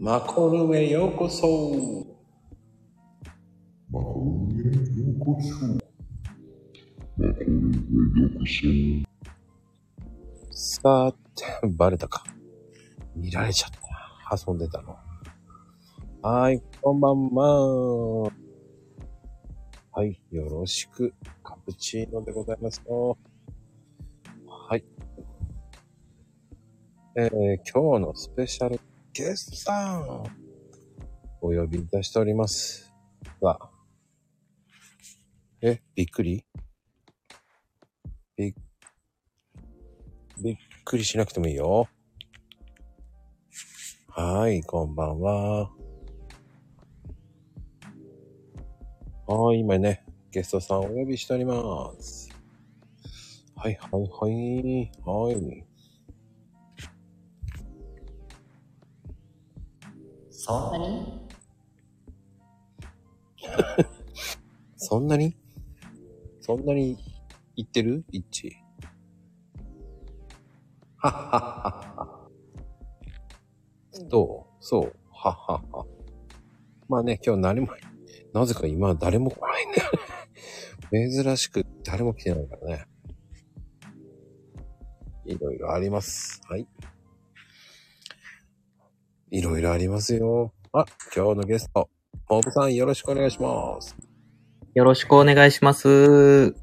マコルメへようこそマコルメようこそ。さて、バレたか。見られちゃった。遊んでたの。はい、こんばんは。はい、よろしく。カプチーノでございますよ。はい。えー、今日のスペシャルゲストさん、お呼びいたしております。が、え、びっくりびっ、びっくりしなくてもいいよ。はーい、こんばんは。はーい、今ね、ゲストさんお呼びしております。はい、はい、はい、はい。そんなにそんなにそんなに言ってるイッチ。はっはっはっは。どうそうはっはっは。まあね、今日何も、なぜか今誰も来ないんだよね。珍しく誰も来てないからね。いろいろあります。はい。いろいろありますよ。あ、今日のゲスト、モブさんよろしくお願いします。よろしくお願いします。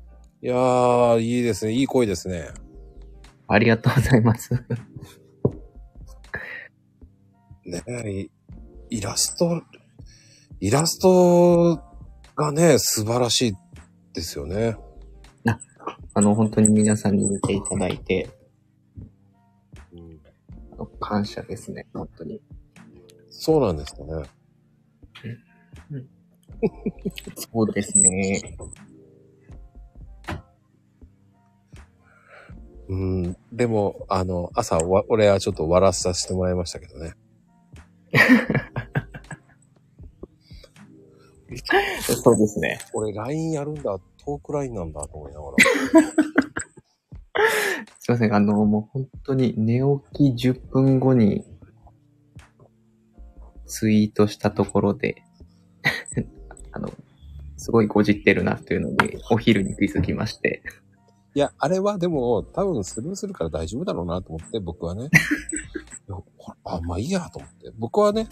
いやー、いいですね。いい声ですね。ありがとうございます。 ねえ、いイラスト、イラストがね、素晴らしいですよね。あの、本当に皆さんに見ていただいて、あの感謝ですね、本当に。そうなんですかね。そうですね。うん、でも、あの、朝わ、俺はちょっと笑わさせてもらいましたけどね。そうですね。俺、LINE やるんだ、トーク LINE なんだと思いながら。すいません、あの、もう本当に寝起き10分後にツイートしたところで、 あの、すごいごじってるなというのに、お昼に気づきまして。いや、あれはでも、多分スルーするから大丈夫だろうなと思って、僕はね。 いやこれあ、まあいいやと思って。僕はね、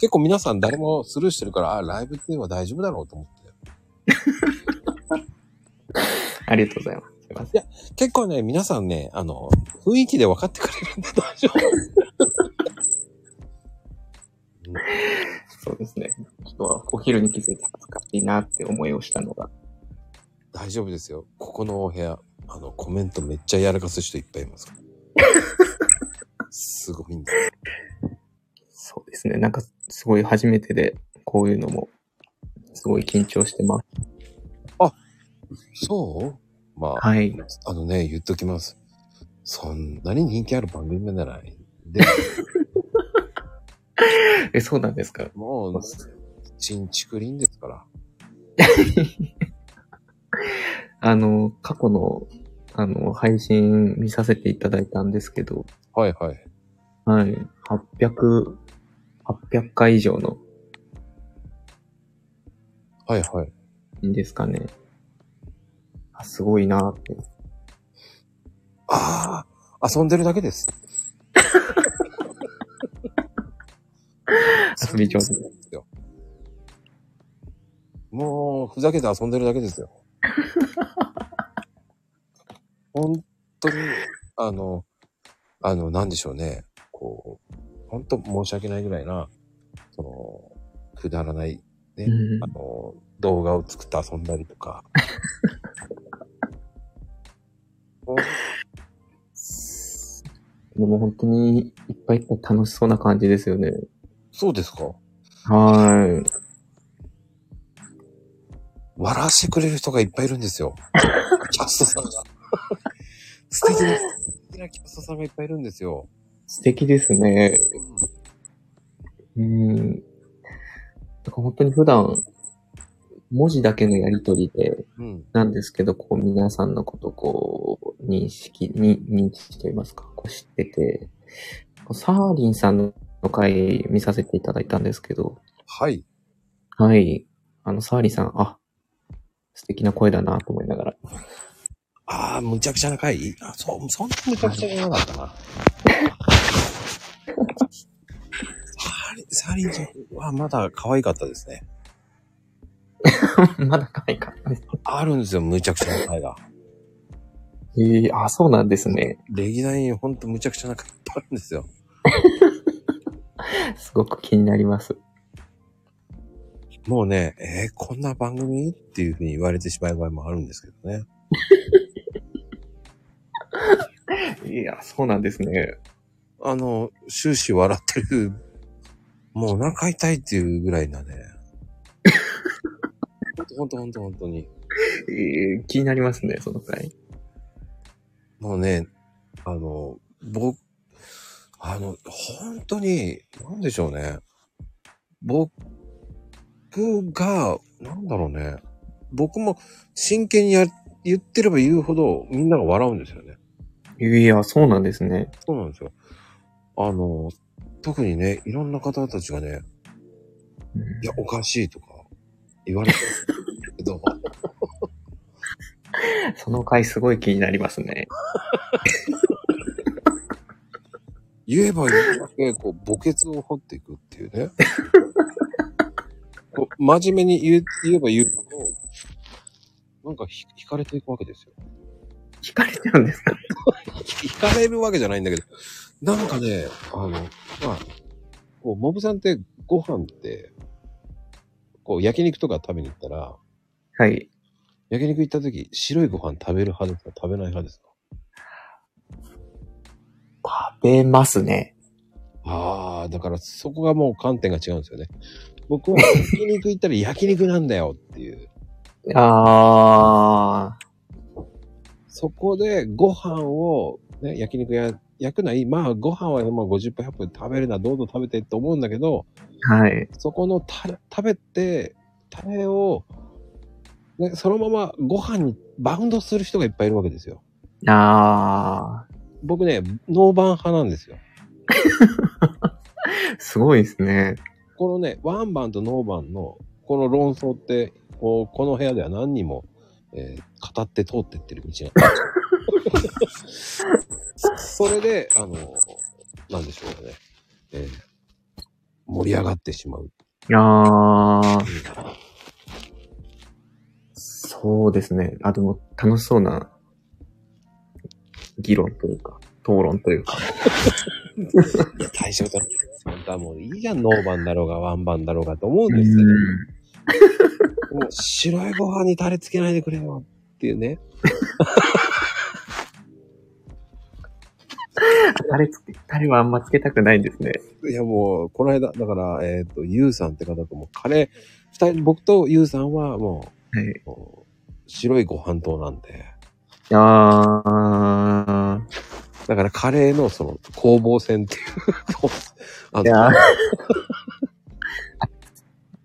結構皆さん誰もスルーしてるから、あ、ライブっていうのは大丈夫だろうと思って。ありがとうございます。すいません。結構ね、皆さんね、あの、雰囲気で分かってくれるんで大丈 夫。そうですね。ちょっとお昼に気づいて恥ずかしいなって思いをしたのが。大丈夫ですよ。ここのお部屋、あの、コメントめっちゃやらかす人いっぱいい ますから。すごいんだよ。そうですね。なんか、すごい初めてで、こういうのも、すごい緊張してます。そうまあ、はい。あのね、言っときます。そんなに人気ある番組じゃない。で、え、そうなんですかもう、ちんちくりんですから。あの、過去の、あの、配信見させていただいたんですけど、はいはい。はい。800、800回以上の、はいはい。いいんですかね。あ、すごいなって。ああ、遊んでるだけです。遊び上手。ですよ。もう、ふざけて遊んでるだけ ですよ。本当に、あの、あの、なんでしょうね。こう、本当申し訳ないぐらいな、その、くだらない、うんあの、動画を作って遊んだりとか。もうでも本当に、いっぱいいっぱい楽しそうな感じですよね。そうですかはい。笑わせてくれる人がいっぱいいるんですよ。キャストさんが。素敵な、素敵なキャストさんがいっぱいいるんですよ。素敵ですね。うん。だから本当に普段、文字だけのやりとりで、うん。なんですけど、こう皆さんのことをこう、認識、に、認知と言いますか、こう知ってて、こうサーリンさんのの回見させていただいたんですけど、はい。はい。あの、サーリさん、あ、素敵な声だなと思いながら。 ああ、むちゃくちゃな回あ、そう、そんなむちゃくちゃじゃなかったな。サリ、 サリンちゃんはまだ可愛かったですね。まだ可愛 かったです。あるんですよ、むちゃくちゃな回が。ええあ、そうなんですね。歴代にほんとむちゃくちゃな回いっぱいあるんですよ。 すごく気になります。もうね、えーこんな番組っていうふうに言われてしまう場合もあるんですけどね。いや、そうなんですね。あの、終始笑ってる。もうお腹痛いっていうぐらいなね。 ほんとほんとほんとほんとに。ええ気になりますね、その回。もうね、あの、僕、あの、本当に、なんでしょうね。僕が、なんだろうね。僕も真剣にや言ってれば言うほどみんなが笑うんですよね。いや、そうなんですね。そうなんですよ。あの、特にね、いろんな方たちがね、いや、おかしいとか言われてる けど、その回すごい気になりますね。言えば言うだけ、こう、墓穴を掘っていくっていうね。 こう真面目に言う言えば言うほど、なんかひ惹かれていくわけですよ。 惹かれちゃうんですか惹かれるわけじゃないんだけど、なんかね、あの、まあ、こう、モブさんってご飯って、こう、焼肉とか食べに行ったら、はい。焼肉行った時、白いご飯食べる派ですか食べない派ですか食べますね。ああ、だからそこがもう観点が違うんですよね。僕は焼肉行ったら焼肉なんだよっていう。あそこでご飯を、ね、焼肉や、焼くない、まあご飯はまあ50分100分食べるな、どうぞ食べてって思うんだけど、ー。はい。そこのタレ、食べて、タレを、ね、そのままご飯にバウンドする人がいっぱいいるわけですよ。あ僕ね、ノーバン派なんですよ。ー。すごいですね。このね、ワンバンとノーバンの、この論争って、こうこの部屋では何人も、えー語って通ってってる道なんですよそれで、あの、なんでしょうね。えー盛り上がってしまう。あー。そうですね。あ、でも楽しそうな議論というか、討論というか。対象だろ。本当はもういいじゃん、ノーバンだろうが、ワンバンだろうがと思うんですけど、もう白いご飯にタレつけないでくれよっていうね。タレつけ、タレはあんまつけたくないんですね。いやもう、この間、だから、えっ、と、ゆうさんって方とも、カレー、二人、僕とゆうさんはもう、はい。もう白いご飯糖なんで、あだからカレーのその攻防戦っていうのをあー。いやーの、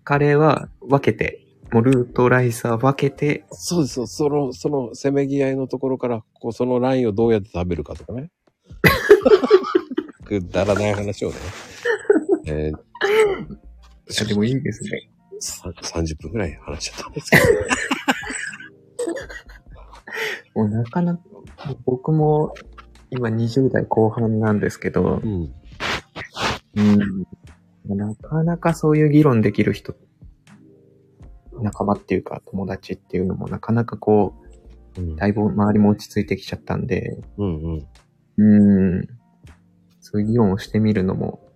カレーは分けて、モルトライサー分けて、そうですそうその、そのせめぎ合いのところから、こうそのラインをどうやって食べるかとかね。くだらない話をね。えいやでもいいですね。ーさ30分ぐらい話しちゃったんですけど。もうなかなか、僕も今20代後半なんですけど、うん。うん。なかなかそういう議論できる人、仲間っていうか友達っていうのもなかなかこうんう、だいぶ周りも落ち着いてきちゃったんで、うんうん。うん。そういう議論をしてみるのも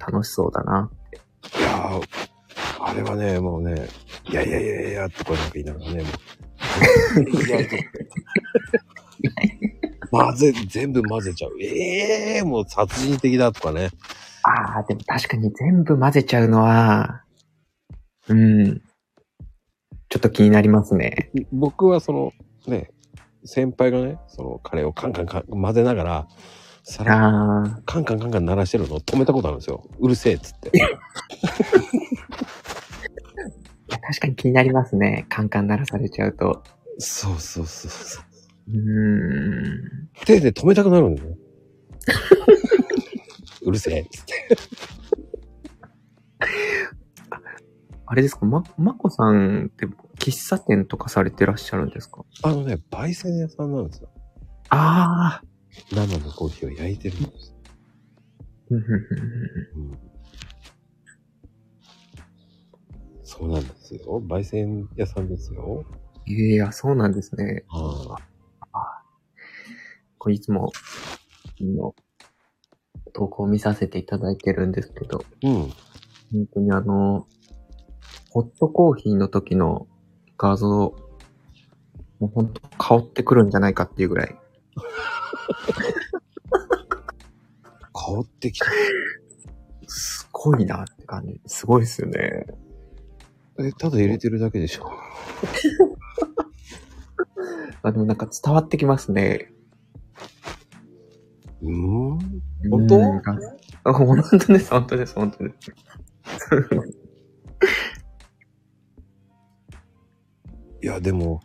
楽しそうだな。いやーあれはね、もうね、いやいやいやいや、とかなんか言いながら ね、もういやいや混ぜ、全部混ぜちゃう。ええもう殺人的だとかね。ああ、でも確かに全部混ぜちゃうのは、うん。ちょっと気になりますね。僕はその、ね、先輩がね、そのカレーをカンカンカン混ぜながら、皿ああ。カンカンカンカン鳴らしてるのを止めたことあるんですよ。うるせえっつって。いや確かに気になりますね。カンカン鳴らされちゃうと。そうそうそうそうーん。 う。手で止めたくなるんだよね。うるせえ。つってあれですか、ま、まこさんって喫茶店とかされてらっしゃるんですかあのね、焙煎屋さんなんですよ。ああ。生のコーヒーを焼いてるんです。うんうんうんうんそうなんですよ。焙煎屋さんですよ。うんいや、そうなんですね。はこれいつも、の、投稿を見させていただいてるんですけど、い。うん。本当にあの、ホットコーヒーの時の画像、もう本当香ってくるんじゃないかっていうぐらい。香ってきた。すごいなって感じ。すごいですよね。え、ただ入れてるだけでしょ。あ、でもなんか伝わってきますね。うん。本当うんあ、本当です、本当です、本当です。いや、でも、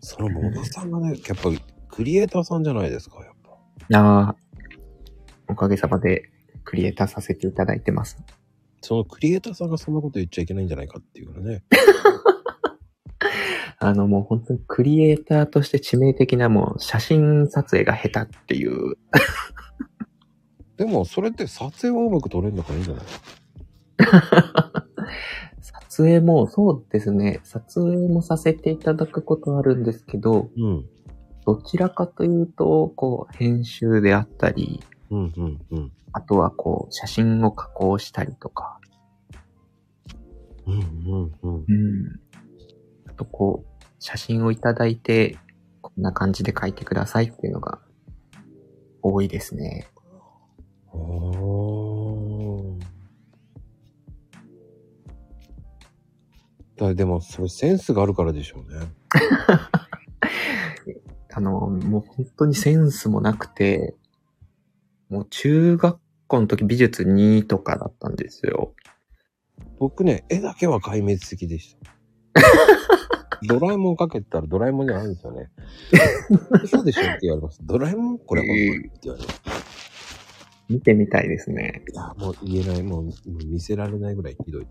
そのものさんがね、やっぱクリエイターさんじゃないですか、やっぱ。ああ、おかげさまでクリエイターさせていただいてます。そのクリエイターさんがそんなこと言っちゃいけないんじゃないかっていうのね。あのもう本当にクリエイターとして致命的なもう写真撮影が下手っていう。でも、それって撮影はうまく撮れるのからいいんじゃない撮影もそうですね、撮影もさせていただくことあるんですけど、うん。どちらかというと、こう編集であったり、うん、うん、うん。あとはこう写真を加工したりとか、うん、うん、うん。うん。あとこう、写真をいただいて、こんな感じで描いてくださいっていうのが多いですね。おー。だでも、それセンスがあるからでしょうね。あの、もう本当にセンスもなくて、もう中学校の時美術2とかだったんですよ。僕ね、絵だけは壊滅的でした。ドラえもんかけたらドラえもんじゃないんですよね。嘘でしょって言われます。ドラえもんこれ本当にって言われます。見てみたいですね。いや、もう言えない、もうもう見せられないぐらいひどい。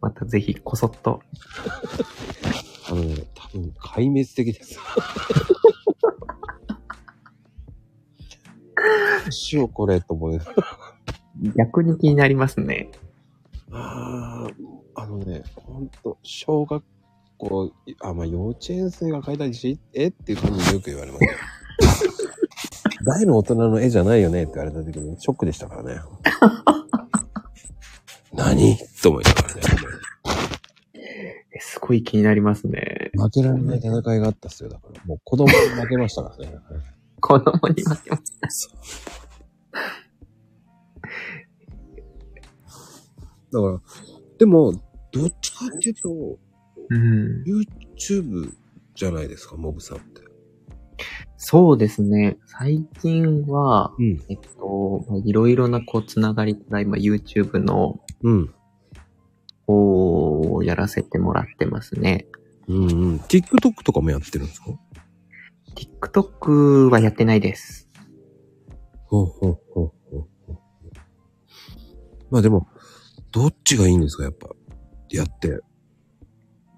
またぜひこそっと。あのね、多分壊滅的です。どうしようこれと思う。逆に気になりますね。ああ、あのね、ほんと、小学校、あ、まあ、幼稚園生が描いたりし、えっていう感じでよく言われ ます。大の大人の絵じゃないよねって言われた時にショックでしたからね。何と思いながらね。えすごい気になりますね。負けられない戦いがあったっすよ。だから、もう子供に負けましたからね。子供に負けます。だから、でも、どっちかっていうと、うん。 YouTube じゃないですか、モブさんって。そうですね。最近は、うん。えっと、まあいろいろなこう、つながりから今 YouTube のうん。方をやらせてもらってますね。うんうん。TikTok とかもやってるんですか TikTok はやってないです。ほうほうほうほうほう。まあでも、どっちがいいんですか、やっぱ。やって。う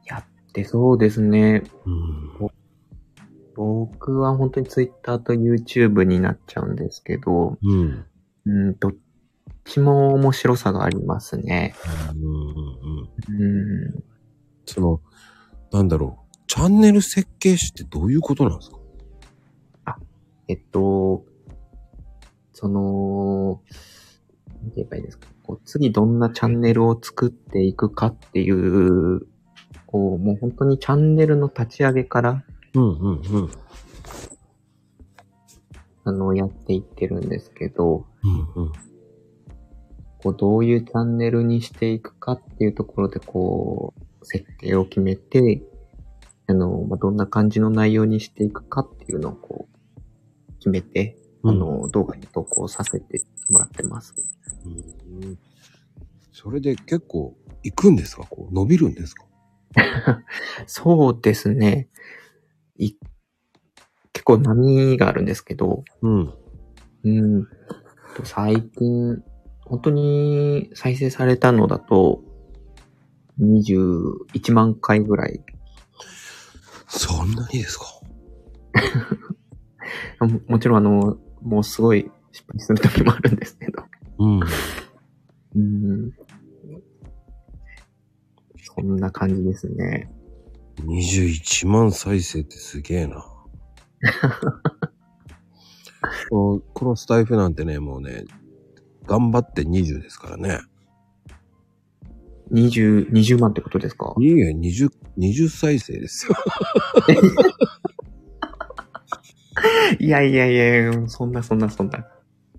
やってそうですね。ん。僕は本当に Twitter と YouTube になっちゃうんですけど、うん。うん、どっちも面白さがありますね。うんうんうん。うん。その、なんだろう。チャンネル設計士ってどういうことなんですかえっと、その、なんて言えばいいですか。こう次どんなチャンネルを作っていくかっていう、こう、もう本当にチャンネルの立ち上げから、うんうんうん。うんあの、やっていってるんですけど、うん。こう、どういうチャンネルにしていくかっていうところで、こう、設定を決めて、あの、まあ、どんな感じの内容にしていくかっていうのを、こう、決めて、あの、動画に投稿させてもらってます。うん、それで結構行くんですかこう伸びるんですかそうですね。い結構波があるんですけど、うん。うん。と最近、本当に再生されたのだと、21万回ぐらい。そんなにですかももちろんあの、もうすごい失敗する時もあるんですけど。うん。うん。そんな感じですね。 21万再生ってすげえ な。こうこのスタイフなんてね、もうね、頑張って20ですからね。 20、20万ってことですかいいえ、20、20再生です よ。いやいやいや、そんなそんなそんな。い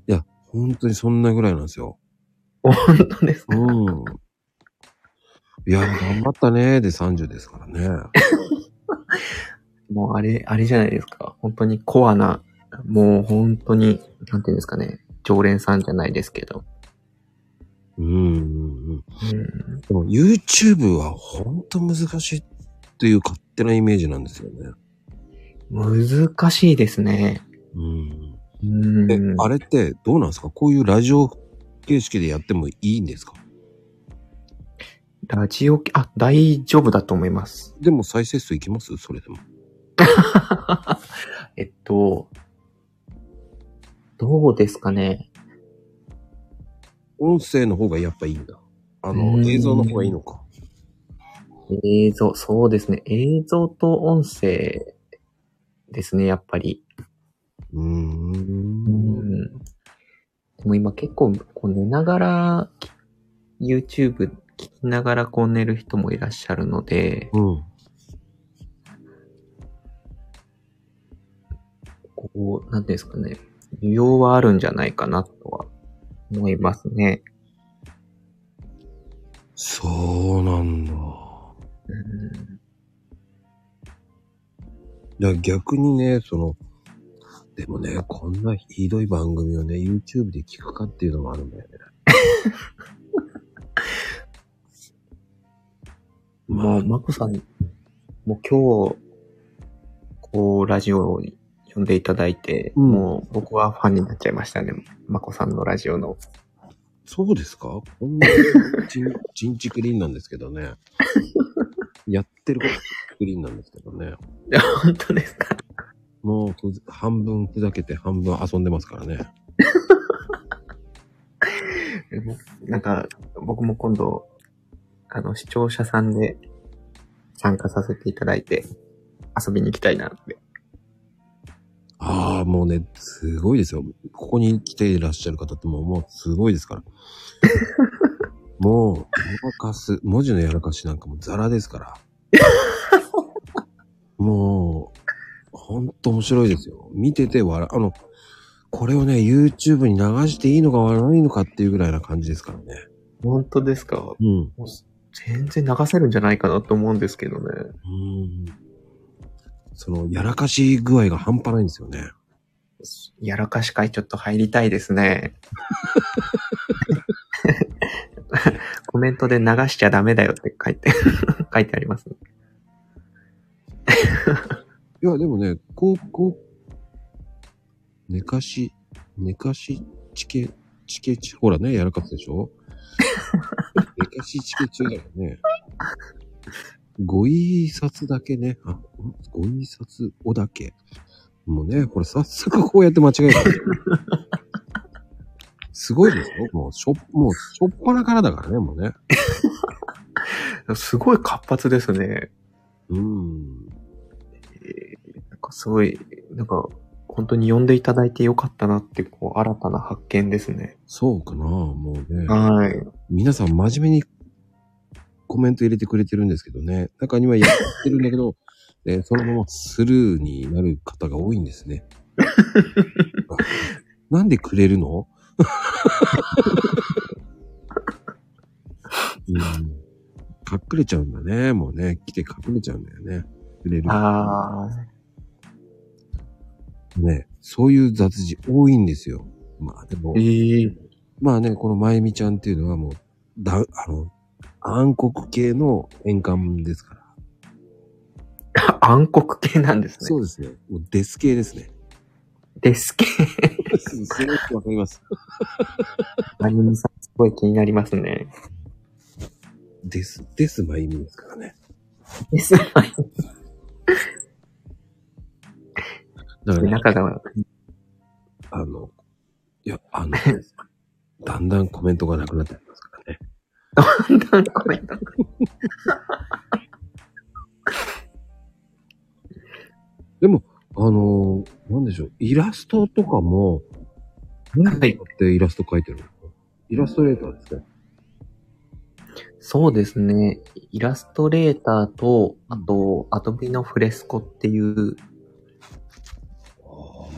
や、本当にそんなぐらいなんですよ。本当ですかうん。いや、頑張ったねーで30ですからね。もうあれ、あれじゃないですか。本当にコアな、もう本当に、なんていうんですかね。常連さんじゃないですけど。うんうんうん。うん、でも YouTube は本当難しいっていう勝手なイメージなんですよね。難しいですね。うん。うんえ、あれってどうなんですかこういうラジオ形式でやってもいいんですかラジオ、あ、大丈夫だと思います。でも再生数いきますそれでも。えっと、どうですかね。音声の方がやっぱいいんだ。あのう、ん映像の方がいいのか。映像、そうですね。映像と音声ですね、やっぱり。うー。うんん。でも今結構、こう寝ながら、き YouTube 聞きながらこう寝る人もいらっしゃるので、うん。こう、なんていうんですかね。需要はあるんじゃないかなとは思いますね。そうなんだ。うんいや、逆にね、その、でもね、こんなひどい番組をね、YouTube で聞くかっていうのもあるんだよね。 まあ、マコさん、もう今日、こう、ラジオに呼んでいただいて、うんもう僕はファンになっちゃいましたね。マコさんのラジオの。そうですかこんなちん、ちんちくりんなんですけどね。やってることクリーンなんですけどね。本当ですかもうふざ、半分砕けて半分遊んでますからね。なんか、僕も今度、あの、視聴者さんで参加させていただいて、遊びに行きたいなって。ああ、もうね、すごいですよ。ここに来ていらっしゃる方ってもう、もうすごいです から。もう、やらかす、文字のやらかしなんかもうザラですから。もう、ほんと面白いですよ。見てて笑う。あの、これをね、YouTube に流していいのか悪いのかっていうぐらいな感じですからね。本当ですかうん。全然流せるんじゃないかなと思うんですけどね。うんその、やらかし具合が半端ないんですよね。やらかし会ちょっと入りたいですね。コメントで流しちゃダメだよって書いて、 書いてあります。いや、でもね、こう、こう、寝かし、寝かし、チケ、チケチ、ほらね、やらかすでしょ寝かしチケ中だよね。ご挨拶だけね、あ、んご挨拶おだけ。もうね、これ早速こうやって間違えた。すごいですよ。もう、しょ、もう、しょっぱなからだからね、もうね。すごい活発ですね。うん。なんかすごい、なんか、本当に呼んでいただいてよかったなって、こう、新たな発見ですね。そうかなもうね。はい。皆さん真面目にコメント入れてくれてるんですけどね。中にはやってるんだけど、えそのままスルーになる方が多いんですね。あなんでくれるの、うん、隠れちゃうんだね。もうね、来て隠れちゃうんだよね。くれる。ああ、ね、そういう雑事多いんですよ。まあでも。ええまあね、このまゆみちゃんっていうのはもう、だ、あの、暗黒系の変換ですから。暗黒系なんですね。そうですね。もうデス系ですね。 ですけすすごくわかります。あゆみさん、すごい気になりますね。です、です、まゆみですからね。です。だから、ね、中が、あの、いや、あの、 だんだんコメントがなくなってきますからね。なんかコメント。でも、あのーなんでしょう、イラストとかも、何はいってイラスト描いてるのイラストレーターですね。そうですね。イラストレーターと、あと、アドビのフレスコっていう、ああ、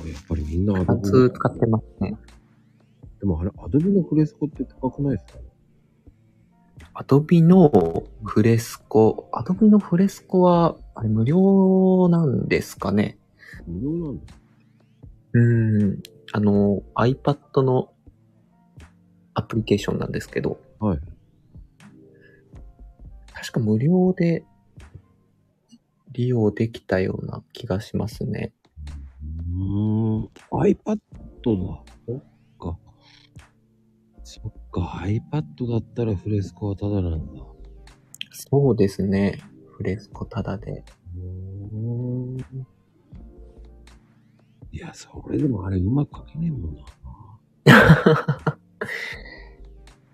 やっぱりみんなアド2ビつ使ってますね。でもあれ、アドビのフレスコって高くないですかアドビのフレスコ、アドビのフレスコは、あれ無料なんですかね。無料なんですうん。あの、iPad のアプリケーションなんですけど、はい。確か無料で利用できたような気がしますね。うーん、iPad だ。そっか。そっか、iPad だったらフレスコはタダなんだ。そうですね。フレスコタダで。 いや、それでもあれうまく書けねえもんな。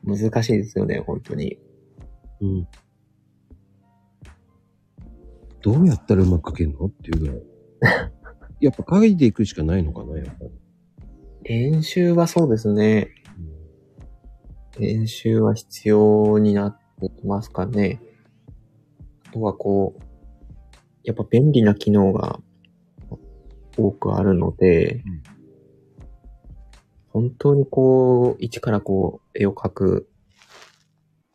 難しいですよね、本当に。うん。どうやったらうまく書けるのっていうぐらい。やっぱ書いていくしかないのかな、やっぱり。練習はそうですね。練習は必要になってきますかね。あとはこう、やっぱ便利な機能が多くあるので、うん本当にこう、一からこう、絵を描く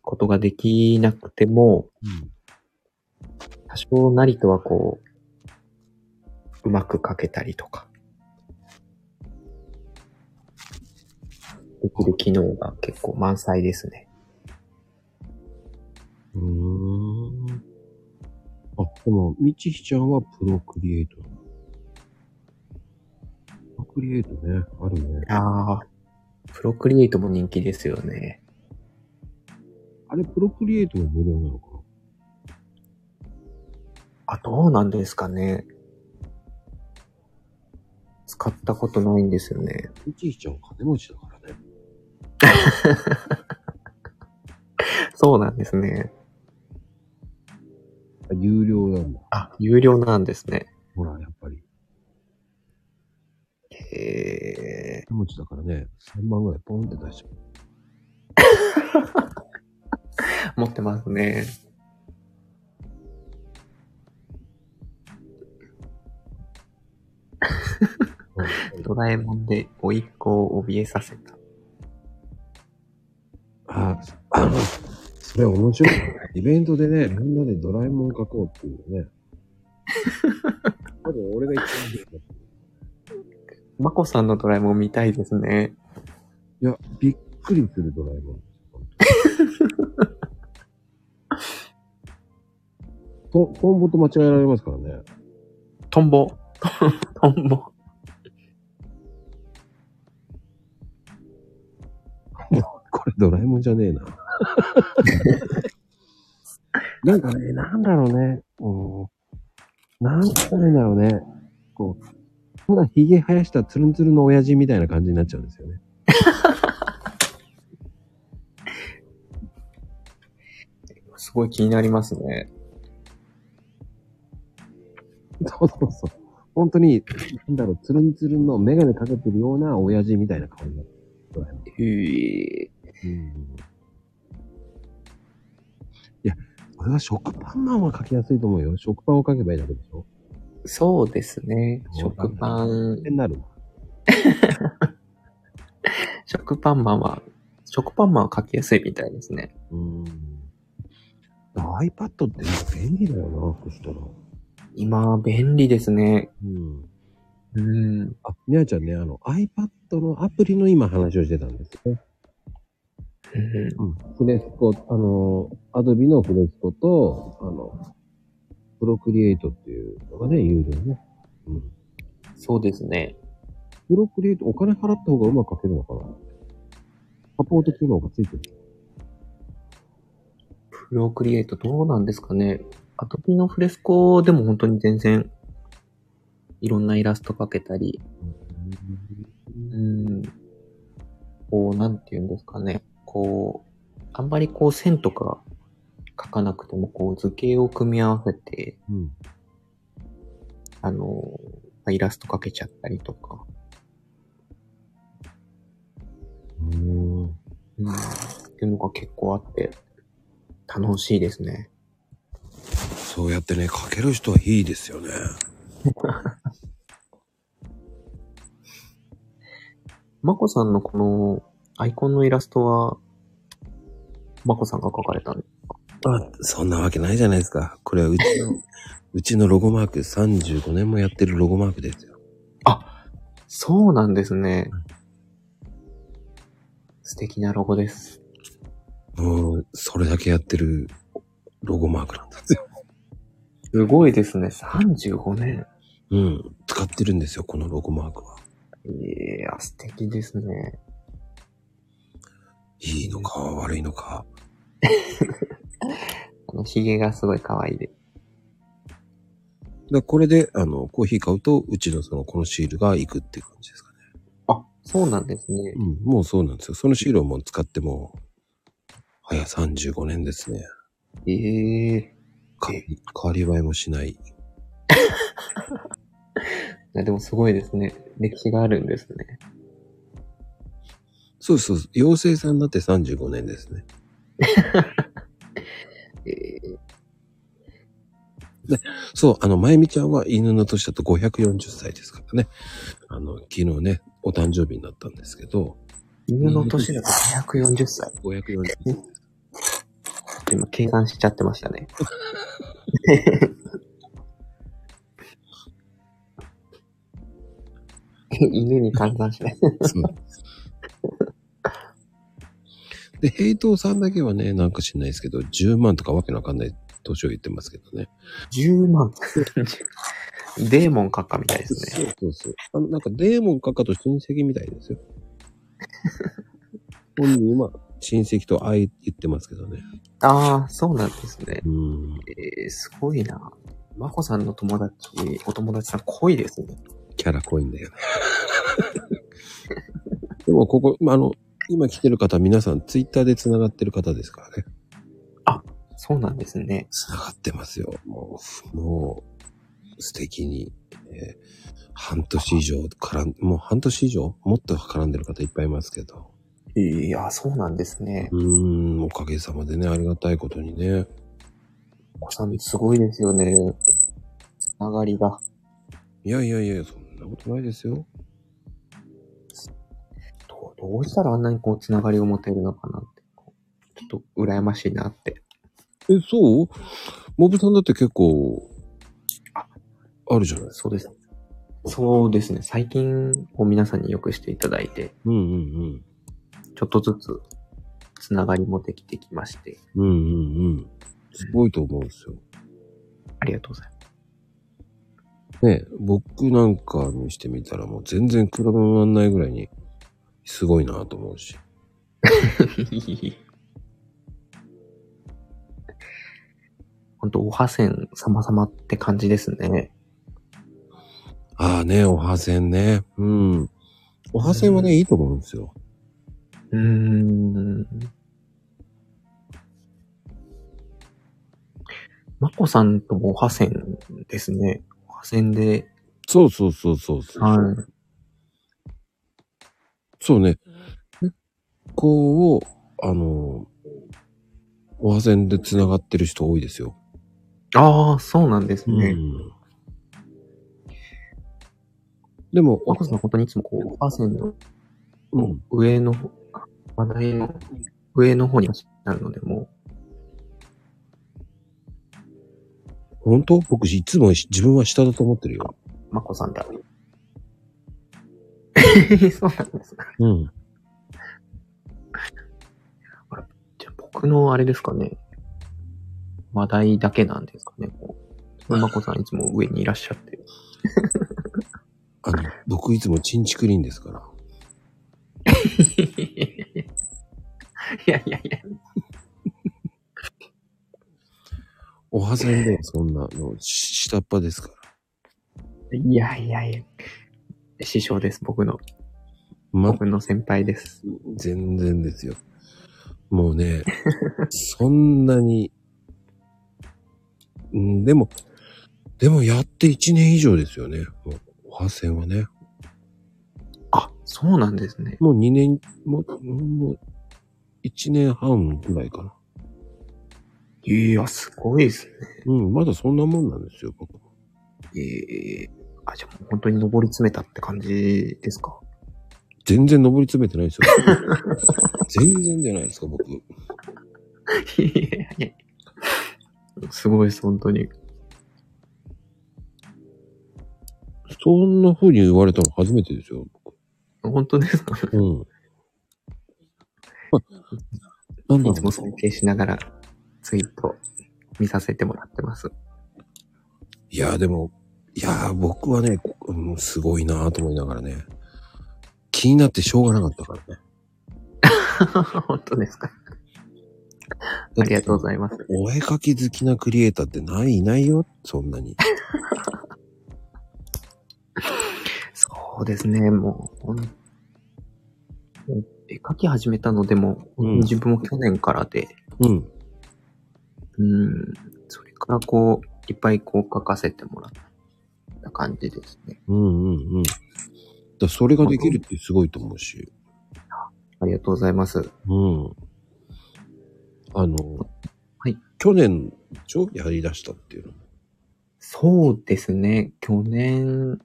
ことができなくても、多少なりとはこう、うまく描けたりとか、できる機能が結構満載ですね。うん。うーん。あ、でも、みちひちゃんはプロクリエイト。プロクリエイトね、あるね。ああ、プロクリエイトも人気ですよね。あれ、プロクリエイトが無料なのかあ、どうなんですかね。使ったことないんですよね。なみちひちゃんは金持ちだからね。そうなんですね。あ有料なんだ。あ、有料なんですね。ほら、やっぱり。へえ。手持ちだからね、3万ぐらいポンって出しちゃう。持ってますね。ドラえもんで甥っ子を怯えさせた。あ、あの、それ面白いね。イベントでね、みんなでドラえもん描こうっていうね。多分俺が一番好きだったまこさんのドラえもん見たいですね。いや、びっくりするドラえもん。 と、トンボと間違えられますからね。トンボ。 トンボ。これドラえもんじゃねえな。なんかね、なんだろうね。うん。なんて言ったらいいんだろうね。こう、ただ髭生やしたツルンツルンの親父みたいな感じになっちゃうんですよね。すごい気になりますね。そうそうそう。本当に、なんだろう、ツルンツルンのメガネかけてるような親父みたいな顔になる。ドラえもんへえ。いや、これは食パンマンは描きやすいと思うよ。食パンを描けばいいだけでしょそうですね。食パン絵。になる。食パンマンは、食パンマンは書きやすいみたいですね。うん。iPad って便利だよな、そしたら。今、便利ですね。うん。うん。あ、みやちゃんね、あの iPad のアプリの今話をしてたんですよね。うんうん。フレスコ、あの、Adobe のフレスコと、あの、プロクリエイトっていうのがね、有料ね。うん。そうですね。プロクリエイト、お金払った方がうまく書けるのかなサポート機能がついてる。プロクリエイトどうなんですかね。アトピのフレスコでも本当に全然、いろんなイラスト描けたり、うん、こう、なんて言うんですかね。こう、あんまりこう線とか描かなくても、こう図形を組み合わせて、うん。あの、まあイラスト描けちゃったりとか。うん。うんっていうのが結構あって、楽しいです ね。そうやってね、書ける人はいいですよね。まこさんのこのアイコンのイラストは、まこさんが描かれたんであ、そんなわけないじゃないですか。これはうちの、うちのロゴマーク、35年もやってるロゴマークですよ。そうなんですね。素敵なロゴです。もう、それだけやってるロゴマークなんですよ。すごいですね。35年。うん。使ってるんですよ、このロゴマークは。いや、素敵ですね。いいのか悪いのか。このヒゲがすごい可愛いです。だこれで、あの、コーヒー買うと、うちのその、このシールがいくっていう感じですかね。あ、そうなんですね。うん、もうそうなんですよ。そのシールをもう使ってもう、早35年ですね。ええか変わり映えもしない。いやでもすごいですね。歴史があるんですね。そうそうそう、妖精さんだって35年ですね。ええそう、あの、まゆみちゃんは犬の年だと540歳ですからね。あの、昨日ね、お誕生日になったんですけど、犬の年だと240歳。 540歳。今、計算しちゃってましたね。 犬に換算しない。そうで、平等さんだけはね、なんか知んないですけど、10万とかわけのわかんない年を言ってますけどね。 10万。デーモン閣下みたいですそね。うそうそう。あの、なんかデーモン閣下と親戚みたいですよ。本人は親戚とあい言ってますけどね。ああ、そうなんですね。うん。えー、すごいな。まこさんの友達、お友達さん濃いですね。キャラ濃いんだよね。 でもここ、まああの、今来てる方皆さんツイッターで繋がってる方ですからね。そうなんですね。繋がってますよ。もう、もう、素敵に。えー半年以上絡ん、もう半年以上もっと絡んでる方いっぱいいますけど。いや、そうなんですね。うーん、おかげさまでね、ありがたいことにね。まこさんすごいですよね。つながりが。いやいやいや、そんなことないですよ。どうどうしたらあんなにこう、つながりを持てるのかなって、こうちょっと羨ましいなって。え、そうモブさんだって結構、あるじゃないですか。そうです。そうですね。最近、こう、皆さんによくしていただいて、うんうんちょっとずつ、つながりもできてきまして、うん。うんうんうん。すごいと思うんですよ。ありがとうございます。ね、僕なんかにしてみたらもう全然比べもなんないぐらいに、すごいなと思うし。本当おはせん様々って感じですね。ああね、おはせんね。うん。おはせんはね、いいと思うんですよ。うーん。まこさんともおはせんですね。おはせんで、そうそうそうそうそう。はい。そうね。結構、あの、おはせんで繋がってる人多いですよ。ああ、そうなんですね。うんでも、マコさん、本当にいつもこう、パーセンのうん、上の、話題の上の方になるので、も本当僕いつも自分は下だと思ってるよ。う、マコさん だ。そうなんですか。うん。じゃあ僕のあれですかね。話題だけなんですかね、こう。マコさんいつも上にいらっしゃって。あの、僕いつもチンチクリンですから。いやいやいや。おはさんで、そんなの、し下っ端ですから。いやいやいや。師匠です、僕の。ま、僕の先輩です。全然ですよ。もう ね、そんなに、うんでも、でもやって1年以上ですよね。もうおはせんはね。あ、そうなんですね。もう2年、もう、もう1年半ぐらいかな。いや、すごいですね。うん、まだそんなもんなんですよ、僕。ええあ、じゃあもう本当に上り詰めたって感じですか全然登り詰めてないですよ。 全然じゃないですか、僕。いやいやいやすごいです、本当に。そんな風に言われたの初めてですよ、僕。本当ですかうん。まあ、なんだいつろも尊敬しながらツイート見させてもらってます。う。いや、でも、いや、僕はね、うんすごいなぁと思いながらね、気になってしょうがなかったからね。本当ですかありがとうございます。お絵描き好きなクリエイターってない、いないよ、そんなに。そうですね、もうほん、もう絵描き始めたのでも、うん自分も去年からで、うん。うん、それからこう、いっぱいこう描かせてもらった感じですね。うんうんうん。だからそれができるってすごいと思うし。ありがとうございます。うん。あの、はい去年でしょやり出したっていうの。そうですね、去年、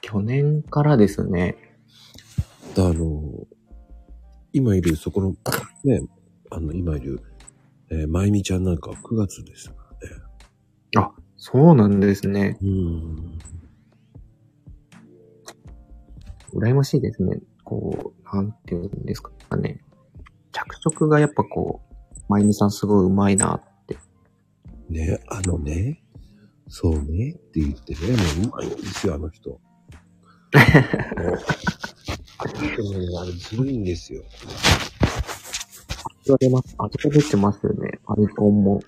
去年からですね。だあの、今いる、そこの、ね、あの、今いる、えーまゆみちゃんなんかは9月ですからね。あ、そうなんですね。うん。羨ましいですね。こう、なんていうんですかね。着色がやっぱこう、まゆみさんすごい上手いなって。ね、あのね、そうねって言ってね、もううまいんですよ、あの人。もうあの人もね、あれずるいんですよ。味が出ます。味が出てますよね。アルコンも。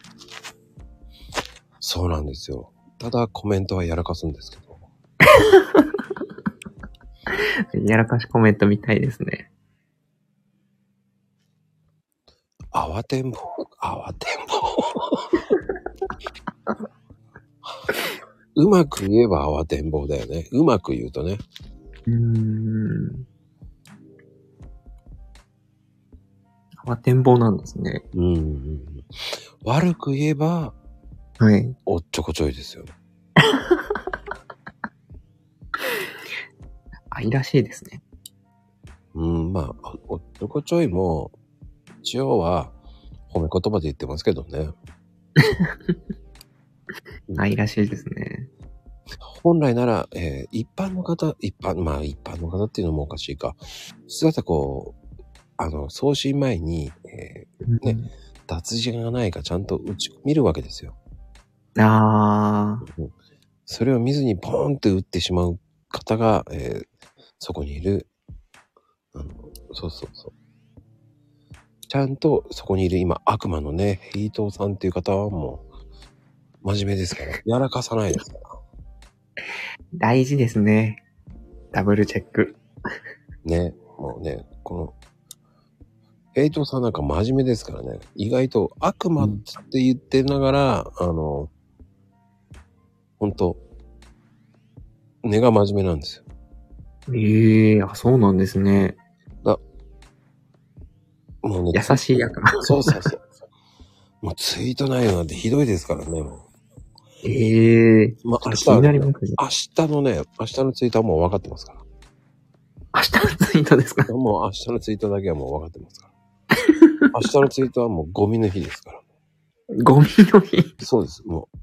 そうなんですよ。ただコメントはやらかすんですけど。やらかしコメントみたいですね。慌てんぼう、慌てんぼう。うまく言えば慌てんぼうだよね。うまく言うとね。うーん。慌てんぼうなんですね。うんうんうん。悪く言えば、はい。おっちょこちょいですよね。愛らしいですね。うん、まあ、おおっちょこちょいも、一応は褒め言葉で言ってますけどね。愛らしいですね。本来なら、えー一般の方、一般、まあ一般の方っていうのもおかしいか。普通だったらこう、あの、送信前に、えねー脱字がないかちゃんと打ち、見るわけですよ。あー、それを見ずにポーンって打ってしまう方が、えーそこにいる、あの、そうそうそう。ちゃんとそこにいる今、悪魔のね、ヘイトーさんっていう方はもう、真面目ですから、やらかさないですから。大事ですね。ダブルチェック。ね、もうね、この、ヘイトさんなんか真面目ですからね、意外と悪魔って言ってながら、あの、本当根が真面目なんですよ。ええあ、そうなんですね。もうね、優しいやから。そうそうそう。もうツイート内容なんてひどいですからね、もええう。まあ、明日気にな、りますね。明日のね、明日のツイートはもう分かってますから。明日のツイートですかもう明日のツイートだけはもう分かってます から。明日のツイートはもうゴミの日ですから。ゴミの日。そうです。もう、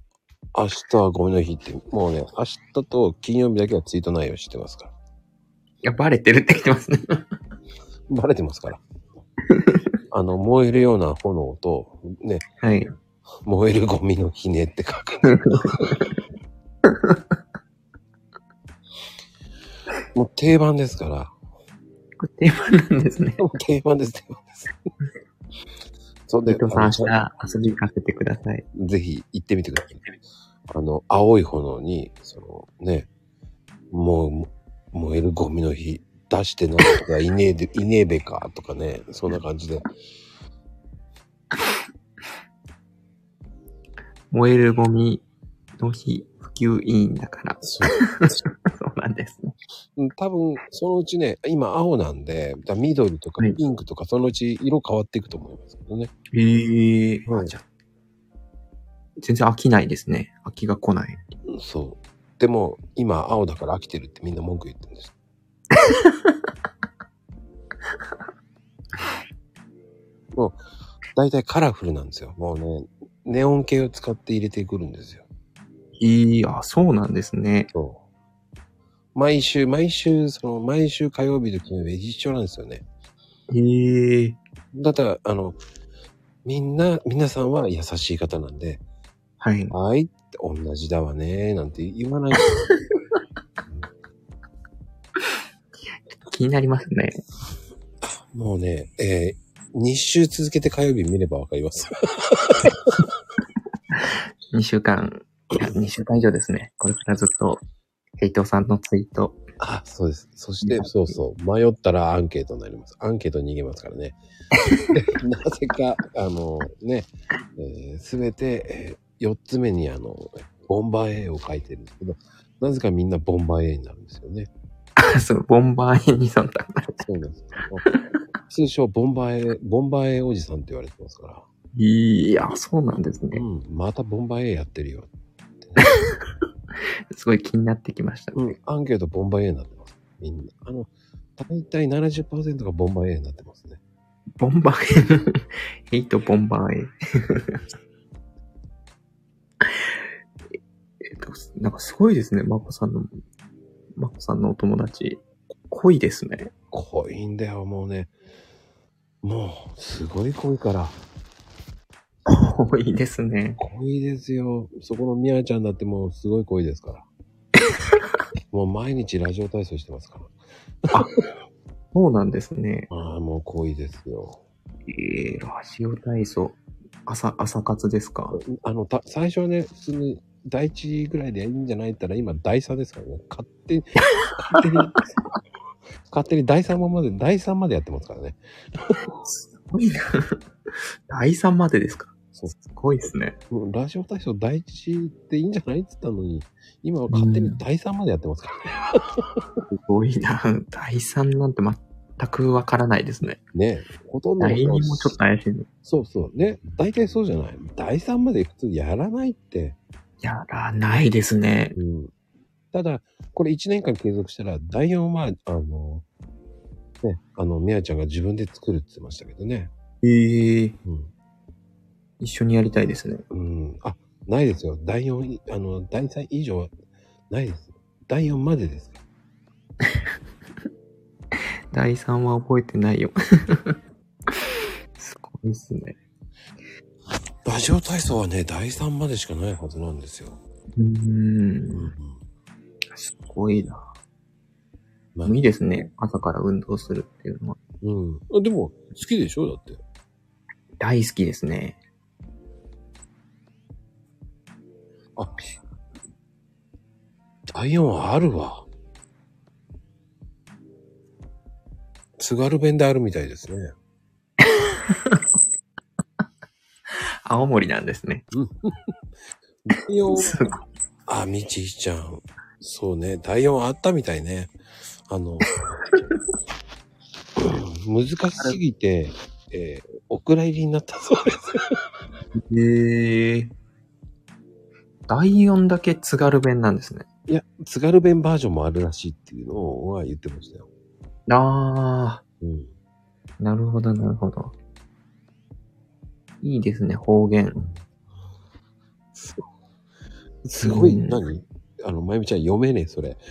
明日はゴミの日って、もうね、明日と金曜日だけはツイート内容してますから。いや、バレてるって言ってますね。バレてます から。あの、燃えるような炎と、ね、はい。燃えるゴミの 日ねって書く。もう定番ですから。これ定番なんですね。もう定番です、定番です。そんで、伊藤さん明あ日遊びに行かせてください。のぜひ行ってみてください。あの、青い炎に、そのね、もう、燃えるゴミの日、出してない人がいね えで、いねえべか、とかね、そんな感じで。燃えるゴミの日普及委員だから。 そうそうなんですね。うん多分、そのうちね、今青なんで、だ緑とかはいピンクとか、そのうち色変わっていくと思いますけどね。ええうんじゃあ全然飽きないですね。飽きが来ない。そう。でも、今青だから飽きてるってみんな文句言ってるんです。 もう、大体カラフルなんですよ。もうね、ネオン系を使って入れてくるんですよ。いや、そうなんですね。そう。毎週、毎週、その、毎週火曜日と金曜日一緒なんですよね。ええだったら、あの、みんな、皆さんは優しい方なんで、はい。はい、同じだわね、なんて言わない。気になりますね。もうね、えー、2週続けて火曜日見ればわかります。 2週間、いや、2週間以上ですね。これからずっと、ヘイトさんのツイート。 あ、そうです。そして、そうそう。迷ったらアンケートになります。アンケート逃げますからね。 なぜか、あの、ね、す、べ、て、え4つ目に、あの、ボンバー A を書いてるんですけど、なぜかみんなボンバー A になるんですよね。あそう、ボンバーエニソンだ。そうなんです。通称、ボンバー A、ボンバー A おじさんって言われてますから。いや、そうなんですねう。ん、またボンバー A やってるよ。すごい気になってきました。うん、アンケートボンバー A になってます。みんな。あの、大体70%がボンバー A になってますね。ボンバーエヘイト ボンバーエえっと、なんかすごいですね、マコさんの、マコさんのお友達。濃いですね。濃いんだよ、もうね。もう、すごい濃いから。濃いですね。濃いですよ。そこのみやちゃんだってもうすごい濃いですから。もう毎日ラジオ体操してますから。そうなんですね。ああ、もう濃いですよ。えー、ラジオ体操。朝、朝活ですかあの、た最初はね、普通に第一ぐらいでいいんじゃないったら、今第三ですからね。勝手に、勝手に、勝手に第三まで、第三までやってますからね。すごいな。第3までですかそうすごいですね。もうラジオ体操第一っていいんじゃないって言ったのに、今は勝手に第三までやってますからね。すごいな。第3なんて全くわからないですね。ねほとんどの第人2はもちょっと怪しいの。そうそう。ね。大体そうじゃない。第3まで普通やらないって。やらないですね。うん。ただ、これ1年間継続したら、第4は、あの、ね、あの、みやちゃんが自分で作るって言ってましたけどね。ええうん。一緒にやりたいですね。うん。あ、ないですよ。第4い、あの、第3以上は、ないです。第4までです。第3は覚えてない よ。すごいですね。ラジオ体操はね、第3までしかないはずなんですよ。ううー。んん。すごいな。まあいいですね。朝から運動するっていうのは。うん。あでも、好きでしょだって。大好きですね。あ、第4はあるわ。津軽弁であるみたいですね。青森なんですね。第4、すごいあ、みちひちゃん。そうね、第4あったみたいね。あの、 うん難しすぎて、えーお蔵入りになったそうです。へえ第4だけ津軽弁なんですね。いや、津軽弁バージョンもあるらしいっていうのは言ってましたよ。あうん。あ、なるほど、なるほど。いいですね、方言。すごい、うん何あの、まゆみちゃん読めねえ、それ。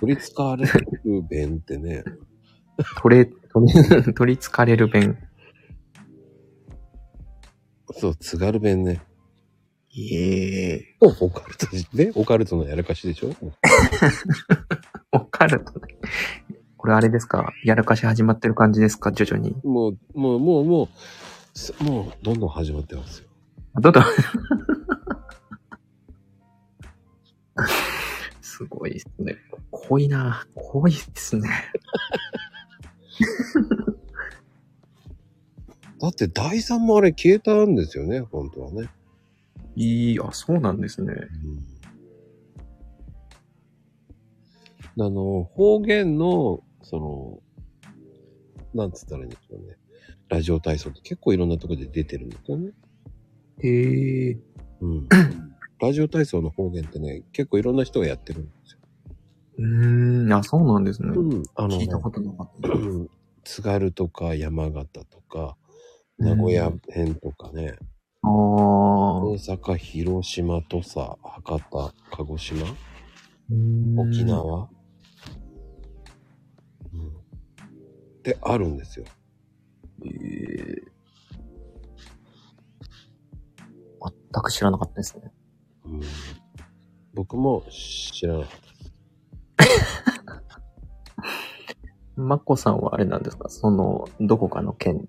取り使われる弁ってね。取れ、取れ、取りつかれる弁。そう、津軽弁ね。ええオカルトね、オカルトのやらかしでしょ オカルトね。これあれですかやらかし始まってる感じですか徐々に。もう、もう、もう、もうす、もう、どんどん始まってますよ。あどうだ すごいっすね。濃いな。濃いっすね。だって、第3もあれ消えたんですよね、本当はね。いい、あ、そうなんですね。あの、方言の、その、なんつったらいいんでしょうね。ラジオ体操って結構いろんなところで出てるんですよね。へえ。 うん。ラジオ体操の方言ってね、結構いろんな人がやってるんですよ。うーん、あ、そうなんですね。うん。あの聞ねいたことなかったな。うん津軽とか山形とか、名古屋編とかね、ああ大阪、広島、土佐、博多、鹿児島、ー。沖縄、うん、ってあるんですよ。えー。全く知らなかったですね。うん、僕も知らない。マッコさんはあれなんですかその、どこかの県、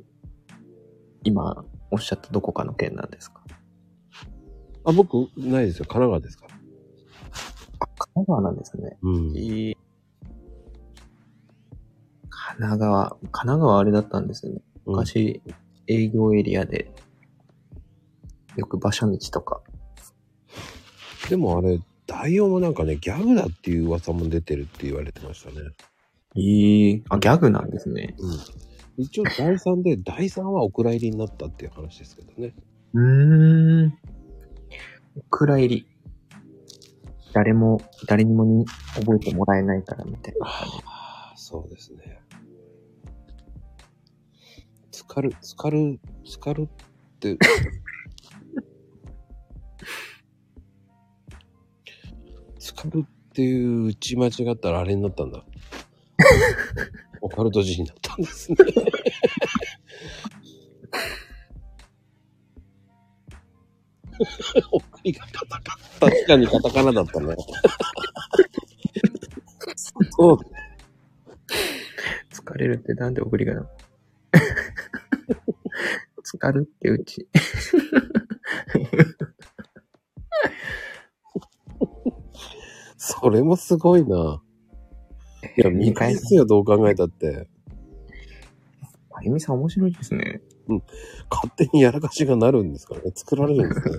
今おっしゃったどこかの県なんですかあ、僕、ないですよ。神奈川ですから。あ、神奈川なんですね。うん。えー神奈川、神奈川あれだったんですよね。昔、営業エリアで、よく馬車道とか。でもあれ、大王もなんかね、ギャグだっていう噂も出てるって言われてましたね。ええあ、ギャグなんですね。うん。 一応、第3で、第3はお蔵入りになったっていう話ですけどね。うーん。お蔵入り。誰も、誰にもに覚えてもらえないからみたいな感じ。ああ、そうですね。つかる、つかる、つかるって。 つかるっていう打ち間違ったらあれになったんだ。オカルト人になったんですね。送りがカタカナ確かにカタカナだったね。そう疲れるってなんで送りが な。疲るってうち。それもすごいな。いや、見見返返すよ、どう考えたって。あゆみさん面白いですね。勝手にやらかしがなるんですからね。作られるんですね。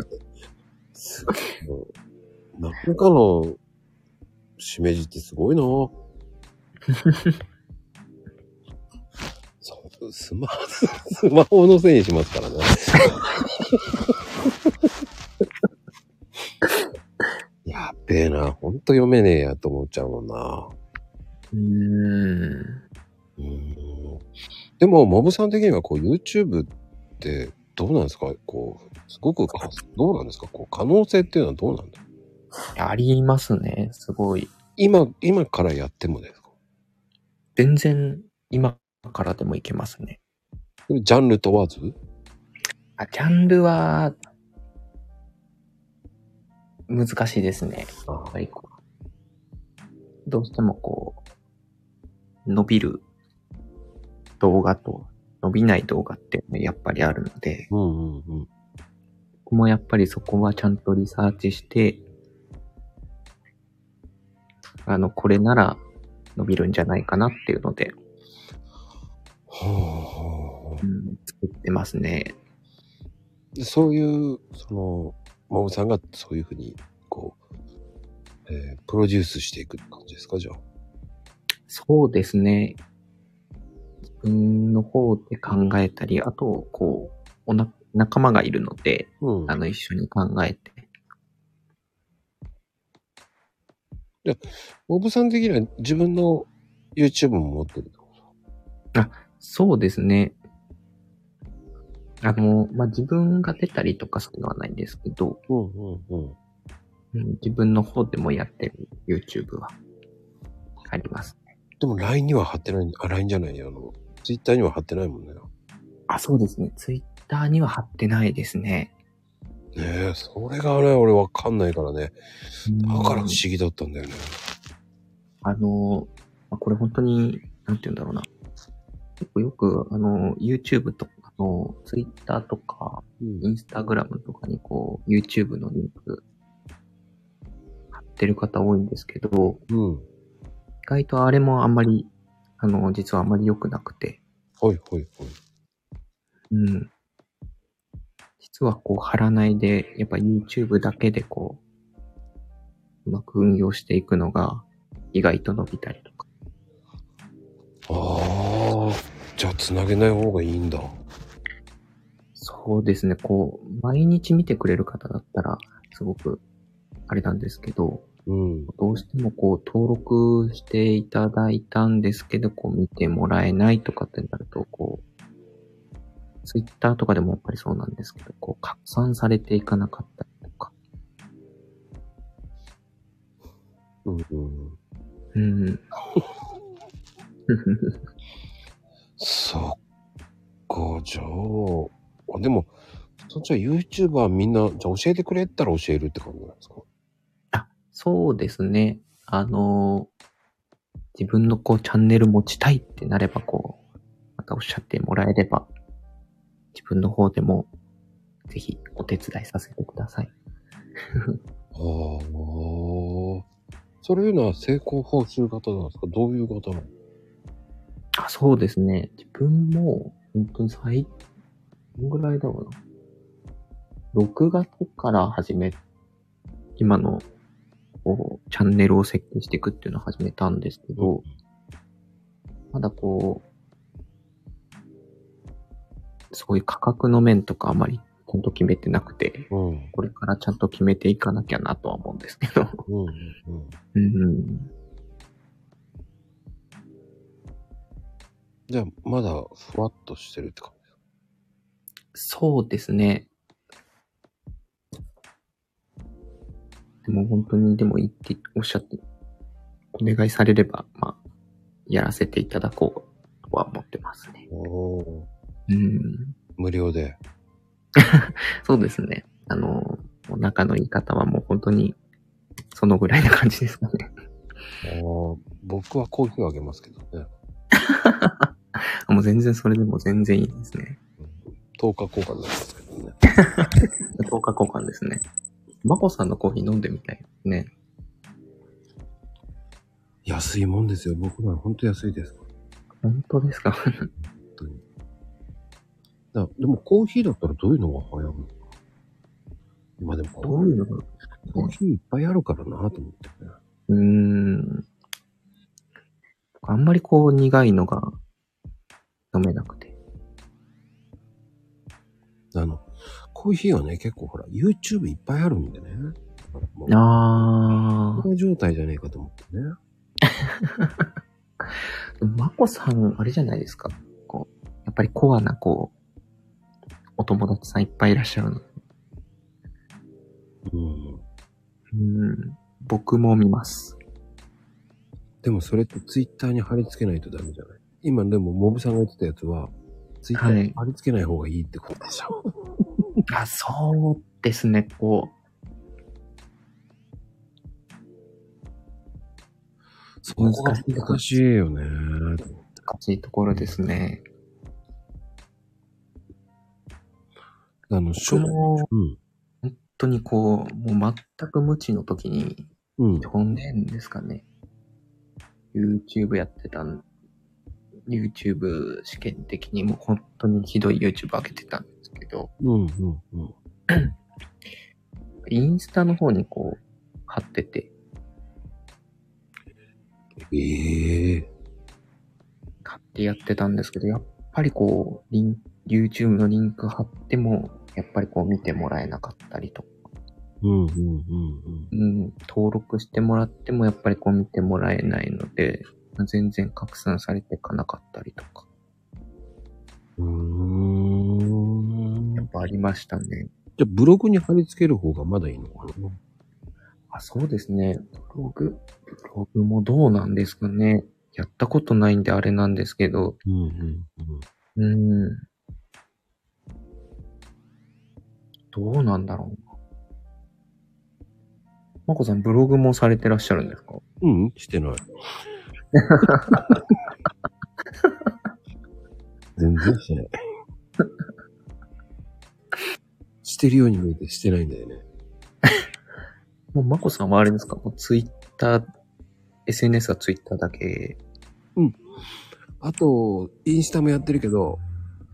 すごいな。中かの、しめじってすごいな。そう、スマ、スマホのせいにしますから ね。やっべえな。ほんと読めねえやと思っちゃうもんな。うーん。うんでも、モブさん的には、こう、YouTube って、どうなんですかこう、すごくか、どうなんですかこう、可能性っていうのはどうなんだありますね。すごい。今、今からやってもですか全然今からでもいけますね。ジャンル問わずあ、ジャンルは、難しいですね。あはいこうどうしてもこう、伸びる動画と伸びない動画ってやっぱりあるので、うんうんうん。僕もやっぱりそこはちゃんとリサーチして、あの、これなら伸びるんじゃないかなっていうので、はうん、作ってますね。あ、そういう、その、モブさんがそういうふうに、こう、えープロデュースしていく感じですかじゃあ。そうですね。自分の方で考えたり、あと、こう、おな、仲間がいるので、うんあの、一緒に考えて。モブさん的には自分の YouTube も持ってると。そうですね。あの、まあ、自分が出たりとかそういうのはないんですけど、うんうんうん。うん自分の方でもやってる YouTube はあります。でも LINE には貼ってない、あ、LINE じゃないよ。あの、Twitter には貼ってないもんね。あ、そうですね。Twitter には貼ってないですね。ねえ、それがね、俺わかんないからね。だから不うん思議だったんだよね。あの、まあこれ本当に、なんて言うんだろうな。結構よく、あの、YouTube とか、あの、Twitter とか、Instagram とかにこう、YouTube のリンク、貼ってる方多いんですけど、うん。意外とあれもあんまり、あの、実はあんまり良くなくて、ほいほいほい。うん。実はこう、貼らないで、やっぱ YouTube だけでこう、うまく運用していくのが、意外と伸びたりとか。ああ、じゃあ繋げない方がいいんだ。そうですね、こう、毎日見てくれる方だったら、すごく、あれなんですけど、うん。どうしてもこう、登録していただいたんですけど、こう、見てもらえないとかってなると、こう、ツイッターとかでもやっぱりそうなんですけど、こう、拡散されていかなかったりとか、うん、うん。うん。 そっか、じゃあ。あでも、そっちは YouTuber みんな、じゃあ教えてくれったら教えるって感じなんですかそうですね、あの自分のこう、チャンネル持ちたいってなれば、こう、またおっしゃってもらえれば、自分の方でも、ぜひお手伝いさせてください。ああ。それいうのは成功報酬型なんですかどういう型なのあ、そうですね。自分も、本当に最、どんぐらいだろうな。6月から始め、今の、こう、チャンネルを設計していくっていうのを始めたんですけど、まだこう、そういう価格の面とかあまり、ちゃんと決めてなくて、うん。これからちゃんと決めていかなきゃなとは思うんですけど。うん。うん。うん。じゃあ、まだふわっとしてるって感じ。そうですね。でも本当に、でも言って、おっしゃって、お願いされれば、まあ、やらせていただこうとは思ってますね。おうん。無料で。そうですね。あの、お仲の言い方はもう本当に、そのぐらいな感じですかね。 あー僕はコーヒーをあげますけどね。もう全然それでも全然いいですね。 10日交換になりますけどね。 10日交換ですね。まこさんのコーヒー飲んでみたいですね。安いもんですよ。僕ら本当安いです。本当ですか だでもコーヒーだったらどういうのが流行るのかな。まあでもどコーうヒいー、うのがコーヒーいっぱいあるからなと思ってね。うーん。あんまりこう苦いのが飲めなくて。あの、コーヒーはね、結構ほら、YouTube いっぱいあるんでね。もう、あこの状態じゃねえかと思ってね。あ。まこさん、あれじゃないですか。こう、やっぱりコアなこう、お友達さんいっぱいいらっしゃるの。うん。うん。僕も見ます。でもそれって Twitter に貼り付けないとダメじゃない今でも、モブさんが言ってたやつは、Twitter はいに貼り付けない方がいいってことでしょ。あ、そうですね、こそこが難しいよね。う、難しいところですね。あの、僕もうん。本当にこう、もう全く無知の時に、うん。去年ですかね。YouTube やってたん、YouTube 試験的にもう本当にひどい YouTube 上げてたんですけど、うん。うん。うん。インスタの方にこう、貼ってて、ええ貼ってやってたんですけど、やっぱりこう、リン YouTube のリンク貼っても、やっぱりこう見てもらえなかったりとか、うんうんうんうん、登録してもらってもやっぱりこう見てもらえないので、全然拡散されていかなかったりとか、うん。うーやん。っぱありましたね。じゃあ、ブログに貼り付ける方がまだいいのかなあ、そうですね。ブログ、ブログもどうなんですかね。やったことないんであれなんですけど、うんうんうん。うん。どうなんだろうな。まこさん、ブログもされてらっしゃるんですかうん、してない。全然してない。してるように見えてしてないんだよね。もう、まこさんはあれですかもうツイッター、SNS はツイッターだけ。あと、インスタもやってるけど、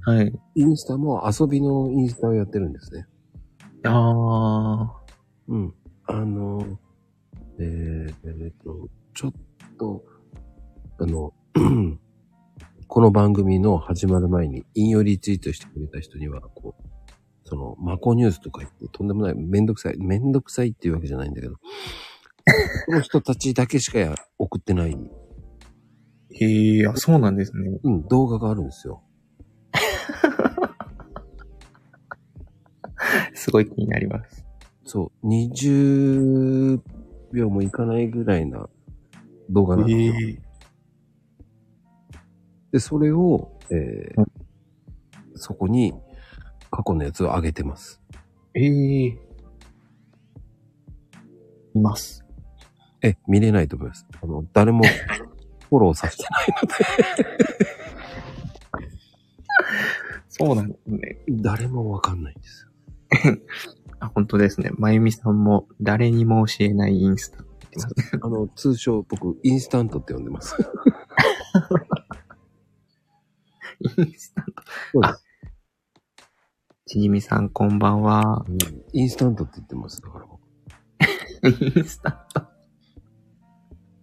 はい。インスタも遊びのインスタをやってるんですね。あうん。あの、えー、えっと、ちょっと、あの、 この番組の始まる前に引用リツイートしてくれた人には、こう、その、マコニュースとか言って、とんでもない、めんどくさい、めんどくさいっていうわけじゃないんだ けど、その人たちだけしかや送ってない、ー。へえ、あ、そうなんですね。うん、動画があるんですよ。すごい気になります。そう、20秒もいかないぐらいな動画なんですよ。え。で、それを、えーうそこに過去のやつを上げてます。ええ。います。え、見れないと思います。あの、誰 もフォローさせてないそうなんですね。。誰もわかんないんですよ。あ、本当ですね。まゆみさんも誰にも教えないインスタ。あの、通称僕、インスタントって呼んでます。インスタそうであちじみさんこんばんは。うんインスタントって言ってます。だから僕、インスタ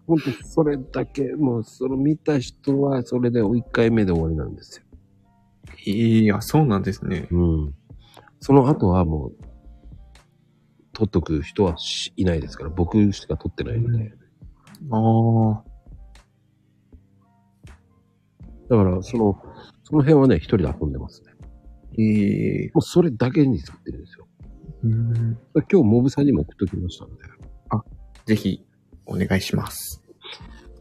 本当それだけ、もう、その見た人は、それで1回目で終わりなんですよ。いや、そうなんですね。うん。その後はもう、撮っとく人はしいないですから、僕しか撮ってないので。ああ。だから、その、その辺はね、一人で遊んでますね。ええもうそれだけに作ってるんですよ。うんだから今日、モブさんにも送っときましたので。ぜひ、お願いします。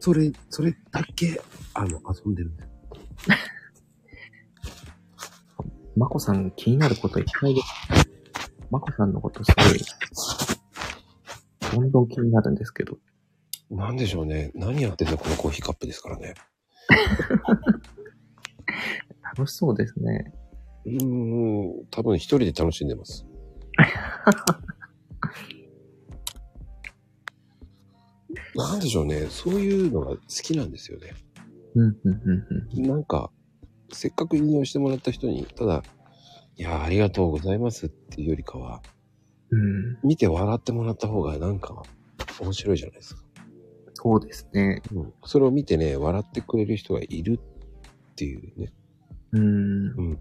それ、それだけ、あの、遊んでるんです。まこさん気になることいっぱいです。まこさんのことすごい、どんどん気になるんですけど。なんでしょうね。何やってんだ、このコーヒーカップですからね。楽しそうですね。うーん、多分一人で楽しんで ます。なんでしょうね。そういうのが好きなんですよね。うん、うん、うん、なんか、せっかく引用してもらった人に、ただ、いやー、ありがとうございますっていうよりかは、うん。うん、見て笑ってもらった方がなんか面白いじゃないですか。そうですね。うん。それを見てね、笑ってくれる人がいるっていうね。うん。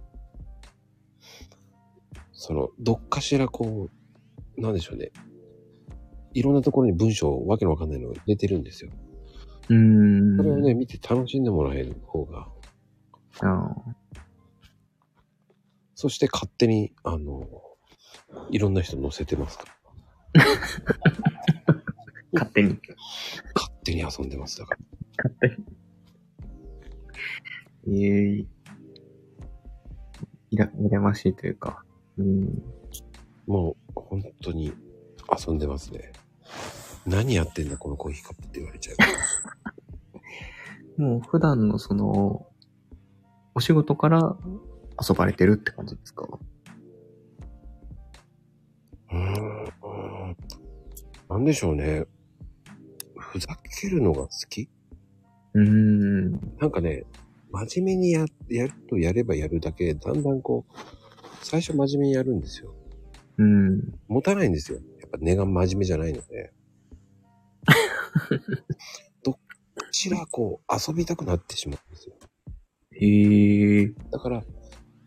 その、どっかしらこう、なんでしょうね。いろんなところに文章をわけのわかんないのを入れてるんですよ。うん。それをね、見て楽しんでもらえる方が、あーそして勝手に、あの、いろんな人乗せてますから。勝手に。勝手に遊んでます。だから。ええいら、羨ましいというか。うん。もう、本当に遊んでますね。何やってんだ、このコーヒーカップって言われちゃう。もう普段のその、お仕事から遊ばれてるって感じですかうーん。なんでしょうね。ふざけるのが好きうーん。なんかね、真面目にや、やるとやればやるだけ、だんだんこう、最初真面目にやるんですよ。うん。持たないんですよ。やっぱ根が真面目じゃないので。どっちらこう、遊びたくなってしまうんですよ。へえ。だから、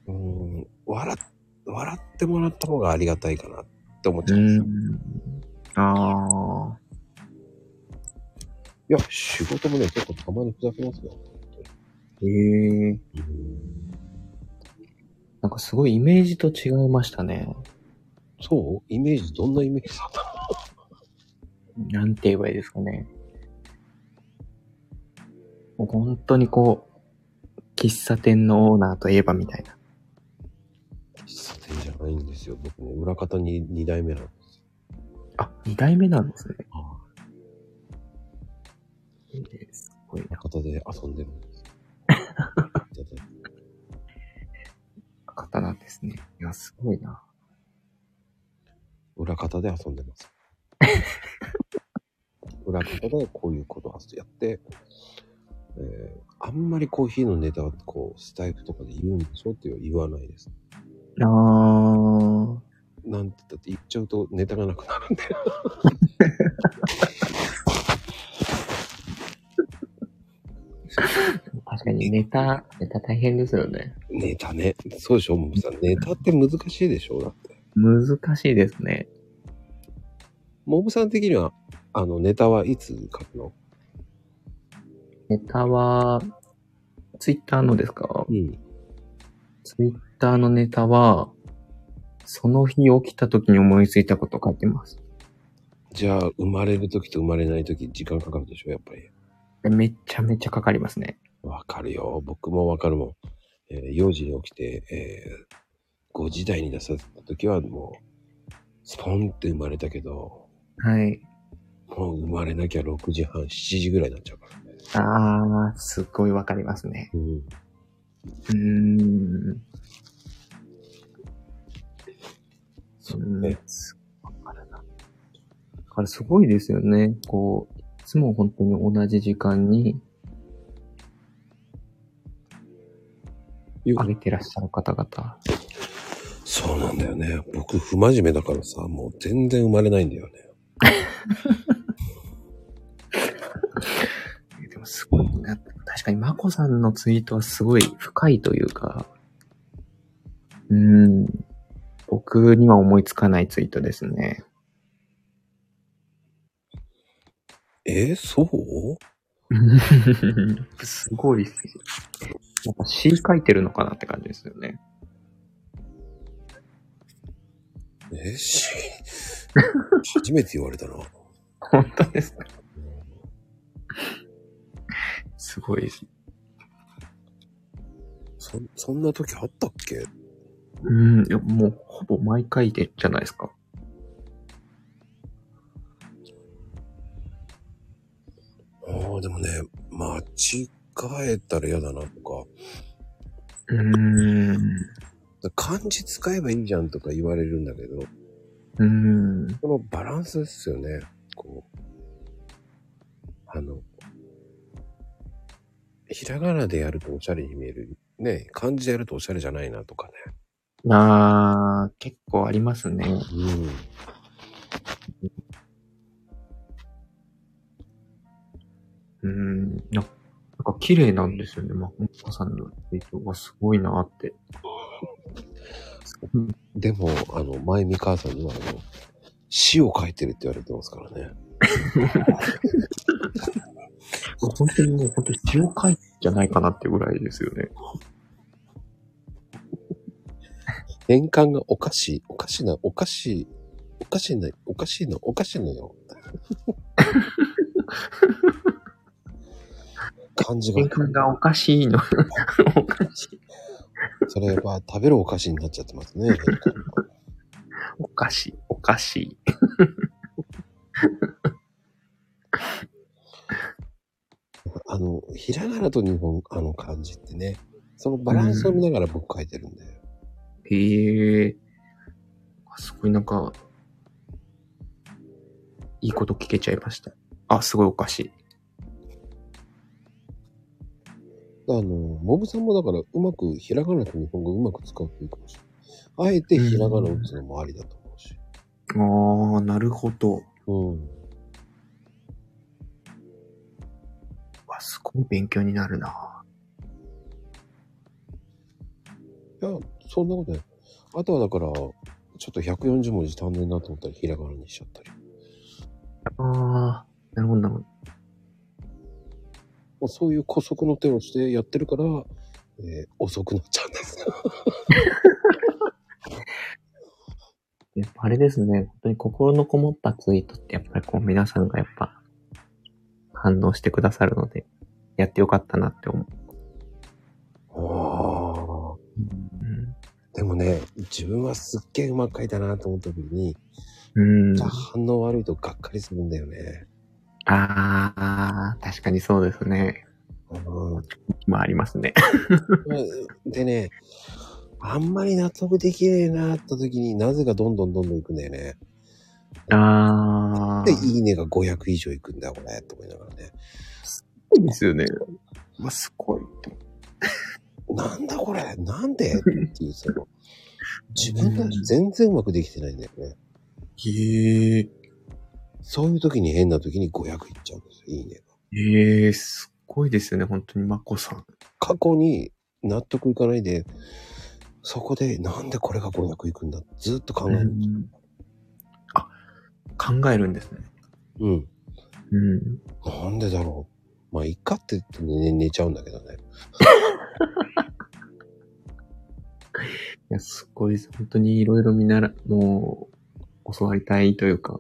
うーん、笑っ、笑ってもらった方がありがたいかなって思っちゃううんですよ。ん。ああ。いや、仕事もね、結構たまにふざけますよ。へえ。なんかすごいイメージと違いましたね。そうイメージ、どんなイメージだったなんて言えばいいですかね。もう本当にこう、喫茶店のオーナーといえばみたいな。喫茶店じゃないんですよ。ですよ。僕ね、裏方に2代目なんです。あ、二代目なんですね。はえーすごいい。裏な。方で遊んでるんです。方なんですね。いや、すごいな。裏方で遊んでます。裏方でこういうことをやって、えーあんまりコーヒーのネタはこう、スタイフとかで言うんでしょって言わないです。あー。なんて言ったって言っちゃうとネタがなくなるんで。 確かにネタ、ネタ大変ですよね。ネタね。そうでしょももさん。ネタって難しいでしょだって。難しいですね。ももさん的には、あの、ネタはいつ書くのネタは、ツイッターのですかうん。ツイッターのネタは、その日起きた時に思いついたことを書いてます。じゃあ、生まれる時と生まれない時、時間かかるでしょやっぱり。めちゃめちゃかかりますね。わかるよ。僕もわかるもん。えー4時に起きて、えー5時台に出させた時はもう、スポンって生まれたけど、はい。もう生まれなきゃ6時半、7時ぐらいになっちゃうからね。あー、すごいわかりますね。うん。うーん。そうね。わかるな。だからすごいですよね。こう、いつも本当に同じ時間によ上げてらっしゃる方々。そうなんだよね。僕、不真面目だからさ、もう全然生まれないんだよね。でもすごいな。確かにまこさんのツイートはすごい深いというか、うーん。僕には思いつかないツイートですね。えーそう すごいっすよ。なんか詩書いてるのかなって感じですよね。えーし、初めて言われたな。本当ですかすごいです。そ、そんな時あったっけうん、いやもうほぼ毎回でじゃないですか。ああ、でもね、間違えたら嫌だなとか、うーん。漢字使えばいいじゃんとか言われるんだけど、うーん。このバランスですよね。こう。あの、ひらがなでやるとおしゃれに見える。ね、漢字でやるとおしゃれじゃないなとかね。あー、結構ありますね。うん。うん。ななんか綺麗なんですよね。まこさんのツイートがすごいなって。でも、あの、前美川さんには、あの、詩を書いてるって言われてますからね。本当にもう本当に詩を書いてんじゃないかなってぐらいですよ ね。変換がおかしい、おかしな、おかしい、おかしいな、おかしいの、おかしいのよ。漢字が変換がおかし いの。おかしい。それは食べるお菓子になっちゃってますね。おかしい。おかしい。あの、ひらがなと日本、あの漢字ってね、そのバランスを見ながら僕書いてるんで。へえ。あすごいなんか、いいこと聞けちゃいました。あ、すごいおかしい。あの、モブさんもだからうまく、ひらがなと日本語をうまく使うといいかもしれない。あえてひらがなを打つのもありだと思うし。あー、なるほど。うん。わ、すごい勉強になるな。いや、そんなことない。あとはだから、ちょっと140文字足んねえなと思ったらひらがなにしちゃったり。あー、なるほど、なるほど。もうそういう古速の手をしてやってるから、えー遅くなっちゃうんです。 やっぱあれですね、本当に心のこもったツイートって、やっぱりこう皆さんがやっぱ反応してくださるので、やってよかったなって思う。ああ。うんでもね、自分はすっげえうまく書いたなと思った時に、うんじゃあ。反応悪いとがっかりするんだよね。ああ、確かにそうですね。うんまあありますね。でね、あんまり納得できねえなって時に、なぜかどんどんどんどん行くんだよね。ああ。で、いいねが500以上行くんだよ、これ、と思いながらね。いですよね。まあ、すごい。なんだこれなんでっていう、その、自分たち全然うまくできてないんだよね。へえ。そういう時に変な時に500いっちゃうんですよ、いいねが。へえ、すごいですよね。本当に、まこさん。過去に納得いかないで、そこでなんでこれが500いくんだずっと考える。あ、考えるんですね。うん。うなん。んでだろうまあ、いっかって言って寝寝ちゃうんだけどね。いや、すごいです。本当にいろいろ見習、もう、教わりたいというか、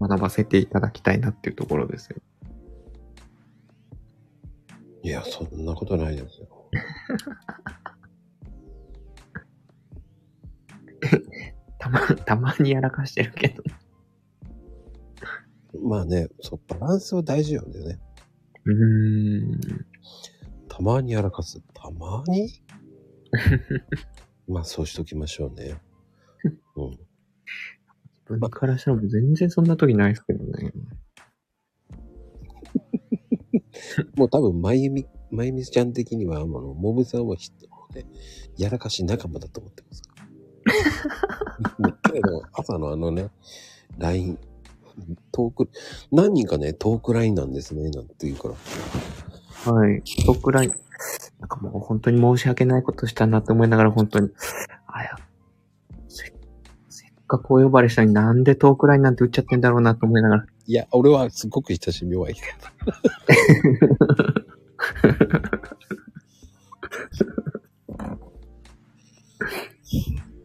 学ばせていただきたいなっていうところですよ。いや、そんなことないですよ。た ま、たまにやらかしてるけど。まあね、そう、バランスは大事なんだよね。うーん。たまにやらかす。たまにまあ、そうしときましょうね。うん。僕からしたらもう全然そんな時ないですけどね。もう多分、まゆみ、まゆみちゃん的には、あの、もぶさんはひ、ね、やらかし仲間だと思ってますから。ね彼の朝のあのね、LINE、トーク、何人かね、トーク LINE なんですね、なんて言うから。はい。僕ら、なんかもう本当に申し訳ないことしたなと思いながら本当に、あや、せ、せっかくお呼ばれしたのになんでトークラインなんて打っちゃってんだろうなと思いながら。いや、俺はすごく親しみ 弱い人。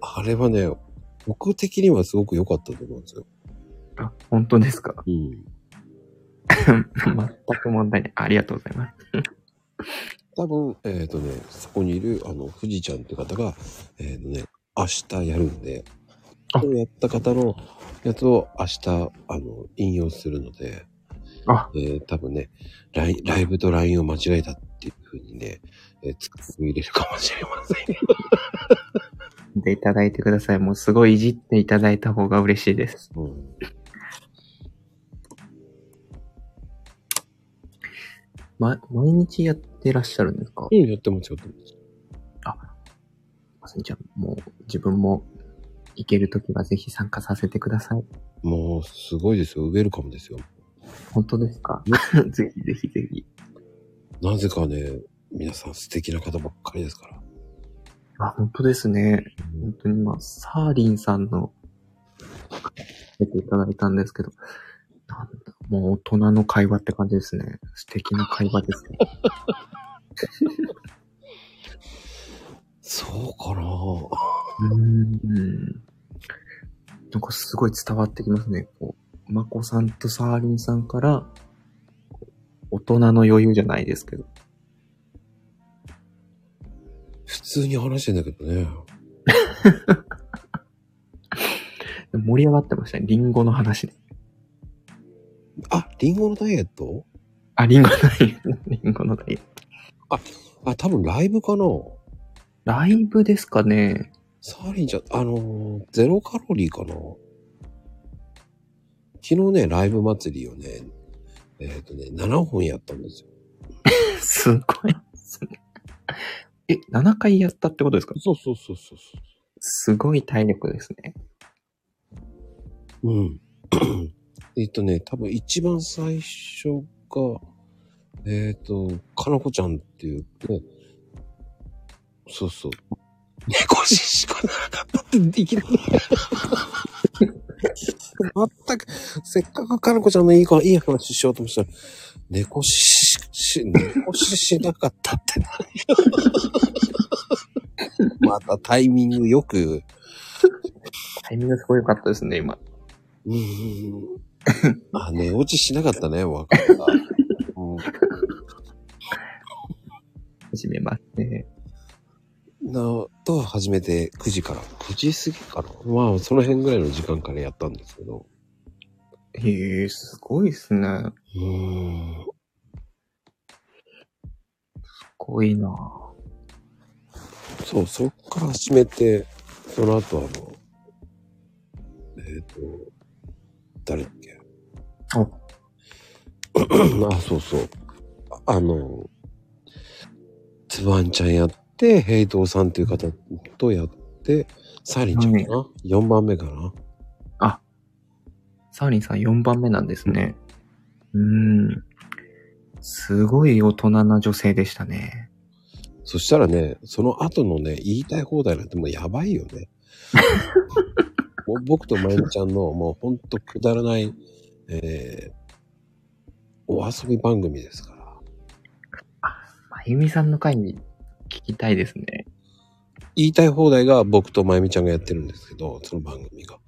あれはね、僕的にはすごく良かったと思うんですよ。あ、本当ですか うん。全く問題ない。ありがとうございます。多分、えっ、とね、そこにいる、あの、富士ちゃんって方が、えっ、とね、明日やるんで、あ今日やった方のやつを明日、あの、引用するので、あ、えー、多分ねライン、ライブと LINE を間違えたっていう風にね、えー、つくつ入れるかもしれませんよ。でいただいてください。もうすごいいじっていただいた方が嬉しいです。うん、ま、毎日やってらっしゃるんですかうん、やってますよ、やってます。じゃあもう自分も行けるときはぜひ参加させてください。もう、すごいですよ。ウェルカムですよ。本当ですか ぜひぜひぜひ。なぜかね、皆さん素敵な方ばっかりですから。あ、本当ですね。うん本当にまあ、サーリンさんの、出ていただいたんですけど、なんだ、もう大人の会話って感じですね。素敵な会話ですね。そうかなうーん。なんかすごい伝わってきますね。こう、まこさんとサーリンさんから、大人の余裕じゃないですけど。普通に話してんだけどね。盛り上がってましたね。リンゴの話で。あ、リンゴのダイエットあ、リンゴのダイエット。リンゴのダイエット。あ、多分ライブかなライブですかね。サーリンちゃん、あのーゼロカロリーかな昨日ね、ライブ祭りをね、えっ、とね、7本やったんですよ。すごいですね。 え、7回やったってことですかそうそうそうそうそすごい体力ですね。う。うん。 えっとね、多分一番最初が、えっ、と、かなこちゃんっていう、ね、そうそう。猫ししかなかったってで きない。全く、せっかくかなこちゃんのいい子、いい話しようと思ってたら、猫しし、猫ししなかったって 何またタイミングよく、タイミングすごい良かったですね、今。うんうんうん。あ、寝落ちしなかったね、わかった。う始めますね。ん、なと、始めて9時から、9時過ぎかな。まあ、その辺ぐらいの時間からやったんですけど。へえ、すごいですね。すうーん。ごいなそう、そっから始めて、その後あの、えっ、と、誰だっけあ あ、そうそう。ああの、つばんちゃんやって、平等さんという方とやって、サーリンちゃんかな、?4 番目かなサーリンさん4番目なんですね。うーん。すごい大人な女性でしたね。そしたらね、その後のね、言いたい放題なんてもうやばいよね。もう僕とまゆみちゃんのもうほんとくだらない、えー、お遊び番組ですから。まゆみさんの回に聞きたいですね。言いたい放題が僕とまゆみちゃんがやってるんですけど、その番組が。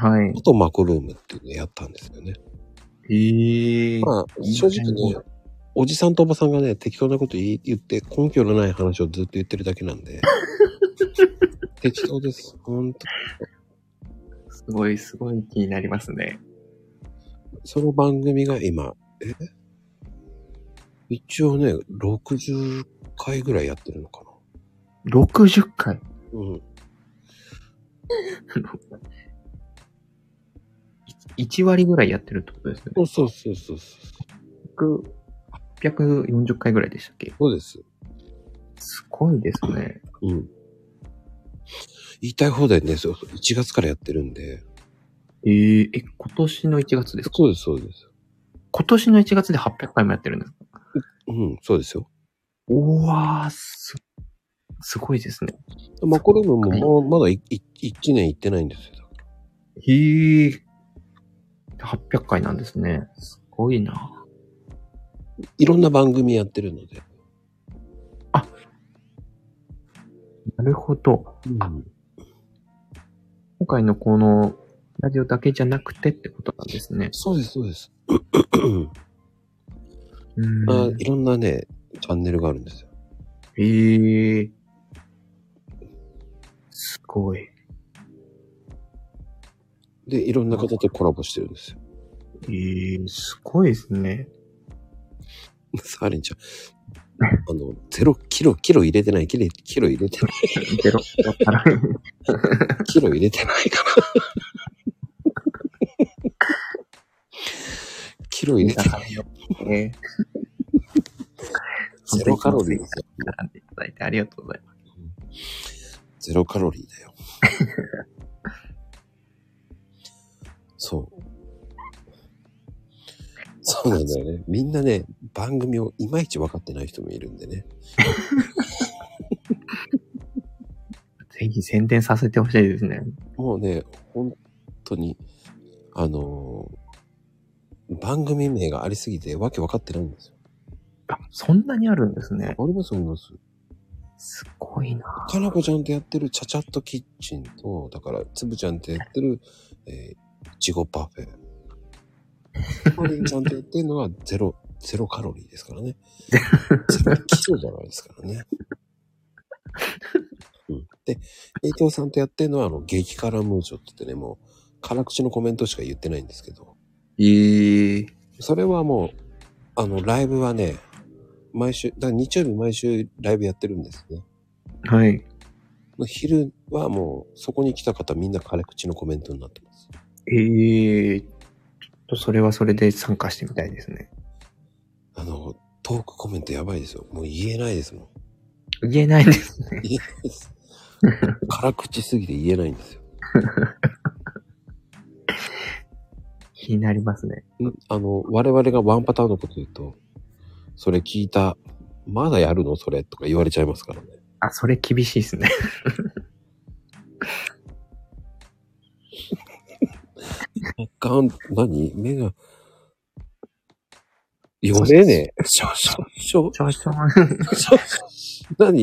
はい。元マコルームっていうのやったんですよね。へえ。まあ、正直ね、おじさんとおばさんがね、適当なこと言い言って、根拠のない話をずっと言ってるだけなんで。適当です。ほんと。すごい、すごい気になりますね。その番組が今、え一応ね、60回ぐらいやってるのかな。 60回。うん。 1割ぐらいやってるってことですよそねう。そうそうそうそう。僕840回ぐらいでしたっけそうです。すごいですね。うん。言いたい放題ね、そうそう。1月からやってるんで。えー、え、今年の1月ですかそうです、そうです。今年の1月で800回もやってるんですかうん、そうですよ。おわー、す、すごいですね。マコルームももうまだいい1年行ってないんですよ。へー。800回なんですね。すごいな。いろんな番組やってるので。なるほど。今回のこの、ラジオだけじゃなくてってことなんですね。そうです、そうです。うーあん。いろんなね、チャンネルがあるんですよ。ええすごい。で、いろんな方とコラボしてるんですよ。ええすごいですね。 サーリンちゃん。あの、ゼロキロ、キロ入れてない、キロ、キロ入れてない、ゼロ、ゼロから。キロ入れてない かな。キロ入れて ない。ね、ゼロカロリーですよ。並んでいただいてありがとうございまゼロカロリーだよ。そう。そうなんだよね。みんなね、番組をいまいち分かってない人もいるんでね。す。ぜひ宣伝させてほしいですね。もうね、本当に、あのー番組名がありすぎてわけ分かってないんですよ。あ、そんなにあるんですね。ありますあります。すごいな。かなこちゃんとやってるチャチャットキッチンと、だから、つぶちゃんとやってる、えー、いちごパフェ。マリンちゃんとやってるのはゼロ、ゼロカロリーですからね。ゼロキロじゃないですからね。うん、で、伊藤さんとやってるのは、あの、激辛ムーチョって言ってね、もう、辛口のコメントしか言ってないんですけど、ええそれはもう、あの、ライブはね、毎週、だから日曜日毎週ライブやってるんですね。はい。昼はもう、そこに来た方みんな辛口のコメントになってます。ええちょっとそれはそれで参加してみたいですね。あの、トークコメントやばいですよ。もう言えないですもん。言えないですね。言えないです。辛口すぎて言えないんですよ。気になりますね。んあの、我々がワンパターンのこと言うと、それ聞いた、まだやるのそれとか言われちゃいますからね。あ、それ厳しいですね。ガン、何目が、読め ねえ。少々、少少々。々、何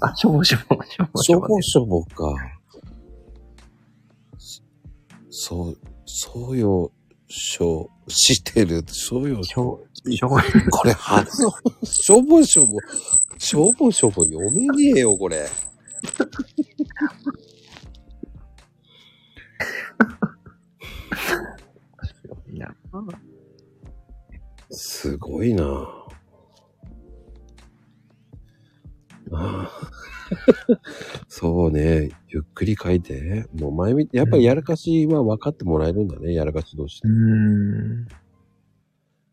あ、しょぼしょぼ、しょぼししょょぼぼ。しょぼか。そそうよ、消してる。そうよ。しょ、しょ、これ発音、しょぼしょぼ、しょぼしょぼ読めねえよ、これ。いな。すごいなあああそうね。ゆっくり書いて。もう前見て、やっぱりやらかしは分かってもらえるんだね。やらかし同士う。ーん。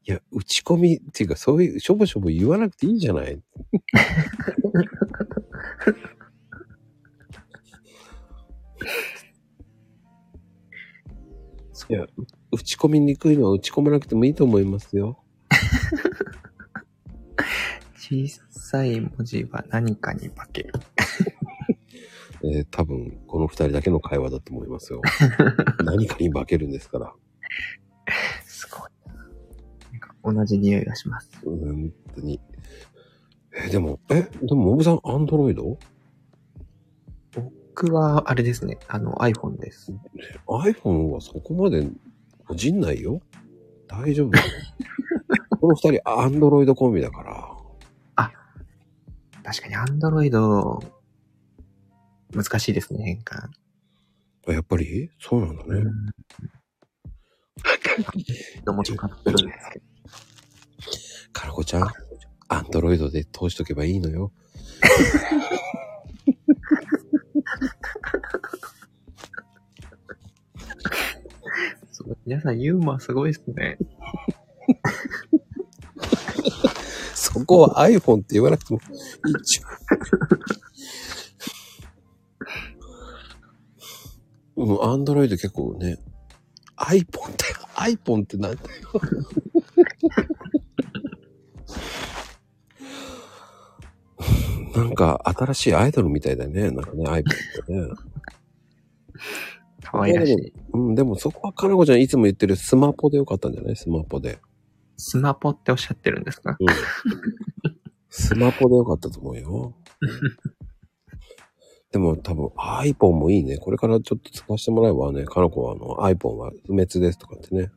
いや、打ち込みっていうか、そういう、しょぼしょぼ言わなくていいじゃない。いや、打ち込みにくいのは打ち込まなくてもいいと思いますよ。小さい文字は何かに化ける。えー多分、この二人だけの会話だと思いますよ。何かに化けるんですから。すごいな。なんか同じ匂いがします。うん、本当に。えーでも、え、でも、モブさん、アンドロイド僕は、あれですね。あの、iPhone です。 ?iPhone はそこまで、個人ないよ。大丈夫。 この二人、アンドロイドコンビだから。確かに Android、難しいですね、変換。あやっぱりそうなんだね。のもちかってるんですけど。カラコちゃん、アンドロイドで通しとけばいいのよ。すごい皆さんユーモアすごいですね。そこは iPhone って言わなくてもいいじゃん。うん、アンドロイド結構ね、iPhone って、iPhone ってなんだよ。なんか新しいアイドルみたいだね。なんかね、iPhone ってね。可愛らしい。うん、でもそこはかなこちゃんいつも言ってるスマポでよかったんじゃないスマポで。スマポっておっしゃってるんですかうんスマホでよかったと思う よ。でも多分 iPhone もいいね。これからちょっと使わせてもらえばね、かの子はあの iPhone は不滅ですとかってね。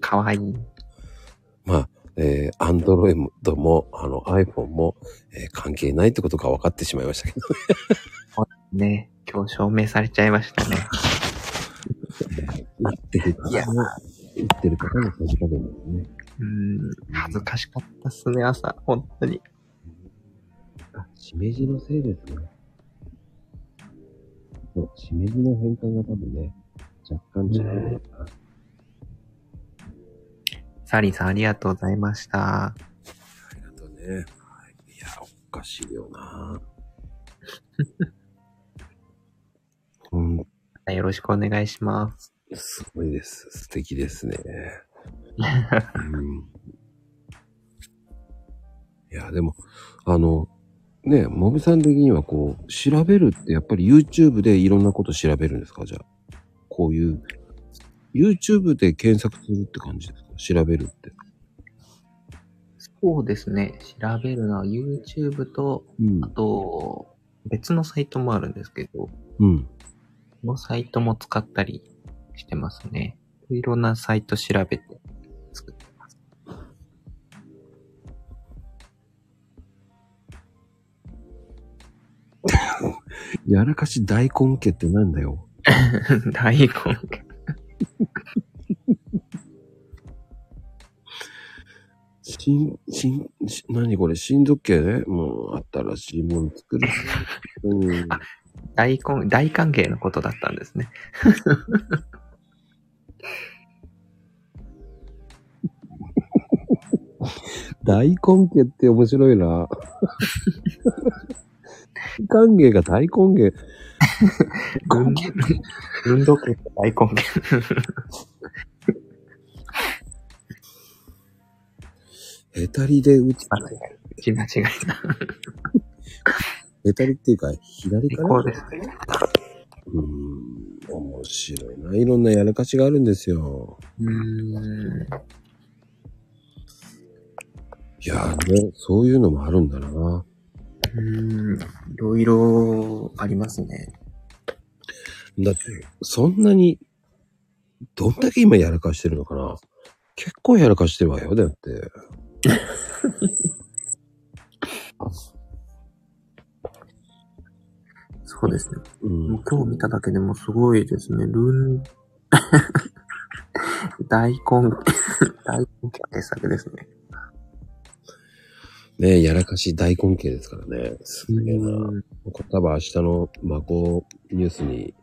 可愛い。まあ、えー、Android もあの iPhone も、えー関係ないってことが分かってしまいましたけど。ね。今日証明されちゃいましたね。言ってる方いやの、言ってる方のさじ加減ですね。うん。恥ずかしかったっすね、朝。本当に。あ、しめじのせいですね。そう、しめじの変換が多分ね、若干違う。サリーさんありがとうございました。ありがとうね。はいいや、おかしいよ な。うん、よろしくお願いします。すごいです。素敵ですね。うん、いや、でも、あの、ね、モブさん的にはこう、調べるってやっぱり YouTube でいろんなこと調べるんですかじゃあ。こういう、YouTube で検索するって感じですか調べるって。そうですね。調べるのは YouTube と、うんあ。と、別のサイトもあるんですけど、うん。このサイトも使ったりしてますね。いろんなサイト調べて作ってます。やらかし大根家ってなんだよ。 大根が。新、新、し何これ、新時計ねもう、新しいもの作る。うん。大根、大歓迎のことだったんですね。大根家って面白いな。歓迎が大根芸。運運動会と大根へたりで打つ。間違い。違い違い。へたりっていうか、左かこらう。ですね。うん。面白いな。いろんなやらかしがあるんですよ。うーん。いやーね、そういうのもあるんだな。うーん。いろいろありますね。だって、そんなにどんだけ今やらかしてるのかな結構やらかしてるわよ、だって。そうですね。うんもう。今日見ただけでもすごいですね。ルン、 大根、 大根傑作ですね。ねえやらかし大根系ですからね。すげえな。うんこれ多分明日のマコニュースに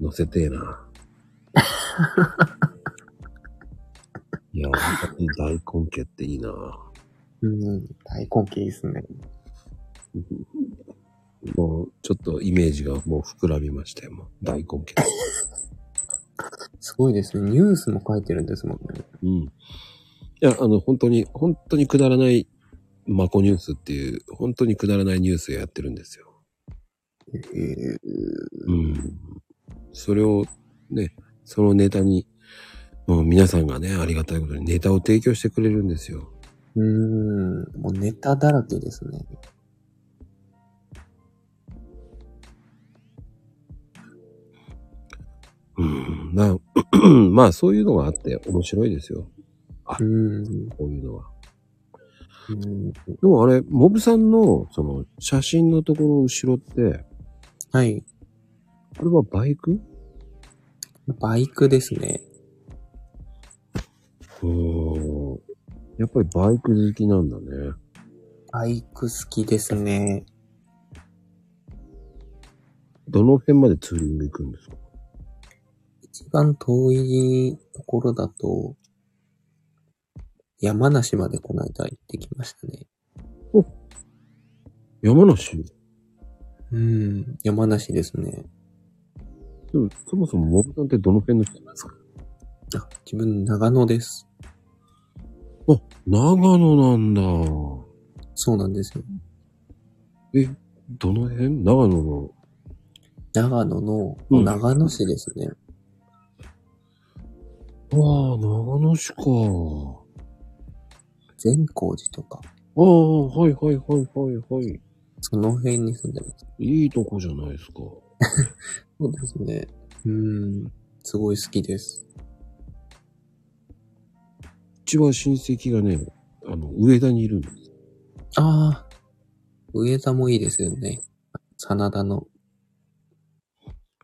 載せてえな。いや、本当に大根系っていいな。うん、大根系ですね。もう、ちょっとイメージがもう膨らみましたよ、もう。大根系。すごいですね。ニュースも書いてるんですもんね。うん。いや、あの、本当に、本当にくだらないマコニュースっていう、本当にくだらないニュースをやってるんですよ。えうん。それを、ね、そのネタに、もう皆さんがね、ありがたいことにネタを提供してくれるんですよ。ー、うん、もうネタだらけですね。うん。な まあ、そういうのがあって面白いですよ。うん、こういうのは。うん、でもあれ、モブさんの、その、写真のところ後ろって、はい。あれはバイクバイクですね。うん。やっぱりバイク好きなんだね。バイク好きですね。どの辺までツーリング行くんですか一番遠いところだと、山梨までこの間行ってきましたね。山梨うん、山梨ですね。でもそもそもモブさんってどの辺の人なんですかあ、自分長野です。長野なんだ。そうなんですよ。どの辺長野の。長野の、うん長野市ですね。ああ、長野市か。善光寺とか、ああ、はいはいはいはいはい。その辺に住んでます。いいとこじゃないですか。そうですね。うん、すごい好きです。うちは親戚がね、あの、上田にいるんです。ああ、上田もいいですよね。真田の、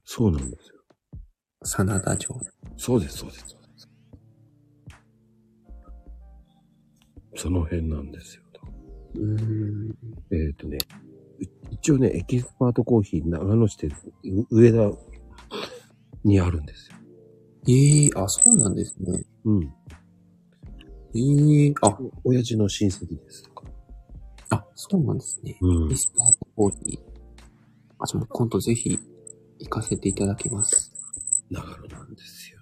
そうなんですよ。真田城。そうです、そうです、そうです。その辺なんですよ。うん、えっ、とね、う一応ね、エキスパートコーヒー長野市でう上田にあるんですよ。ええあ、そうなんですね。うん。ええあ、お親父の親戚ですとか。あ、そうなんですね。うエスパートコーヒー。あ、じゃあもう今度ぜひ行かせていただきます。長野なんですよ。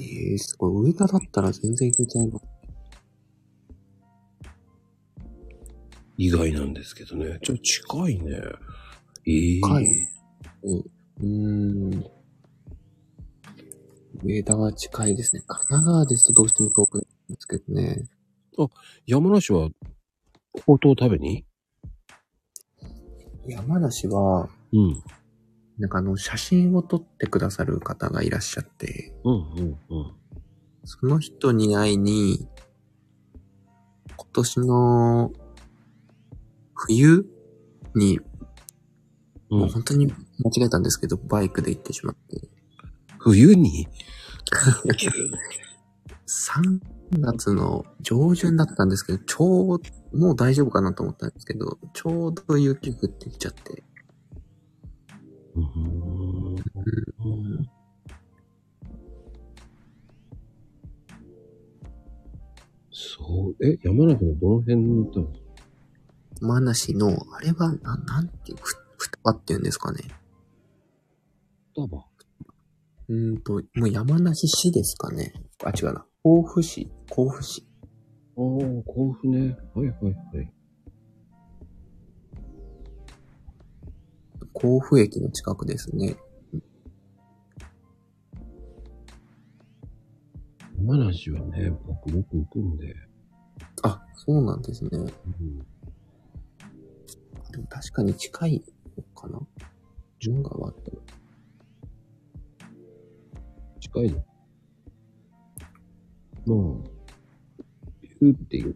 ええすごい。上田だったら全然行けちゃいます。意外なんですけどね。ちょ、近いね。ええ近いうん。上田は近いですね。神奈川ですとどうしても遠くなるんですけどね。山梨は、ほうとう食べに山梨は、うん。なんかあの、写真を撮ってくださる方がいらっしゃって、うん、うん、うん。その人に会いに、今年の冬にもう本当に間違えたんですけど、バイクで行ってしまって。冬に3月の上旬だったんですけど、ちょう、もう大丈夫かなと思ったんですけど、ちょうど雪降ってきちゃって。うーんそう、え、山梨のどの辺に行ったの山梨の、あれは、ななんていう、ふ、ふたばっていうんですかね。双葉うーんと、もう山梨市ですかね。あ、違うな。甲府市、甲府市。ああ、甲府ね。はいはいはい。甲府駅の近くですね。山梨はね、僕よく行くんで。あ、そうなんですね。でうん、も確かに近いのかな順川って。近いのうん。うっていう。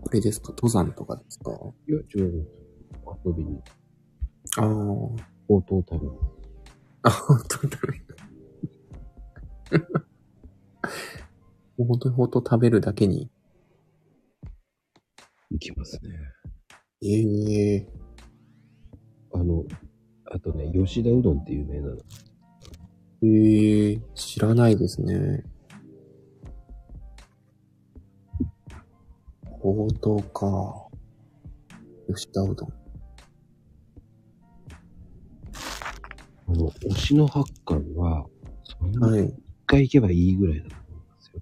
これですか登山とかですかいや、違う。遊びに、ああ。本応答旅。当に食べる。 もう本当にほんと食べるだけに。行きますね。ええあの、あとね、吉田うどんって有名なの。ええ知らないですね。ほうとうか。吉田うどん。あの、推しの八巻は、そんなは一い。回行けばいいぐらいだと思うんですよ。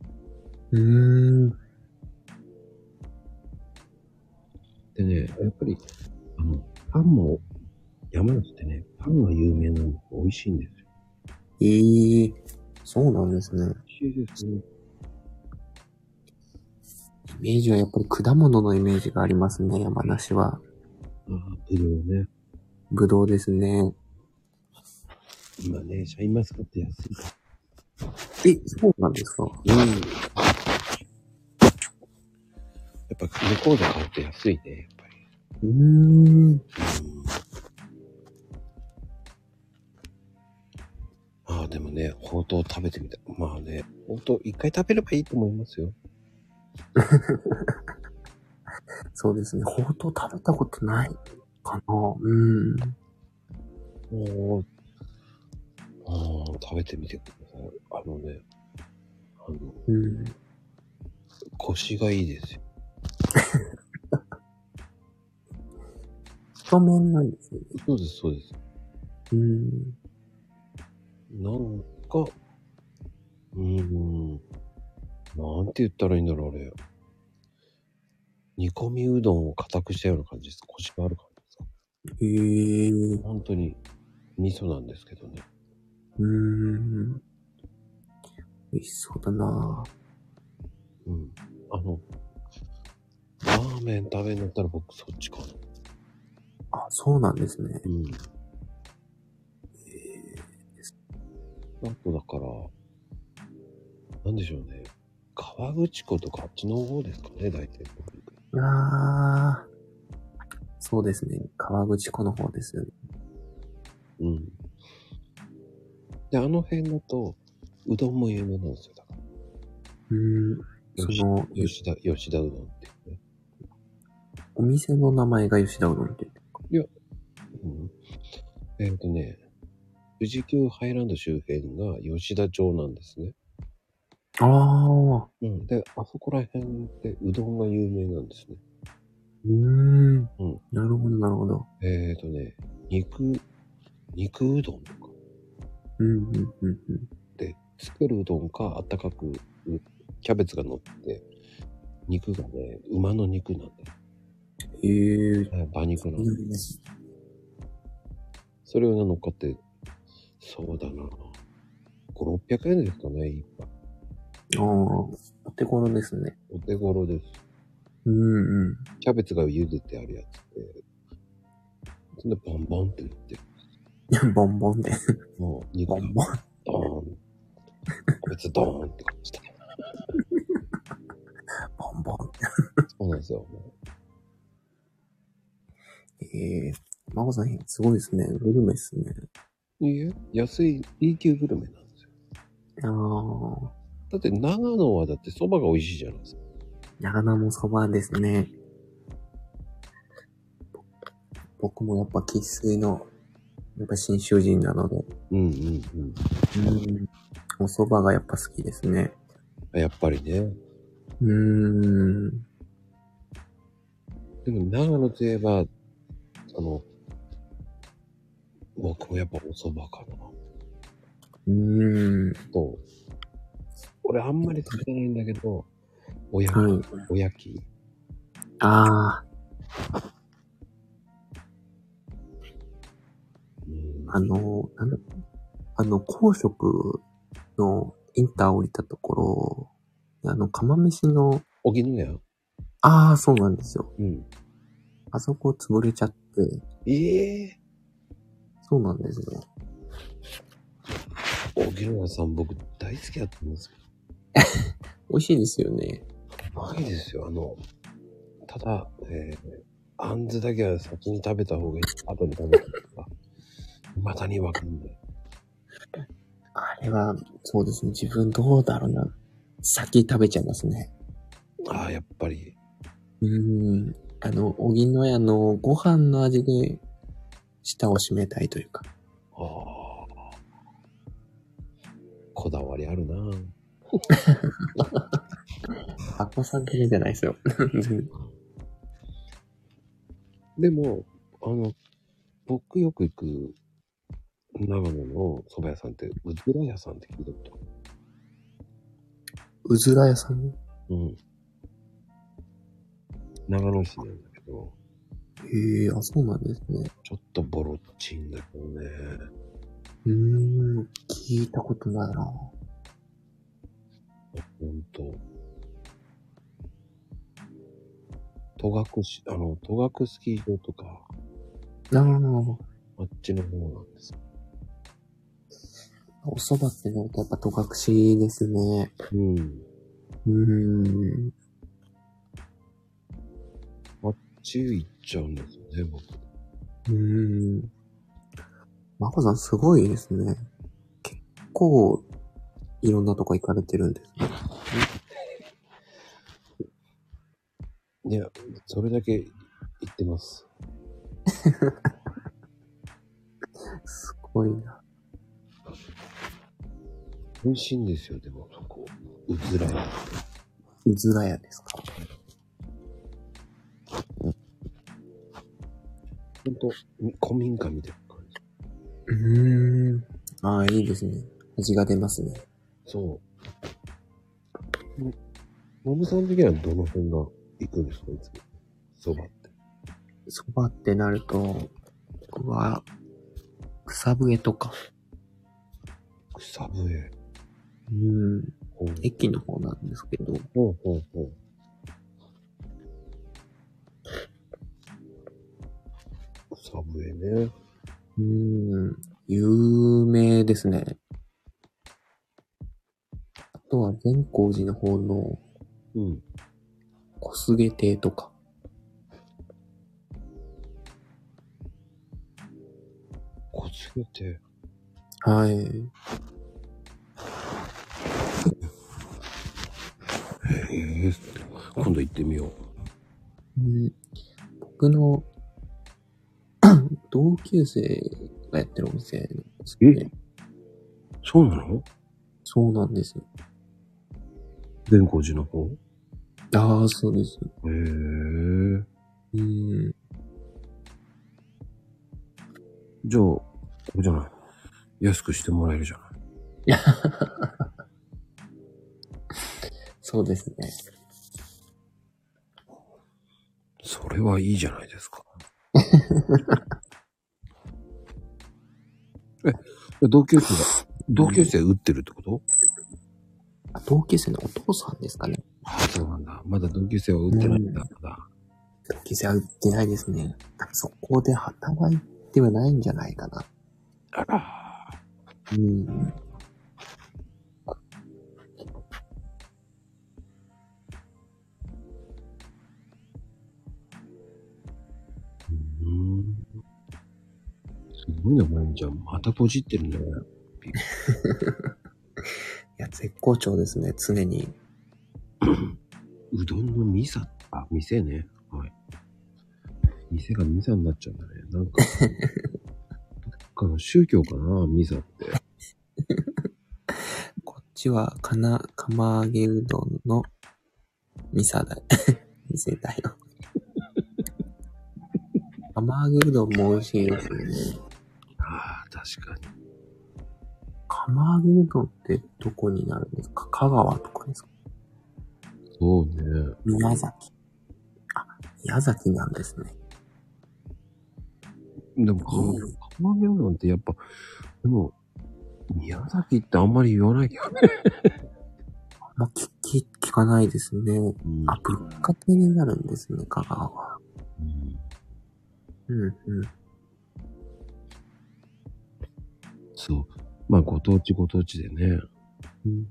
うーん。でね、やっぱり、あの、パンも、山梨ってね、パンが有名なのが美味しいんですよ。ええそうなんですね。美味しいですね。イメージはやっぱり果物のイメージがありますね、山梨は。ああ、ぶどうね。ぶどうですね。今ね、シャインマスカット安いか。え、そうなんですからうん。やっぱ、向こうで買うと安いね、やっぱり。うーん。ああ、でもね、ほうとう食べてみたい。まあね、ほうとう一回食べればいいと思いますよ。そうですね。ほうとう食べたことないかな。うん。おーあー食べてみてください。あのね、あの、うん。腰がいいですよ。太麺なんですね。そうです、そうです。うん。なんか、うーん、なんて言ったらいいんだろう、あれ。煮込みうどんを硬くしたような感じです。腰がある感じですか。ええ本当に、味噌なんですけどね。うーん。美味しそうだなうん。あの、ラーメン食べになったら僕そっちかな。あ、そうなんですね。うん。あとだから、なんでしょうね。河口湖とかあっちの方ですかね、大体。ああ。そうですね。川口湖の方ですよね。うん。で、あの辺だと、うどんも有名なんですよ。だからうん。その、吉田、吉田うどんっていうね。お店の名前が吉田うどんって。うん。えっ、とね、富士急ハイランド周辺が吉田町なんですね。ああ。うん。で、あそこら辺ってうどんが有名なんですね。うーんうん。なるほど、なるほど。えーとね、肉、肉うどんとか、うん、うん、うん、うん。つけるうどんか、あったかく、うキャベツが乗って、肉がね、馬の肉なんで、へえ。はい馬肉なんで、それをね乗っかって、そうだな5、600円ですかね、一杯。ああ、お手頃ですね。お手頃です。うん、うん。キャベツが茹でてあるやつで、そんでボンボンって言って、いや ボンボンで。もう肉ボがンボン。ドーン、キャベツドーンって感じで、ボンボン。そうなんですよ。ええー。マコさん、すごいですね。グルメですね。いいえ、安い B 級グルメなんですよ。ああ。だって長野はだって蕎麦が美味しいじゃないですか。長野もそばですね。僕もやっぱ喫水の、やっぱ新州人なので、うんうんうん。うん。お蕎麦がやっぱ好きですね。やっぱりね。うーん。でも長野といえば、あの、僕もやっぱお蕎麦かな。うーん。と、俺あんまり食べないんだけど、おやき、はい。おやき。ああ、うんあの、なんだあの、公職のインター降りたところ、あの、釜飯の、荻野屋ああ、そうなんですよ。うん。あそこ潰れちゃって、ええそうなんですね。荻杉浦さん僕大好きだったんですけ美味しいですよね。ど、ないですよ。あの、ただ、えー、あんずだけは先に食べた方がいい。後に食べた方が。まだにわかんない。あれは、そうですね。自分どうだろうな。先食べちゃいますね。ああ、やっぱり。うーん。あの、おぎのやのご飯の味で、舌を締めたいというか。ああ。こだわりあるなアッコさんだけじゃないですよ。 でも、あの、僕よく行く長野の蕎麦屋さんって、うずら屋さんって聞いたことあるうずら屋さんうん。長野市なんだけど、へえ、あ、そうなんですね。ちょっとボロっちいんだけどね。うーん。聞いたことないな。ほんと。戸隠し、あの、戸隠スキー場とか、なあ。あっちの方なんです。お蕎麦ってなんかやっぱ戸隠ですね。うん。うーん。あっち行っちゃうんですよね、僕。うーん。まこさんすごいですね。結構、いろんなとこ行かれてるんです。いや、それだけ言ってます。すごいな。美味しいんですよ、でも、そこ。うずら屋。うずら屋ですか。ほんと、み古民家みたいな感じ。うーん。ああ、いいですね。味が出ますね。そう。ももぶさん的にはどの辺が行くんですか、いつも。そばって。そばってなると、僕は、草笛とか。草笛。うん。ほう駅の方なんですけど、ほうほうほう。草笛ね。うん、有名ですね。あとは善光寺の方のうん。小菅亭とか。こつけて。はい。へえ。今度行ってみよう。うん、僕の 同級生がやってるお店なんですけどね。そうなのそうなんですよ。善光寺の方ああ、そうです。へえ。うん。じゃあ、これじゃない。安くしてもらえるじゃない。そうですね。それはいいじゃないです か。え、同級生が、同級生打ってるってことあ同級生のお父さんですかね。あ、そうなんだ。まだ同級生は打ってないんだ。まだ。同級生は売ってないですね。そこで働いてはないんじゃないかな。あら。うん。うん。すごいね、もんちゃん。またポジってるんだよ。いや、絶好調ですね、常に。うどんのミサ、あ、店ね。はい。店がミサになっちゃうんだね。なん か、どっかの宗教かな、ミサって。こっちは、かな、釜揚げうどんの、ミサ だ、店だよ。 釜揚げうどんも美味しいですね。ああ、確かに。釜揚げうどんってどこになるんですか香川とかですかそうね。宮崎。あ、宮崎なんですね。でも、う釜釜揚げうどんってやっぱ、でも、宮崎ってあんまり言わないけどね。あんま聞き、聞かないですね。あ、ぶっかけになるんですね、香川は。うんうん、うん。そう。まあ、ご当地ご当地でね、うん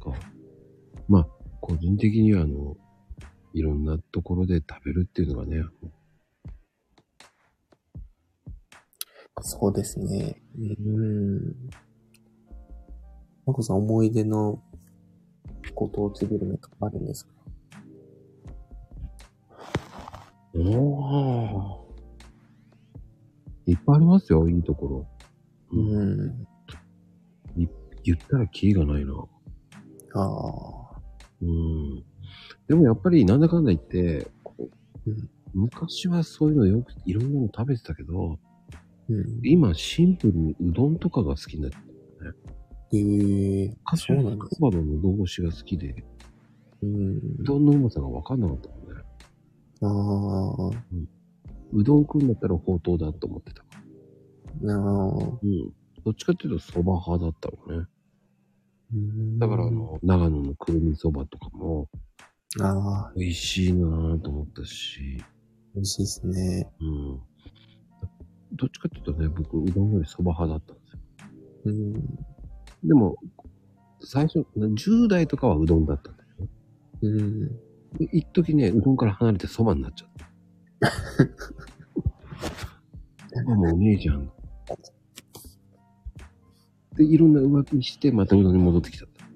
か。まあ、個人的には、あの、いろんなところで食べるっていうのがね、そうですね。うん。まこさん、思い出のご当地グルメとかあるんですかおーいっぱいありますよ、いいところ。うん。言ったらキリがないな。ああ。うん。でもやっぱり、なんだかんだ言って、こううん昔はそういうのよく、いろんなの食べてたけど、うん。今シンプルにうどんとかが好きになって、ええかそうなんですそばのうどん越しが好きで、うん。うどんのうまさが分かんなかったもんね。ああ。うどん食うんだったらほうとうだと思ってた。なあ。うん。どっちかっていうと蕎麦派だったのね。うんだからあ、の、長野のくるみ蕎麦とかもああ、美味しいなぁと思ったし、美味しいですね。うん。どっちかっていうとね、僕、うどんより蕎麦派だったんですよ。うん。でも、最初、10代とかはうどんだったんだよ。うん。で一時ね、うどんから離れて蕎麦になっちゃった。蕎麦もお姉ちゃん。で、いろんな浮気して、またうどんに戻ってきちゃった。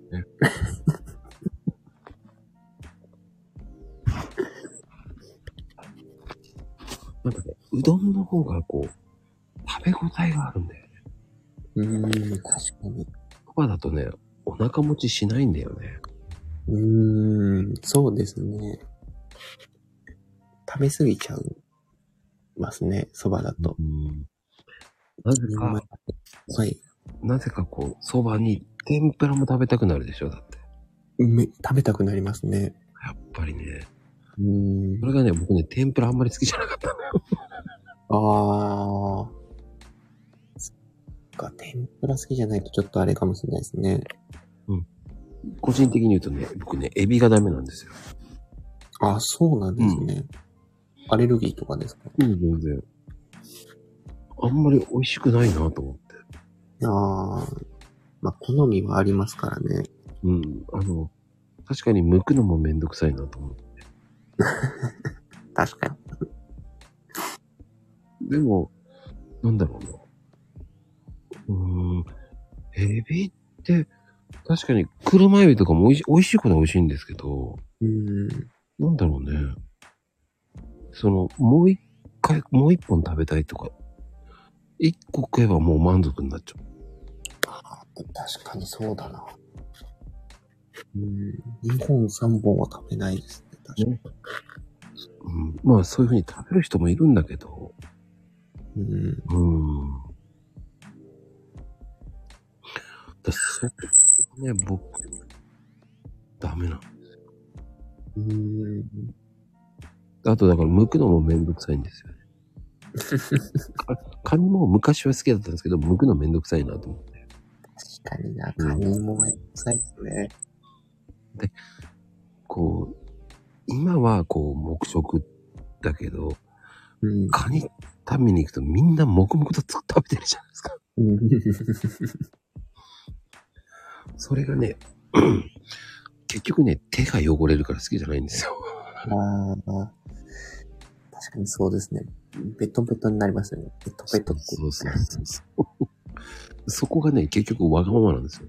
なんかね、うどんの方がこう、食べ応えがあるんだよね。うん、確かに。そばだとね、お腹持ちしないんだよね。うん、そうですね。食べ過ぎちゃうますね、そばだと。うん。なぜか、はい。なぜかこう、そばに天ぷらも食べたくなるでしょ、だって。め食べたくなりますね。やっぱりね。うんそ。れがね、僕ね、天ぷらあんまり好きじゃなかったのよ。ああ。そっか、天ぷら好きじゃないとちょっとあれかもしれないですね。個人的に言うとね、僕ね、エビがダメなんですよ。ああ、そうなんですね。アレルギーとかですかうん、全然。あんまり美味しくないなと思って。ああ。まあ、好みはありますからね。うん、あの、確かに剥くのもめんどくさいなと思って。確かに。でも、なんだろうな。うーん、エビって、確かに車エビとかも美味し美味しいことは美味しいんですけど、うん。なんだろうね。その、もう一回、もう一本食べたいとか、一個食えばもう満足になっちゃう。あ確かにそうだな。うん。2本3本は食べないですね。確かうに。ん、まあそういうふうに食べる人もいるんだけど、うん。うん。だそこね、僕、ダメなうん。の。あとだから、剥くのもめんどくさいんですよね。かカニも昔は好きだったんですけど、剥くのめんどくさいなと思って。確かにな。カニもめんどくさいですね。こう、今はこう、黙食だけど、うん。カニ食べに行くとみんな黙々とつ食べてるじゃないですか。それがね、 結局ね、手が汚れるから好きじゃないんですよ。ああ。確かにそうですね。ベトベトになりますよね。ベトベトって。そうそうそう そう。そこがね、結局わがままなんですよ。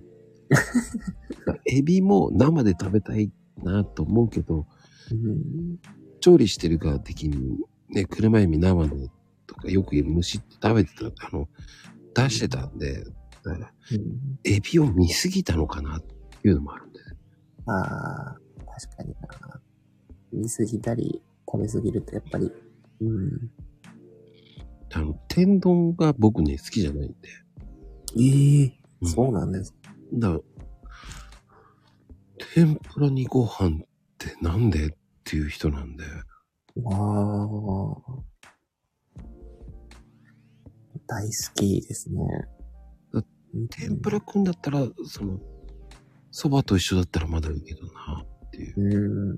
だからエビも生で食べたいなと思うけど、うん。調理してる側的に、ね、車エビ生のとかよくいる虫って食べてた、あの、出してたんで、だからうんエビを見すぎたのかなっていうのもあるんです。ああ、確かにな。見すぎたり、食べすぎるとやっぱり。うん。あの、天丼が僕ね、好きじゃないんで。ええうんそうなんです。だから、天ぷらにご飯ってなんでっていう人なんで。ああ。大好きですね。だ天ぷらくんだったら、その、蕎麦と一緒だったらまだいいけどな、っていう。うん。うん。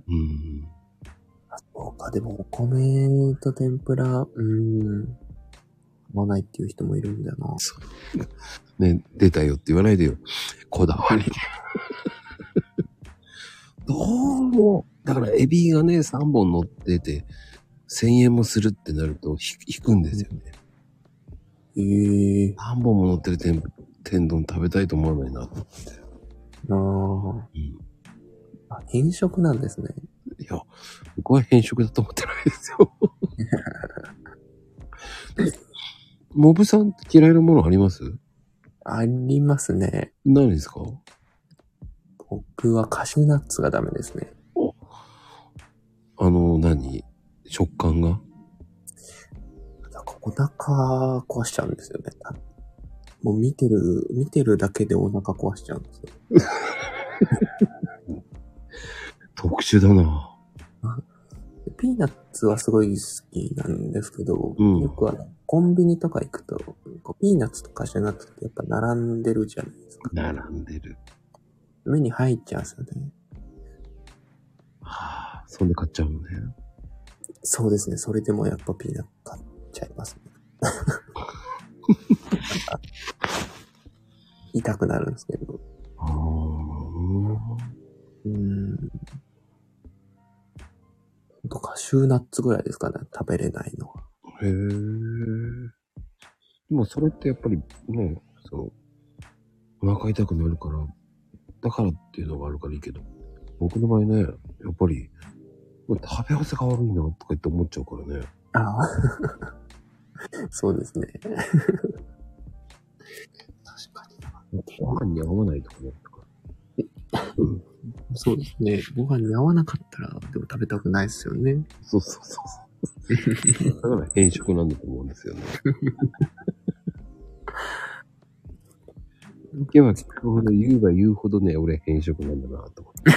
そうか、でもお米と天ぷら、うん。わないっていう人もいるんだよな。ね、出たよって言わないでよ。こだ わりで。どうも、だからエビがね、3本乗ってて、1000円もするってなると、ひ引くんですよね。ええ3本も乗ってる天天丼食べたいと思わないな。あうんあ。あ、変色なんですね。いや、僕は変色だと思ってないですよ。モブさんって嫌いなものありますありますね。何ですか僕はカシューナッツがダメですね。あの、何食感がなんかお腹壊しちゃうんですよね。たもう見てる、見てるだけでお腹壊しちゃうんですよ。特殊だな。でピーナッツはすごい好きなんですけど、うんよくあの、コンビニとか行くと、こうピーナッツとカシューナッツってやっぱ並んでるじゃないですか。並んでる。目に入っちゃうんですよね。はあ、そんで買っちゃうのね。そうですね。それでもやっぱピーナッツ買っちゃいますね。 痛くなるんですけど。ああ。うーん。ほんとカシューナッツぐらいですかね。食べれないのは。へえ。でもそれってやっぱりね、その、お腹痛くなるから、だからっていうのがあるからいいけど、僕の場合ね、やっぱり、もう食べ合わせが悪いなとか言って思っちゃうからね。ああ。そうですね。確かご飯に合わないとかね。とかに。そうですね。ご飯に合わなかったら、でも食べたくないですよね。そうそうそうそう。 だから変色なんだと思うんですよね。聞けば聞くほど言うば言うほどね、俺変色なんだなと思って。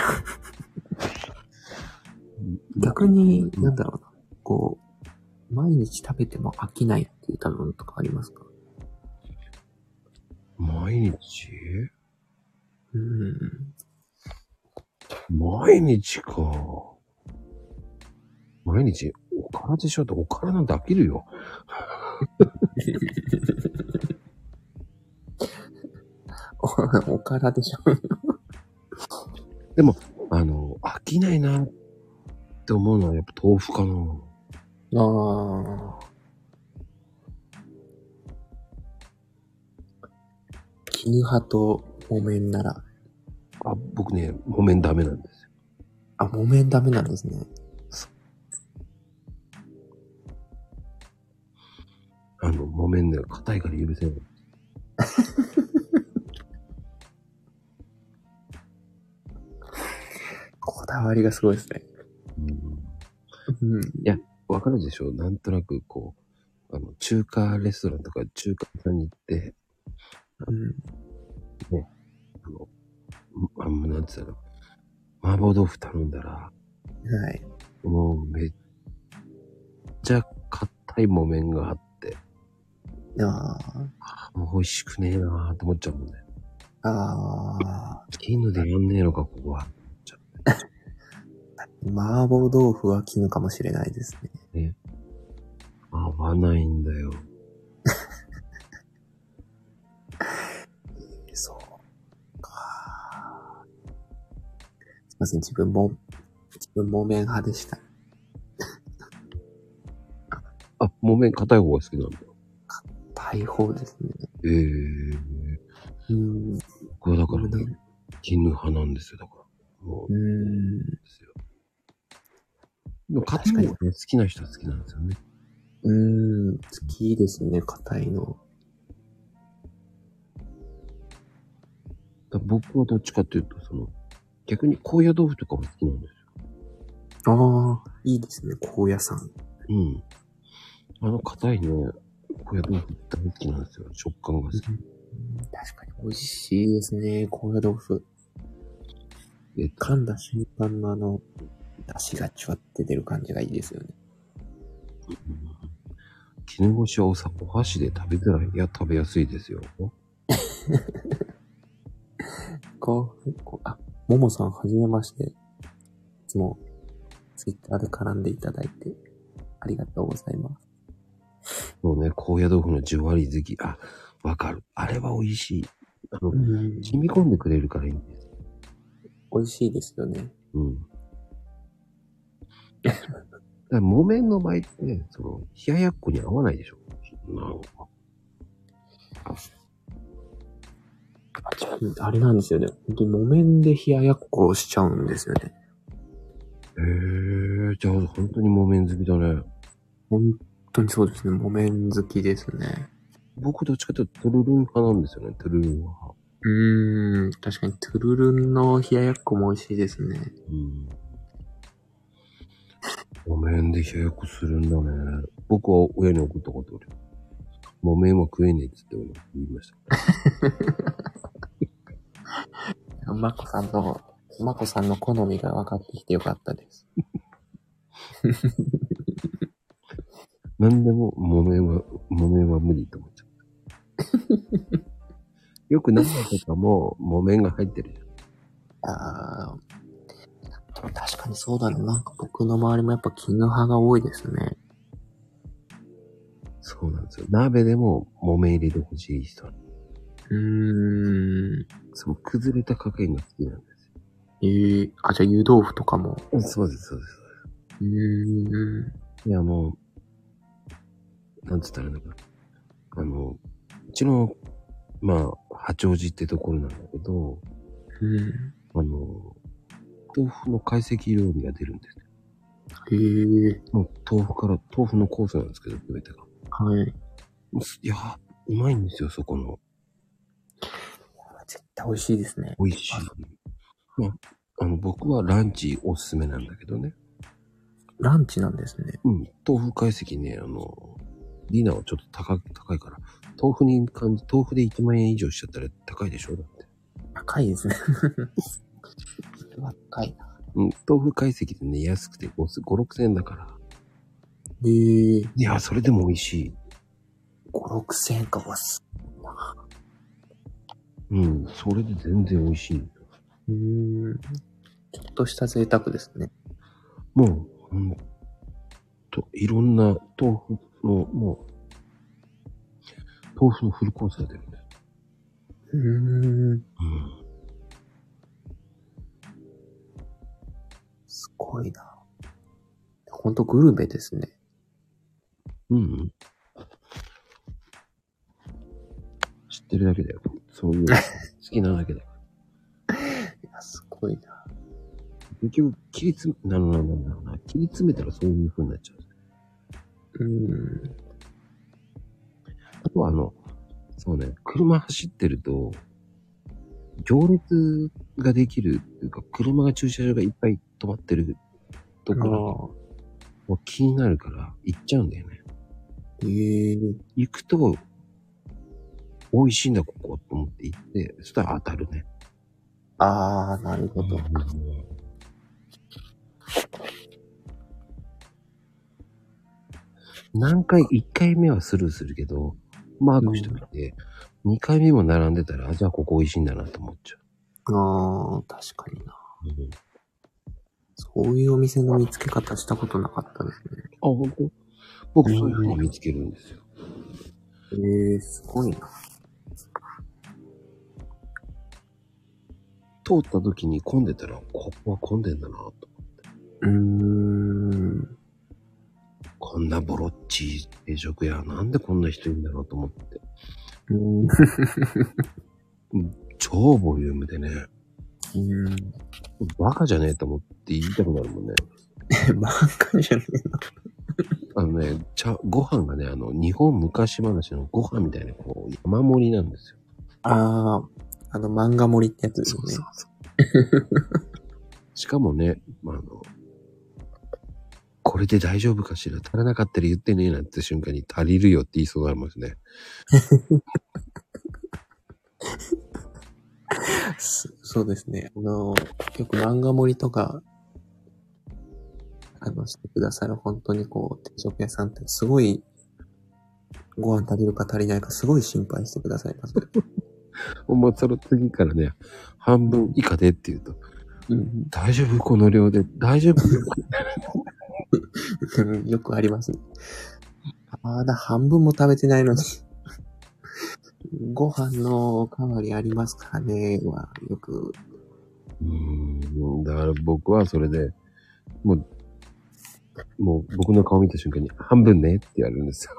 逆に、なんだろうな。こう、毎日食べても飽きないっていう食べ物とかありますか毎日うん。毎日か。毎日、おからでしょって、おからなんて飽きるよ。おおからでしょ。あの、飽きないなって思うのはやっぱ豆腐かな。ああ。絹派と木綿なら、あ、僕ね、木綿ダメなんですよ。あ、木綿ダメなんですね。あの、木綿ね、硬いから許せない。こだわりがすごいですね。うんうん。わかるでしょなんとなくこう、あの、中華レストランとか中華屋さんに行って、うん。あの、あんまなんつうの、麻婆豆腐頼んだら、はい。もうめっちゃ硬い木綿があって、あーもう美味しくねえなーって思っちゃうもんね。あ絹でやんねえのか、ここは。ー。麻婆豆腐は絹かもしれないですね。合わないんだよ。そうか。すいません、自分も、自分木綿派でした。あ、木綿硬い方が好きなんだ。大砲ですね。ええー。うん。僕はだからね、絹派なんですよ、だから。もう、うん。ですよ。でも硬いのがね、好きな人は好きなんですよね。うーん、好きですね、硬いの。だから僕はどっちかっていうと、その、逆に高野豆腐とかも好きなんですああ、いいですね、高野山。よ。うん。あの硬いね、高野豆腐大好きなんですよ。食感が好き。確かに美味しいですね、高野豆腐。えっと噛んだ瞬間のあの、出汁がチュワって出る感じがいいですよね。絹ごしはおさお箸で食べづらい。いや、食べやすいですよ。こう、こうあ、ももさん、はじめまして。いつも、ツイッターで絡んでいただいて、ありがとうございます。そうね、高野豆腐の十割好き。あ、わかる。あれは美味しい。あの、うん染み込んでくれるからいいんだよ。美味しいですよね。うん。だから木綿の舞って、その、冷ややっこに合わないでしょ。なんかあ、ちょあれなんですよね。本当に木綿で冷ややっこをしちゃうんですよね。へえ、じゃあ本当に木綿好きだね。本当にそうですね。木綿好きですね。僕どっちかというとトゥルルン派なんですよね、トゥルルン派。うーん、確かにトゥルルンの冷ややっこも美味しいですね。うん。木綿で冷ややっこするんだね。僕は親に送ったことある。木綿は食えねえって言って言いました。まこさんの、まこさんの好みが分かってきてよかったです。なんでも木綿は、木綿は無理と思っちゃった。よく何とかも木綿が入ってるじゃん。ああ、でも確かにそうだね。なんか僕の周りもやっぱ絹派が多いですね。そうなんですよ。鍋でも木綿入れてほしい人。うーん。その崩れた加減が好きなんですよ。えー、あ、じゃあ湯豆腐とかも。そうです、そうです。うーん。いや、もう、なんつったらいいのかな。あの、うちの、まあ、八王子ってところなんだけど、うん。あの、豆腐の懐石料理が出るんですよ。えー、もう豆腐から、豆腐のコースなんですけど、全てが。はい。いや、うまいんですよ、そこの。絶対美味しいですね。美味しい。まあ、あの、僕はランチおすすめなんだけどね。ランチなんですね。うん、豆腐懐石ね、あの、ディナーはちょっと高い、高いから、豆腐に感じ、豆腐で1万円以上しちゃったら高いでしょだって。高い ですね。高いな。うん、豆腐解析でね、安くて5、5 6千円だから。えー、いや、それでも美味しい。 5、6千円かはす。うん、それで全然美味しい。うーん。ちょっとした贅沢ですね。もう、ほんと、いろんな豆腐の、もう、豆腐のフルコースが出るんだよ。うーん。うん。すごいな。ほんとグルメですね。うん、うん。知ってるだけだよ。そういう好きなだけだよ。いや、すごいな。結局、切り詰め、なるなるなるなるな、切り詰めたらそういう風になっちゃう。うーん。あとはあの、そうね、車走ってると、行列ができるっていうか、車が駐車場がいっぱい止まってるところあもう気になるから行っちゃうんだよね。あ、ええ行くと、美味しいんだ、ここ、と思って行って、そしたら当たるね。ああ、なるほど。何回、1回目はスルーするけど、マークしておいて、2回目も並んでたら、あじゃあここ美味しいんだなと思っちゃう。ああ、確かにな。そういうお店の見つけ方したことなかったですあ、本当？僕そういうふうに見つけるんですよ。ね。ええすごいな。通った時に混んでたら、ここは混んでんだなと。うーん。こんなボロッチ定食屋、なんでこんな人いるんだろうと思って。うー ん。う超ボリュームでね、ーん。バカじゃねえと思って言いたくなるもんね。ばっかりじゃないあのね、茶、ご飯がね、あの、日本昔話のご飯みたいな、こう、山盛りなんですよ。ああ、あの漫画盛りってやつですよね。そう。しかもね、まあ、あの、これで大丈夫かしら足らなかったら言ってねえなんて瞬間に足りるよって言いそうになりますね。そそうですね。あの、よく漫画盛りとか、あの、してくださる本当にこう、定食屋さんってすごい、ご飯足りるか足りないかすごい心配してくださいます。もうその次からね、半分以下でって言うと、 うん、大丈夫この量で、大丈夫よくあります。あまだ半分も食べてないのに。ご飯のおかわりありますかねは、よく。うーん、だから僕はそれで、もう、もう僕の顔見た瞬間に半分ねって言われるんですよ。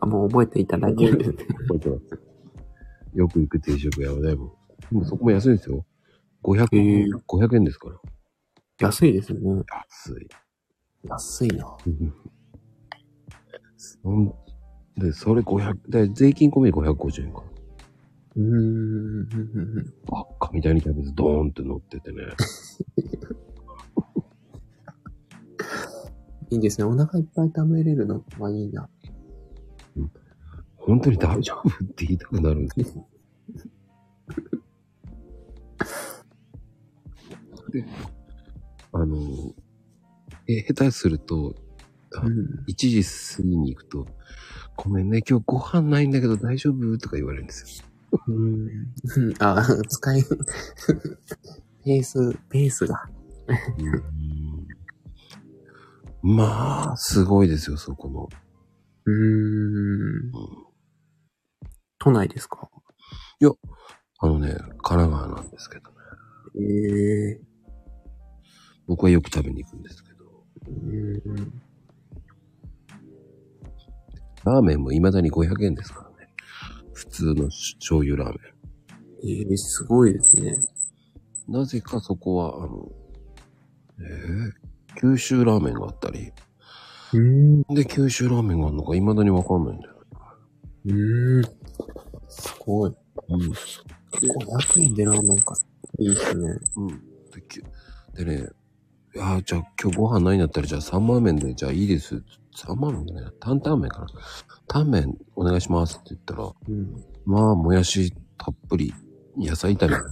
あ、もう覚えていただいてるんですね。覚えてます。よく行く定食屋はね、もう。でもそこも安いんですよ。500へー500円ですから。 安いですね。安い。 安いな。うんで、それ500、で、税金込みで550円か。うーん。ふんふんふんばっかみたいにキャベツドーンって乗っててね。 いいですね。お腹いっぱい食べれるのはいいな。本当に大丈夫って言いたくなるんです よ。で、あの、え下手すると、ううん。 1時過ぎに行くと、ごめんね、今日ご飯ないんだけど大丈夫とか言われるんですよ。うん。あ、使い、 ペース、ペースが。まあ、すごいですよ、そこの。うーん。都内ですかあのね、神奈川なんですけどね。ええ僕はよく食べに行くんですけど。うん。ラーメンも未だに500円ですからね。普通の醤油ラーメン。えー、すごいですね。なぜかそこは、あの、えー九州ラーメンがあったり、うん。で九州ラーメンがあるのか未だにわかんないんだよ。うん。すごい。うん。 500円でラーメンか。いいですね。できでね、ああ、じゃあ今日ご飯ないんだったら、じゃあ三万麺で、じゃあいいです。三万麺じゃないな、担々麺かな。担々麺お願いしますって言ったら、うん。まあ、もやしたっぷり、野菜炒めが、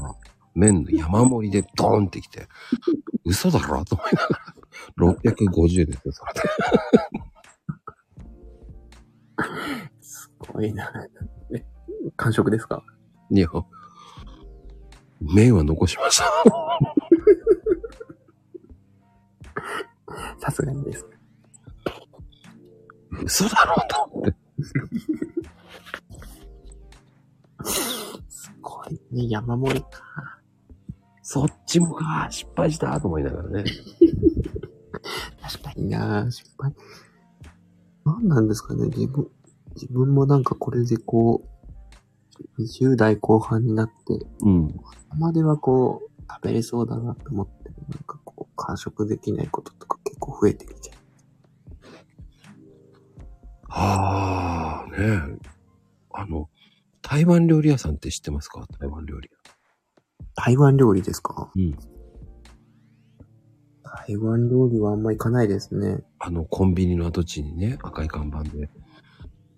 麺の山盛りでドーンってきて、嘘だろと思いながら、650円ですよ、それで。すごいな。え、完食ですかいや、麺は残しました。さすがにです。嘘だろと思って。すごいね。山盛りか。そっちもか、失敗したと思いながらね。確かにな失敗。何なんですかね。自分、自分もなんかこれでこう、20代後半になって、うん。今まではこう、食べれそうだなと思って、なんかこう、完食できないこととか結構増えてきちゃああ、ねえあの、台湾料理屋さんって知ってますか台湾料理う。台湾料理ですか屋。うん。台湾料理はあんま行かないですね。あの、コンビニの跡地にね、赤い看板で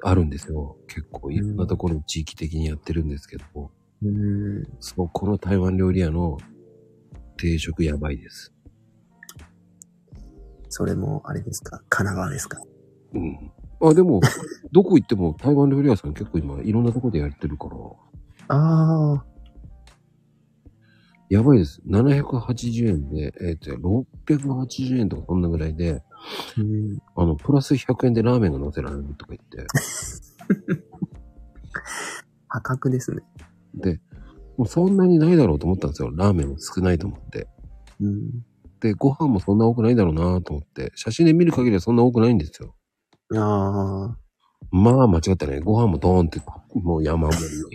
あるんですよ。結構いろんなところ地域的にやってるんですけど、うーん。そのこの台湾料理屋の定食やばいです。それも、あれですか神奈川ですかうん。あ、でも、どこ行っても台湾料理屋さん結構今いろんなとこでやってるから、ああ。やばいです。780円で、えっ、と、680円とかそんなぐらいで、うん。あの、プラス100円でラーメンが乗せられるとか言って、破格ですね。で、もうそんなにないだろうと思ったんですよ。ラーメンも少ないと思って。うん。で、ご飯もそんな多くないだろうなと思って、写真で見る限りはそんな多くないんですよ。ああ。まあ、間違ったね。ご飯もドーンって、もう山盛りよ。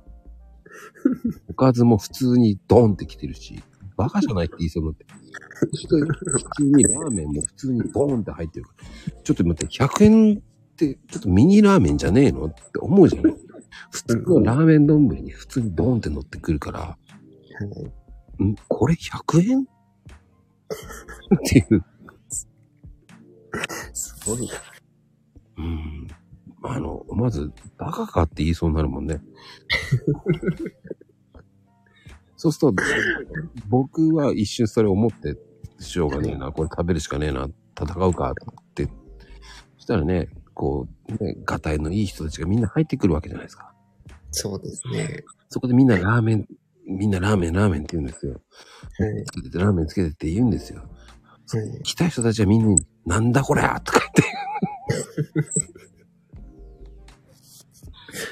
おかずも普通にドーンって来てるし、バカじゃないって言いそうになって。そして普通にラーメンも普通にドーンって入ってるから、ちょっと待って、100円って、ちょっとミニラーメンじゃねえのって思うじゃない普通のラーメン丼に普通にドーンって乗ってくるから、はい。んこれ100円 っていう。すごい。うん。あの、まず、バカかって言いそうになるもん ね。そうすると、僕は一瞬それ思って、しょうがねえな、これ食べるしかねえな、戦うかって。そしたらね、こう、ね、ガタイのいい人たちがみんな入ってくるわけじゃないですか。そうですね。そこでみんなラーメン、みんなラーメン、ラーメンって言うんですよ。はい。つけててラーメンつけてって言うんですよ。はい。来た人たちはみんななんだこりゃとか言って、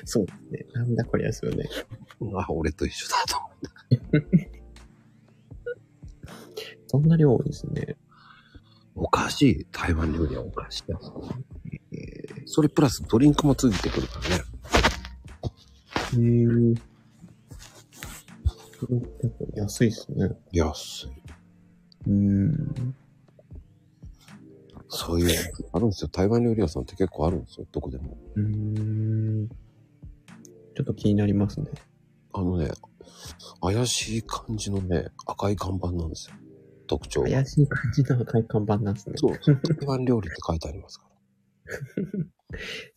そうですね。なんだこりゃですよね。あ、俺と一緒だと。そんな量多いですね。おかしい。台湾料理はおかしいな。それプラスドリンクもついてくるからね。へえ。安いですね。安い。うん。そういうのあるんですよ。台湾料理屋さんって結構あるんですよ。どこでも。うん。ちょっと気になりますね。あのね、怪しい感じのね、赤い看板なんですよ。特徴が。怪しい感じの赤い看板なんですね。そう。台湾料理って書いてありますか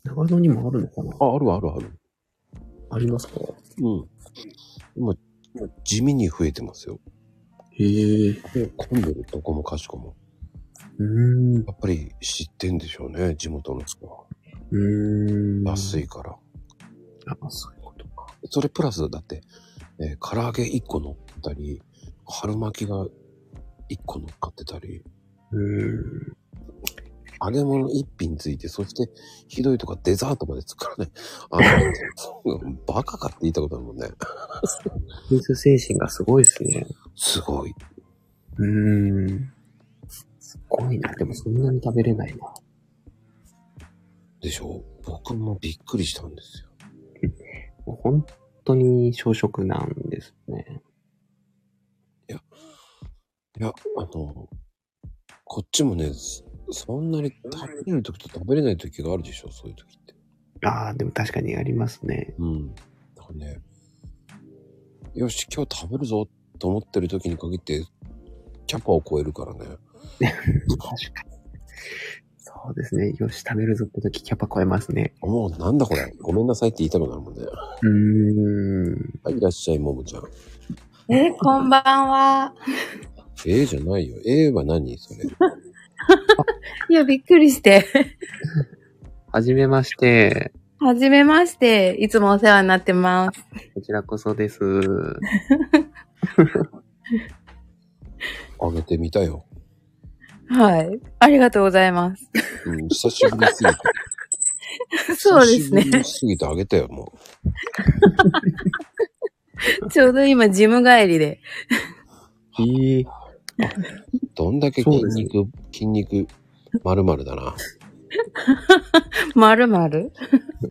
長野にもあるのかなら。あ、あるあるある。ありますかうん。今、今地味に増えてますよ。へえ。で混んでるどこもかしこも。うん。やっぱり知ってんでしょうね、地元の人は。うん。安。いから。あ、そういうことか。それプラス、だって、えー唐揚げ1個乗ったり、春巻きが1個乗っかってたり、うん。揚げ物1品ついて、そして、ひどいとかデザートまで作らない。あの、 バカかって言ったことあるもんね。ニュース精神がすごいですね。すごい。うん。すごいな。でもそんなに食べれないな。でしょ僕もびっくりしたんですよ。もう本当に小食なんですね。いや、あの、こっちもね、そそんなに食べれる時と食べれない時があるでしょそういう時って。ああ、でも確かにありますね。うん。だからね、よし、今日食べるぞと思ってる時に限って、キャパを超えるからね。確かに。そうですね。よし、食べるぞって時キャパ超えますね。もうなんだこれ。ごめんなさいって言いたくなるもんね。うーん。はい、いらっしゃい、ももちゃん。え、こんばんは。ええじゃないよ。ええは何それ。いや、びっくりして。はじめまして。はじめまして。いつもお世話になってます。こちらこそです。あげてみたよ。はい。ありがとうございます。うん、久しぶりすぎて。 そうです久しねぶ。りすぎてあげたよ、もう。ちょうど今、ジム帰りで。いい。どんだけ筋肉、筋肉、丸々だな。まるまる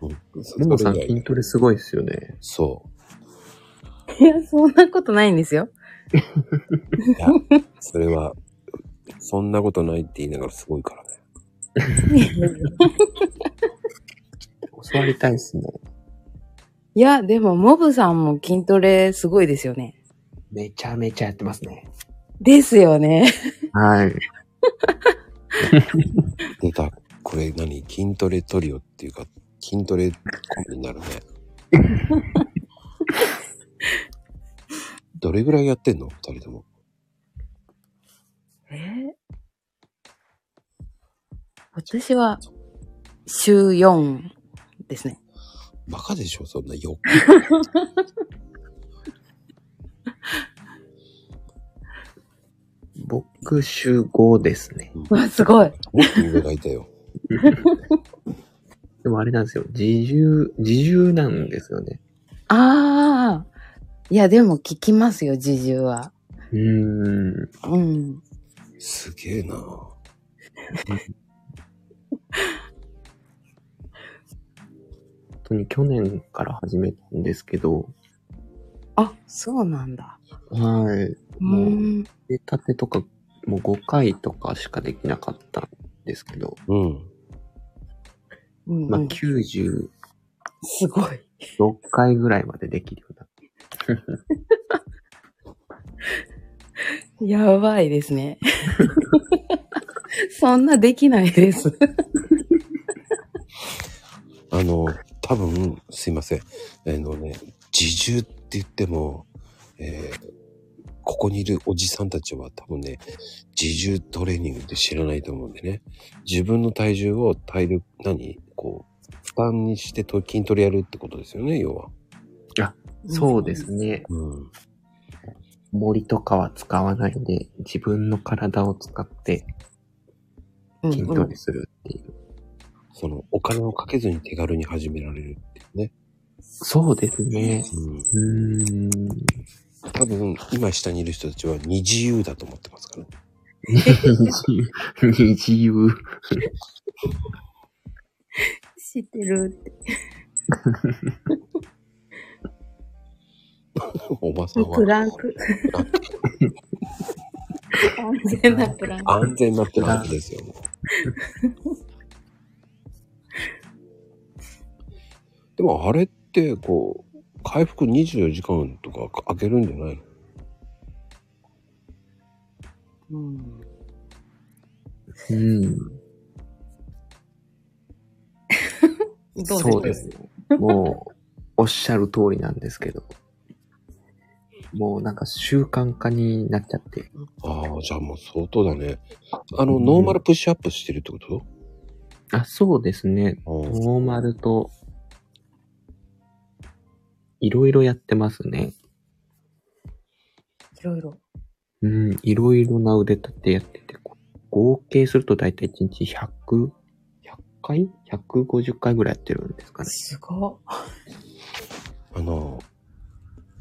うん。そルノさんそれ以外筋トレすごいですよね。そいや、そんなことないんですよ。う。いや、それは、そんなことないって言いながらすごいからね。教わりたいですね。いや、でも、モブさんも筋トレすごいですよね。めちゃめちゃやってますね。ですよね。はい。出た。これ何筋トレトリオっていうか、筋トレコンビになるね。どれぐらいやってんの二人とも。え私は、週4ですね。バカでしょそんな4日。僕、週5ですね。わ、すごい。もっと上がいたよ。でもあれなんですよ。自重、自重なんですよね。ああ。いや、でも聞きますよ、自重は。うーん。うん。すげえな本当に去年から始めたんですけど、あ、そうなんだ。はい。う。もうん出たてとか、もう5回とかしかできなかったんですけど、うん。うんまあうん96すごい。回ぐらいまでできるようになっやばいですね。そんなできないです。あの、多分、すいません。あのね、自重って言っても、えーここにいるおじさんたちは多分ね、自重トレーニングって知らないと思うんでね。自分の体重を体力、何こう、負担にしてと筋トレやるってことですよね、要は。た。そうですね。うん。森とかは使わないで、自分の体を使って、ううん筋うトんレするっていう。その、お金をかけずに手軽に始められるっていうね。そうですね。うん。うーん。多分、今下にいる人たちは二自由だと思ってますからね。二自由。知ってる。おばさんはプランク。安全なプランク。安全になってるはずですよ、 もう。でも、あれって、こう、回復24時間とか開けるんじゃないのうん。うん。どそううでですすね。もう、おっしゃる通りなんですけど。もうなんか習慣化になっちゃって。ああ、じゃあもう相当だね。あの、ノーマルプッシュアップしてるってことあ、そうですね。うんノーマルと、いろいろやってますね。いろいろ。うん、いろいろな腕立てやってて、こう合計するとだいたい1日100、100回 ?150 回ぐらいやってるんですかね。すごあの、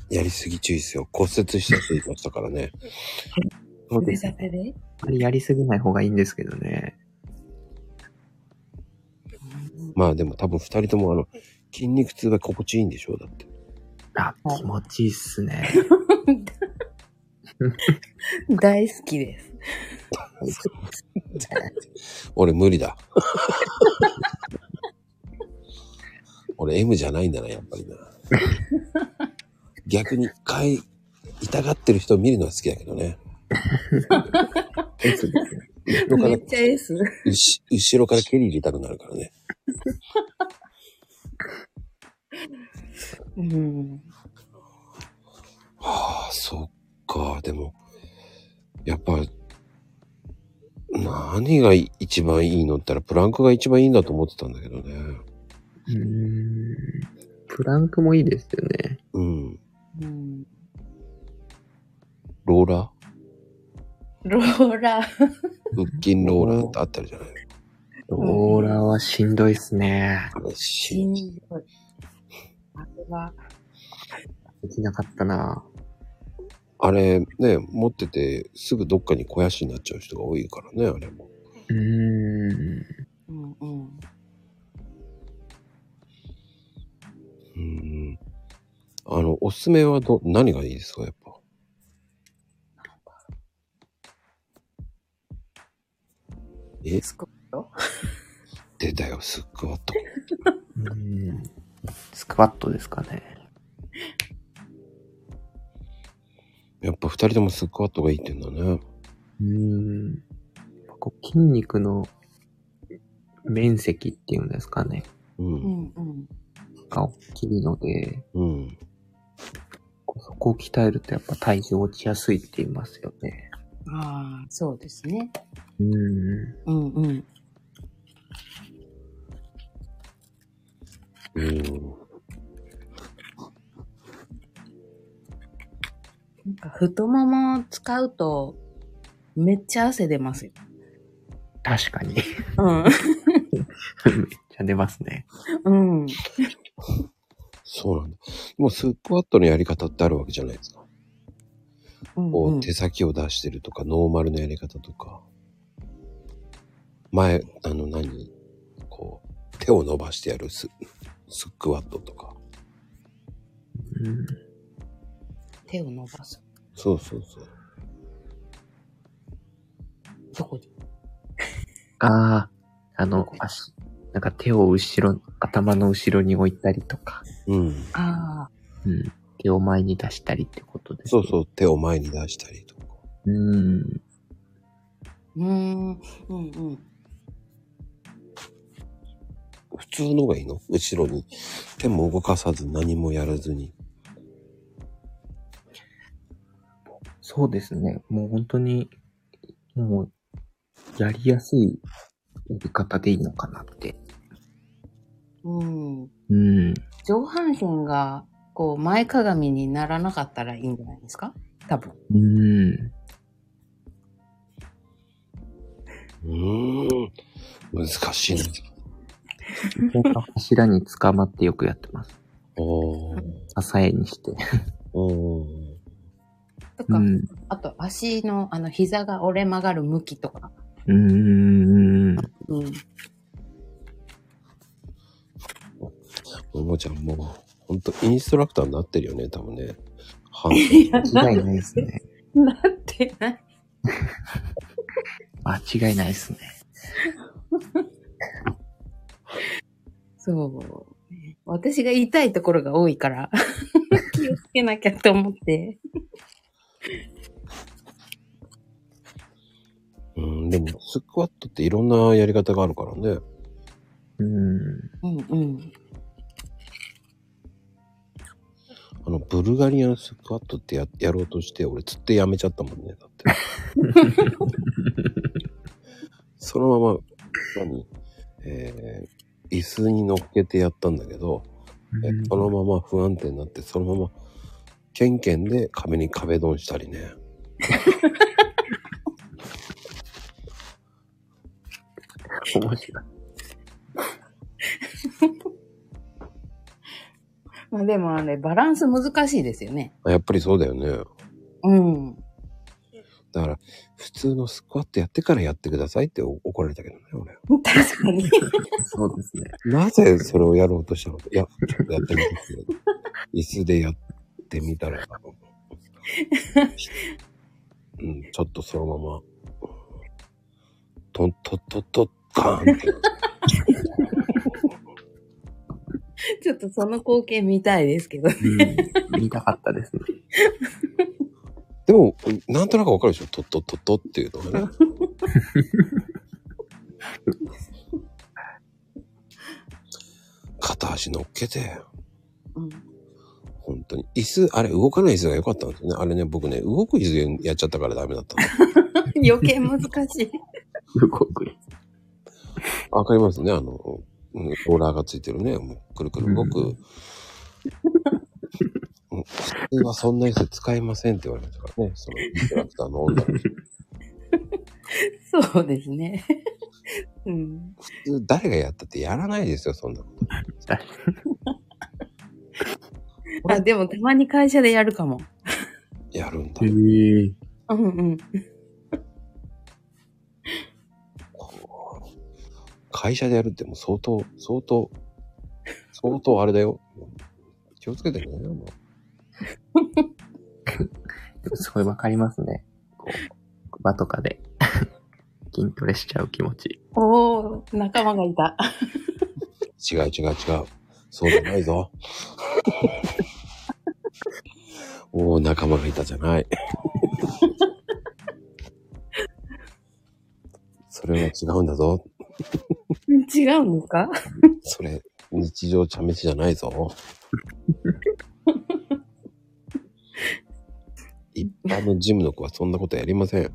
やりすぎ注意ですよ。骨折した人いましたからね。い。腕立てであれやりすぎない方がいいんですけどね。まあでも多分二人ともあの、筋肉痛が心地いいんでしょうだって。あ、気持ちいいっすね。大好きです。俺無理だ。 俺 M じゃないんだな、やっぱりな。逆に一回、痛がってる人を見るのは好きだけどね。 S ですね。後ろかめらっちゃ S。うし後ろから蹴り入れたくなるからね。うん。はあ、そっか。でも、やっぱ、何がい一番いいのって言ったら、プランクが一番いいんだと思ってたんだけどね。うーん。プランクもいいですよね。うん。うんロー ラローーラー。腹筋ローラーってあったりじゃないローラーはしんどいっすね。あれししんどい。あれは、できなかったな。あれね、持っててすぐどっかに肥やしになっちゃう人が多いからね、あれも。うーん。うんうん。うん。あの、おすすめはど、何がいいですか、やっぱ。え、スクワット出たよ、スクワット。うんスクワットですかね。やっぱ二人ともスクワットがいいって言うんだね。うーん。こう筋肉の面積っていうんですかね。う。うんんうん。が大きいので、うん。こうそこを鍛えるとやっぱ体重落ちやすいって言いますよね。ああ、そうですね。うーん。うんうん。うん。なんか太ももを使うと、めっちゃ汗出ますよ。確かに。めっ うちゃ出ますね。ん。うん。そうなんだ。でもスクワットのやり方ってあるわけじゃないですか。こうんう、手先を出してるとか、ノーマルのやり方とか。前、あの何、こう、手を伸ばしてやるススクワットとか。うん。手を伸ばす。そうそうそう。どこでああ、あの、足、なんか手を後ろ、頭の後ろに置いたりとか、うん。ああ。うん。手を前に出したりってことです、。そうそうう、手を前に出したりとか。うーん。うーん。うんうん。普通のがいいの後ろに。手も動かさず何もやらずに。そうですね。もう本当に、もう、やりやすいやり方でいいのかなって。うん。うん。上半身が、こう、前かがみにならなかったらいいんじゃな いですか多分。うん。ううーん。難しいな。柱に捕まってよくやってます。おー。支えにして。うん。とか、うん。うあと足のあの膝が折れ曲がる向きとか。ーん。うん。ももちゃんもう、ほんとインストラクターになってるよね、多分 ね。はや間違いないですね。 なってない。間違いないですね。そう。私が言いたいところが多いから、 気をつけなきゃと思って。うん、でも、スクワットっていろんなやり方があるからね。うん。うんうん。あの、ブルガリアンスクワットってややろうとして、俺、つってやめちゃったもんね、だって。 そのまま、何えー椅子に乗っけてやったんだけど、えそのまま不安定になって、そのまま、ケンケンで壁に壁ドンしたりね。 面白い。まあでもあれ、バランス難しいですよね。やっぱりそうだよね。うん。だから、普通のスクワットやってからやってくださいってお怒られたけどね、俺。確か に。そうですね。なぜそれをやろうとしたのいや、ちょっとやってみてくれ。椅子でやってみたら、あのうん、ちょっとそのまま、トントントントンガーンって。ちょっとその光景見たいですけど。うん。見たかったですね。でも、なんとなくわかるでしょトットットットっていうのがね。片足乗っけて、うん。本当に。椅子、あれ動かない椅子が良かったんですよね。あれね、僕ね、動く椅子やっちゃったからダメだったの。余計難しい。すごく。わかりますね。あの、うんローラーがついてるね。もうくるくる動く。ううん普通はそんな椅子使いませんって言われましたからね。そのインストラクターの女の人。そうですね。うん。普通誰がやったってやらないですよ、そんなこと。あ、でもたまに会社でやるかも。やるんだえ。ー、うんうん。こう会社でやるってもう相当、相当、相当あれだよ。気をつけてね。もうでもすごいわかりますね。こう、場とかで 筋トレしちゃう気持ち。おー、仲間がいた。違う違う違う。そうじゃないぞ。おお、仲間がいたじゃない。それは違うんだぞ。違うんですかそれ、日常茶飯じゃないぞ。一般のジムの子はそんなことやりません。うん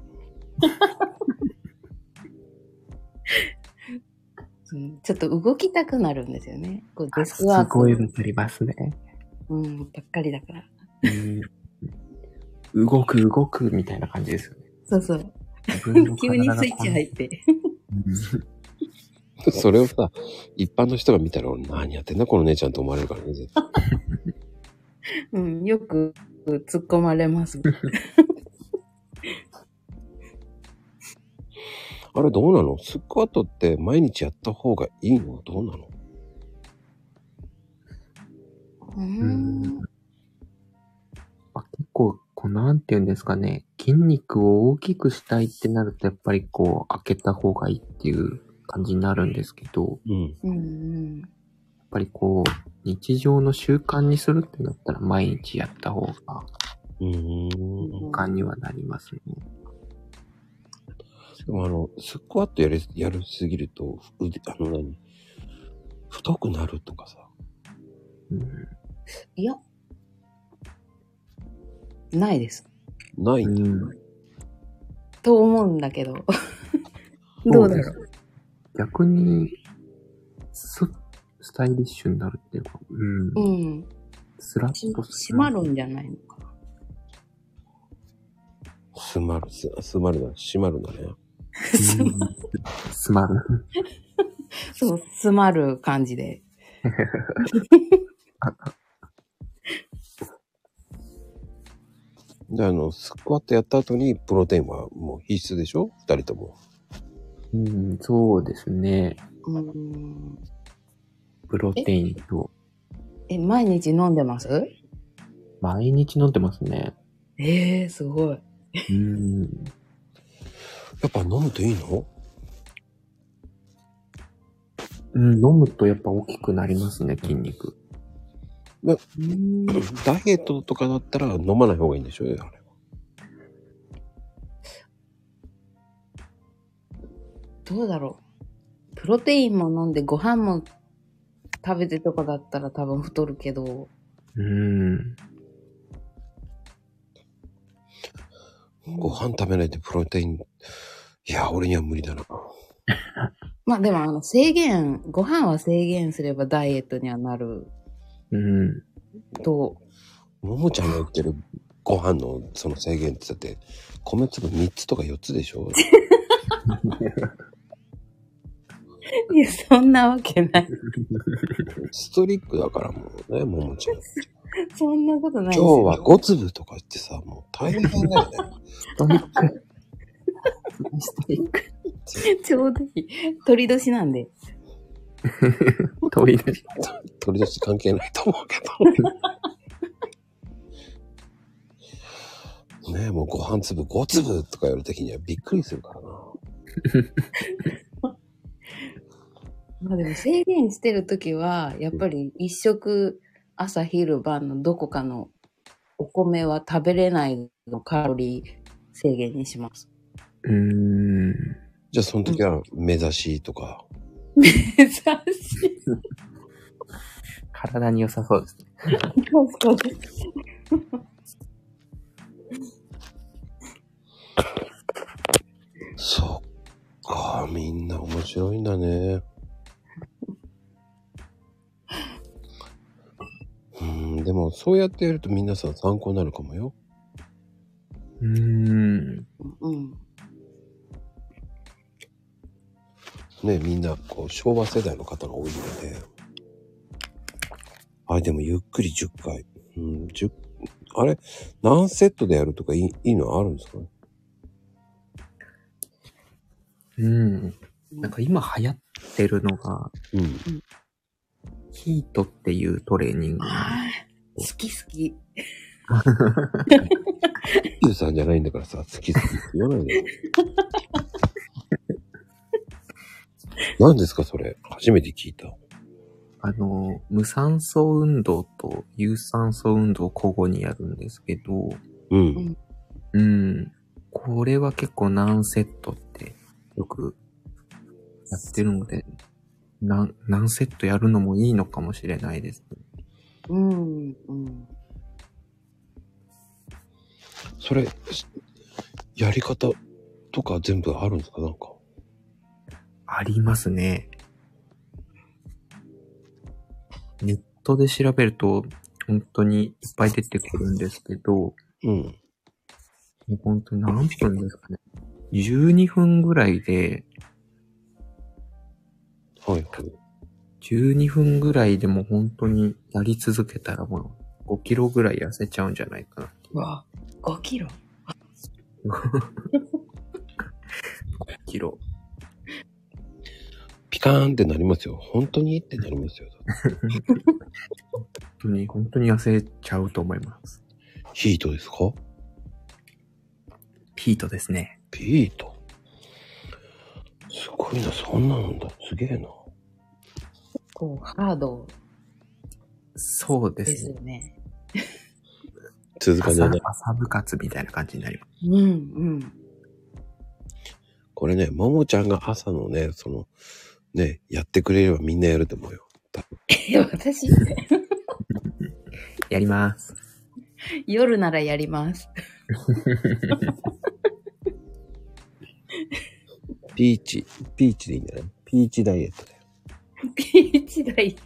ちょっと動きたくなるんですよね。こうデスすクワーごいク、わかりますね。うん、ばっかりだから。うん動く動くみたいな感じですよね。そうそう。自分の急に体がスイッチ入って。それをさ、一般の人が見たら、何やってんだこの姉ちゃんと思われるからね。絶対うん、よく突っ込まれます。あれどうなのスクワットって毎日やった方がいいのどうなのううんん。まあ結構、こう、なんて言うんですかね。筋肉を大きくしたいってなると、やっぱりこう、開けた方がいいっていう感じになるんですけど、うん。うんうん。やっぱりこう、日常の習慣にするってなったら、毎日やった方が、うーん。習慣にはなりますね。でもあの、スクワットやり、やるすぎると、腕、あの何太くなるとかさ。うんいや。ないです。ないんだ。と思うんだけど。どうだろう。逆に、ススタイリッシュになるっていうか、うん。うん。スラしッと閉まるんじゃないのかすまる、す、すまるな、閉まるなね。すまん。そう、詰まる感じで。で、あの、スクワットやった後にプロテインはもう必須でしょ二人とも。うん、そうですね。うん。プロテインと、え、毎日飲んでます毎日飲んでますね。ええすごい。うん。やっぱ飲むといいのうん、飲むとやっぱ大きくなりますね、筋肉。うん。ダイエットとかだったら飲まない方がいいんでしょあれは。どうだろう。プロテインも飲んで、ご飯も食べてとかだったら多分太るけど、うん。ご飯食べないでプロテイン。いや、俺には無理だな。まあでもあの制限、ご飯は制限すればダイエットにはなるうん。と、ももちゃんが言ってるご飯のその制限ってだって、米粒3つとか4つでしょいや、そんなわけない。ストリックだからもうね、ももちゃん。 そんなことないです今日よは5粒とか言ってさ、もう大変だよね。ストイック。ストイック。 ちょうどいい。鳥年なんで。遠いです。取り出し関係ないと思うけど。ねえ、もうご飯粒5粒とかやるときにはびっくりするからな。まあでも制限してるときは、やっぱり一食、朝昼晩のどこかのお米は食べれないのカロリー制限にし ます。うん。じゃあその時は目指しとか、優しい。体に良さそうですね。確かに。そっか、みんな面白いんだね。 うん、でもそうやってやると皆さん参考になるかもよ。うん。うん。ねみんなこう昭和世代の方が多いので。あれでもゆっくり10回。うん、10、あれ何セットでやるとかいいいいのあるんですかねうん。なんか今流行ってるのが、うん。ヒートっていうトレーニングなんあー好き好き。ゆうさんじゃないんだからさ、好き好きって言わないでよ。 何ですかそれ初めて聞いた。あの、無酸素運動と有酸素運動を交互にやるんですけど、うん。うん。これは結構何セットってよくやってるので、何、何セットやるのもいいのかもしれないですね。うん。うん。それ、しやり方とか全部あるんですかなんか。ありますね。ネットで調べると、本当にいっぱい出てくるんですけど、うん。もう本当に何分ですかね。12分ぐらいで、はいはい。 12分ぐらいでも本当にやり続けたらもう5キロぐらい痩せちゃうんじゃないかな。わ、5キロ。 5キロ。ピカーンってなりますよ。本当にってなりますよ。本当に、本当に痩せちゃうと思います。ヒートですかピートですね。ピート。すごいな、そんなのだ。すげえな。こう、ハードそうでですすね。よね。続か朝ないね。朝部活みたいな感じになります。うん、うん。これね、ももちゃんが朝のね、その、ね、やってくれればみんなやると思うよ。え、私、やります。夜ならやります。ピーチ、ピーチでいいんじゃないピーチダイエットだよ。ピーチだい。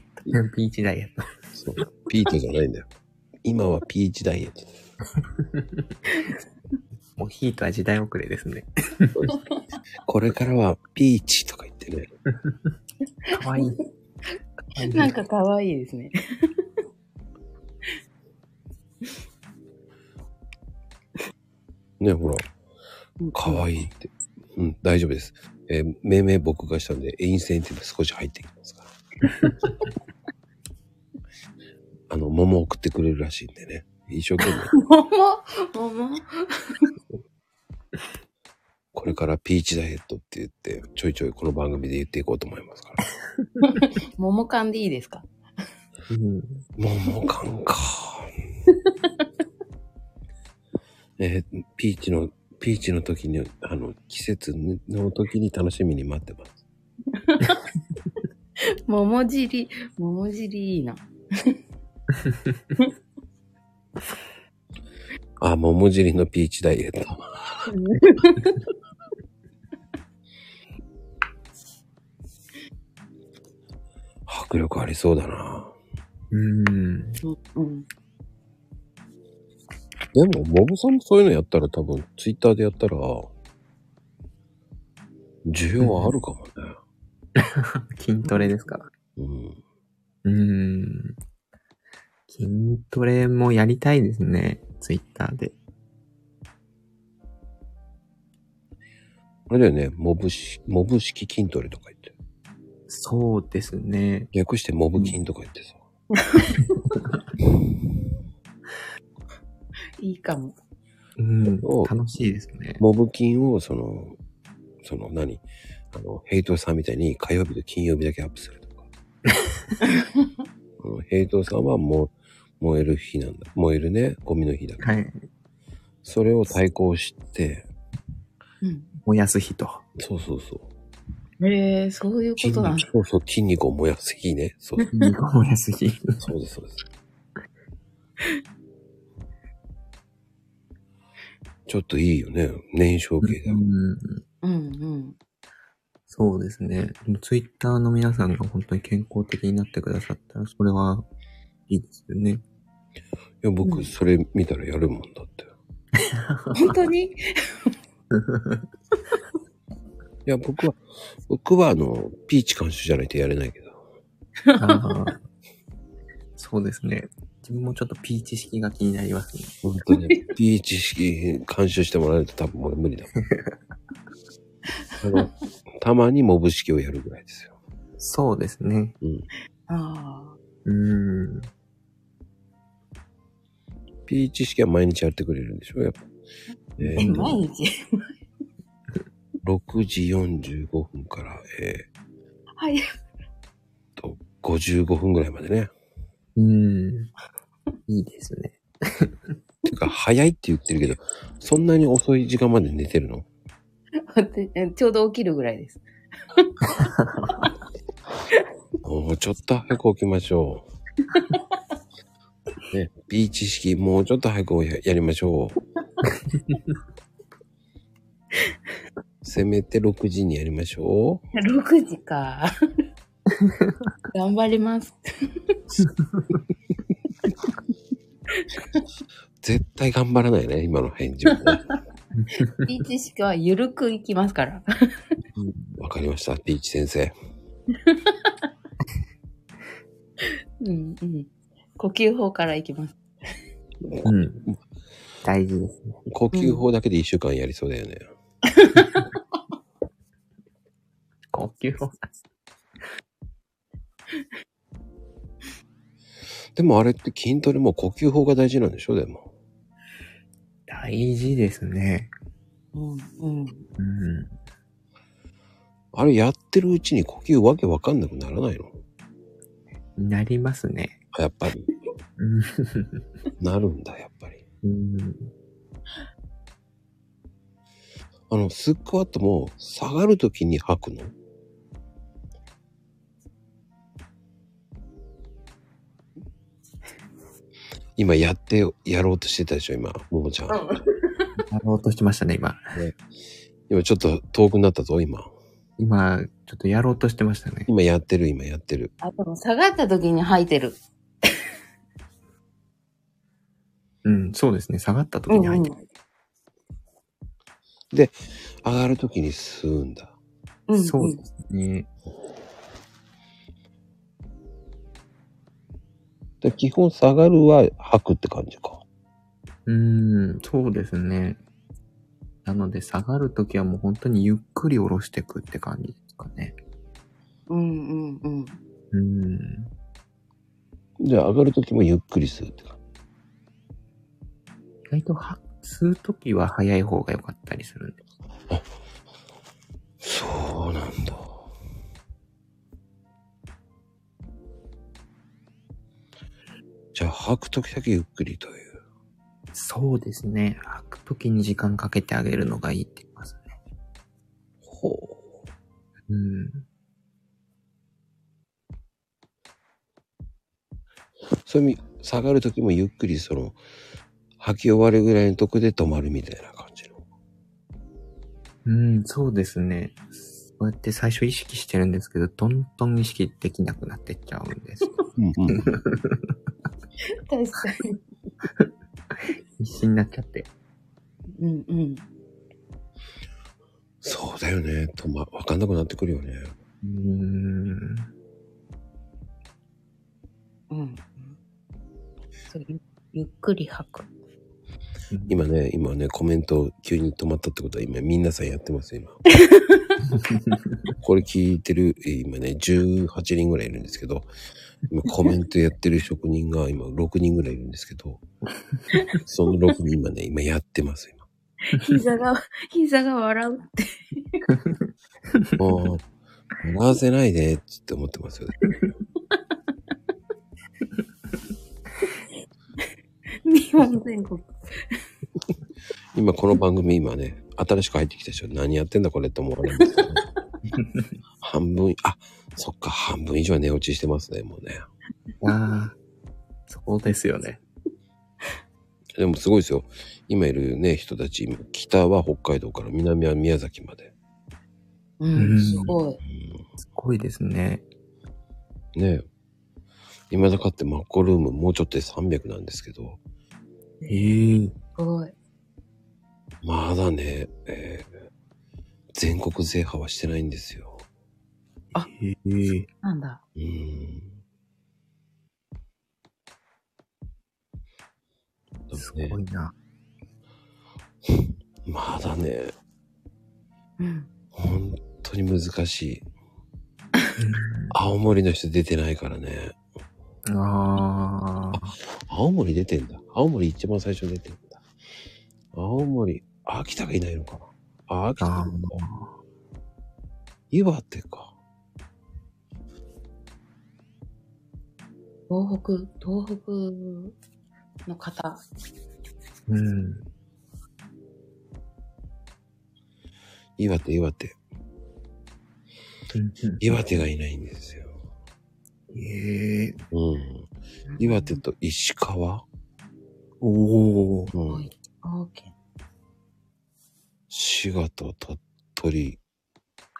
ピーチダイエット。そう。ピートじゃないんだよ。今はピーチダイエットだよ。もうヒートは時代遅れですね。これからはピーチとか言ってね。かわいい。 なんか可愛いですね。ね、ほら、かいわいいって。うん、大丈夫です。えー命名僕がしたんで、陰線っていうの少し入ってきます から。あの、桃送ってくれるらしいんでね。一生懸命、桃桃これからピーチダイエットって言って、ちょいちょいこの番組で言っていこうと思いますから。桃缶でいいですかうん。桃缶か。えーピーチの、ピーチの時に、あの、季節の時に楽しみに待ってます。桃尻、桃尻いいな。あ、桃尻のピーチダイエット。迫力ありそうだな。うん。うん。でも、モブさんもそういうのやったら多分、ツイッターでやったら、需要はあるかもね。筋トレですかうん。うーん。筋トレもやりたいですね。ツイッターで。あれだよね、モブし、モブ式筋トレとか言って。そうですね。略してモブ筋とか言ってさ。いいかも。うんそう。楽しいですね。モブ筋を、その、その何、あの、ヘイトさんみたいに火曜日と金曜日だけアップすると か。うんヘイトさんはもう、燃える日なんだ。燃えるね、ゴミの日だ。はい。それを対抗して、うん。燃やす日と。そうそうそう。えー、そういうことなんだ。そうそう、筋肉を燃やす日ね。そう、肉を燃やす日。そうです、 そうです。ちょっといいよね。燃焼系だうよ。ん。うんそうですね。でもツイッターの皆さんが本当に健康的になってくださったら、それはいいですよ ね。いや、僕、それ見たらやるもんだって。いうん。本当にや、僕は、僕はあの、ピーチ監修じゃないとやれないけど。あーそうですね。自分もちょっとピーチ式が気になりますね。本当に、 ピーチ式監修してもらえると多分俺無理だもん。あの、たまにモブ式をやるぐらいですよ。そうですね。うん。ああ。うん。ピーチ式は毎日やってくれるんでしょやっぱ。ええ、ーと毎日6時45分から、え早い。ー、と、55分ぐらいまでね。うん。いいですね。てか、早いって言ってるけど、そんなに遅い時間まで寝てるの待ってちょうど起きるぐらいです。もうちょっと早く起きましょう。ね、ビーチ式、もうちょっと早くややりましょう。せめて6時にやりましょう。 6時 か。頑張ります。絶対頑張らないね、今の返事はね。ピーチ式はゆるくいきますから。わかりました、ビーチ先生。うんうん。呼吸法からいきます。うん。大事ですね。呼吸法だけで1週間やりそうだよね。呼吸法。でもあれって筋トレも呼吸法が大事なんでしょでも。大事ですね。うんうん。うん。あれやってるうちに呼吸わけわかんなくならないのなりますね。やっぱり。うんなるんだ、やっぱり。うん。あの、スクワットも下がるときに吐くの今やってよ、やろうとしてたでしょ今、ももちゃん。やろうとしてましたね、今。今ちょっと遠くなったぞ、今。今、ちょっとやろうとしてましたね。今やってる、今やってる。あ、でも下がった時に吐いてる。うん、そうですね。下がった時うにんう入っんて。で、上がるときに吸うんだ。うんうん、そうですね。で基本下がるは吐くって感じか。うーん、そうですね。なので、下がるときはもう本当にゆっくり下ろしていくって感じですかね。うんうんうん。うーん。で、上がるときもゆっくり吸うって感意外とは、吸うときは早い方が良かったりするんで。じ。そうなんだ。じゃあ吐くときだけゆっくりという。そうですね。吐くときに時間かけてあげるのがいいって言いますね。ほう。うん。そういう意味、下がるときもゆっくりその、吐き終わるぐらいのとこで止まるみたいな感じの。うん、そうですね。こうやって最初意識してるんですけど、どんどん意識できなくなってっちゃうん です。うんうん。確かに。必死になっちゃって。うんうん。そうだよね。と、ま、わかんなくなってくるよね。うーん。うん。そうゆゆっくり吐く。今ね、今ね、コメント急に止まったってことは今、みんなさんやってますよ、今。これ聞いてる、えー今ね、18人ぐらいいるんですけど、今コメントやってる職人が今6人ぐらいいるんですけど、その6人今ね、今やってます、今。膝が、膝が笑う。もう、笑わせないで、って思ってますよ。日本全国。今この番組今ね、新しく入ってきた人、何やってんだこれって思われますけど、半分、あ、そっか、半分以上は寝落ちしてますね、もうね。ああ、そうですよね。でもすごいですよ。今いるね、人たち、今北は北海道から南は宮崎まで。う、うんんすごい。すごいですね。ねえ。今だかってマッコルームもうちょっとで300なんですけど、ええすごい。まだね、えー全国制覇はしてないんですよ。ええなんだ。うん。だすねごいな。まだね、うん。本当に難しい。青森の人出てないからね。ああ、青森出てんだ。青森一番最初出てんだ。青森、秋田がいないのかなあ、秋田なのか。岩手か。東北、東北の方。うん。岩手、岩手。岩手がいないんですよ。ええうん。岩手と石川おお、うはんい。青県。滋賀と鳥取、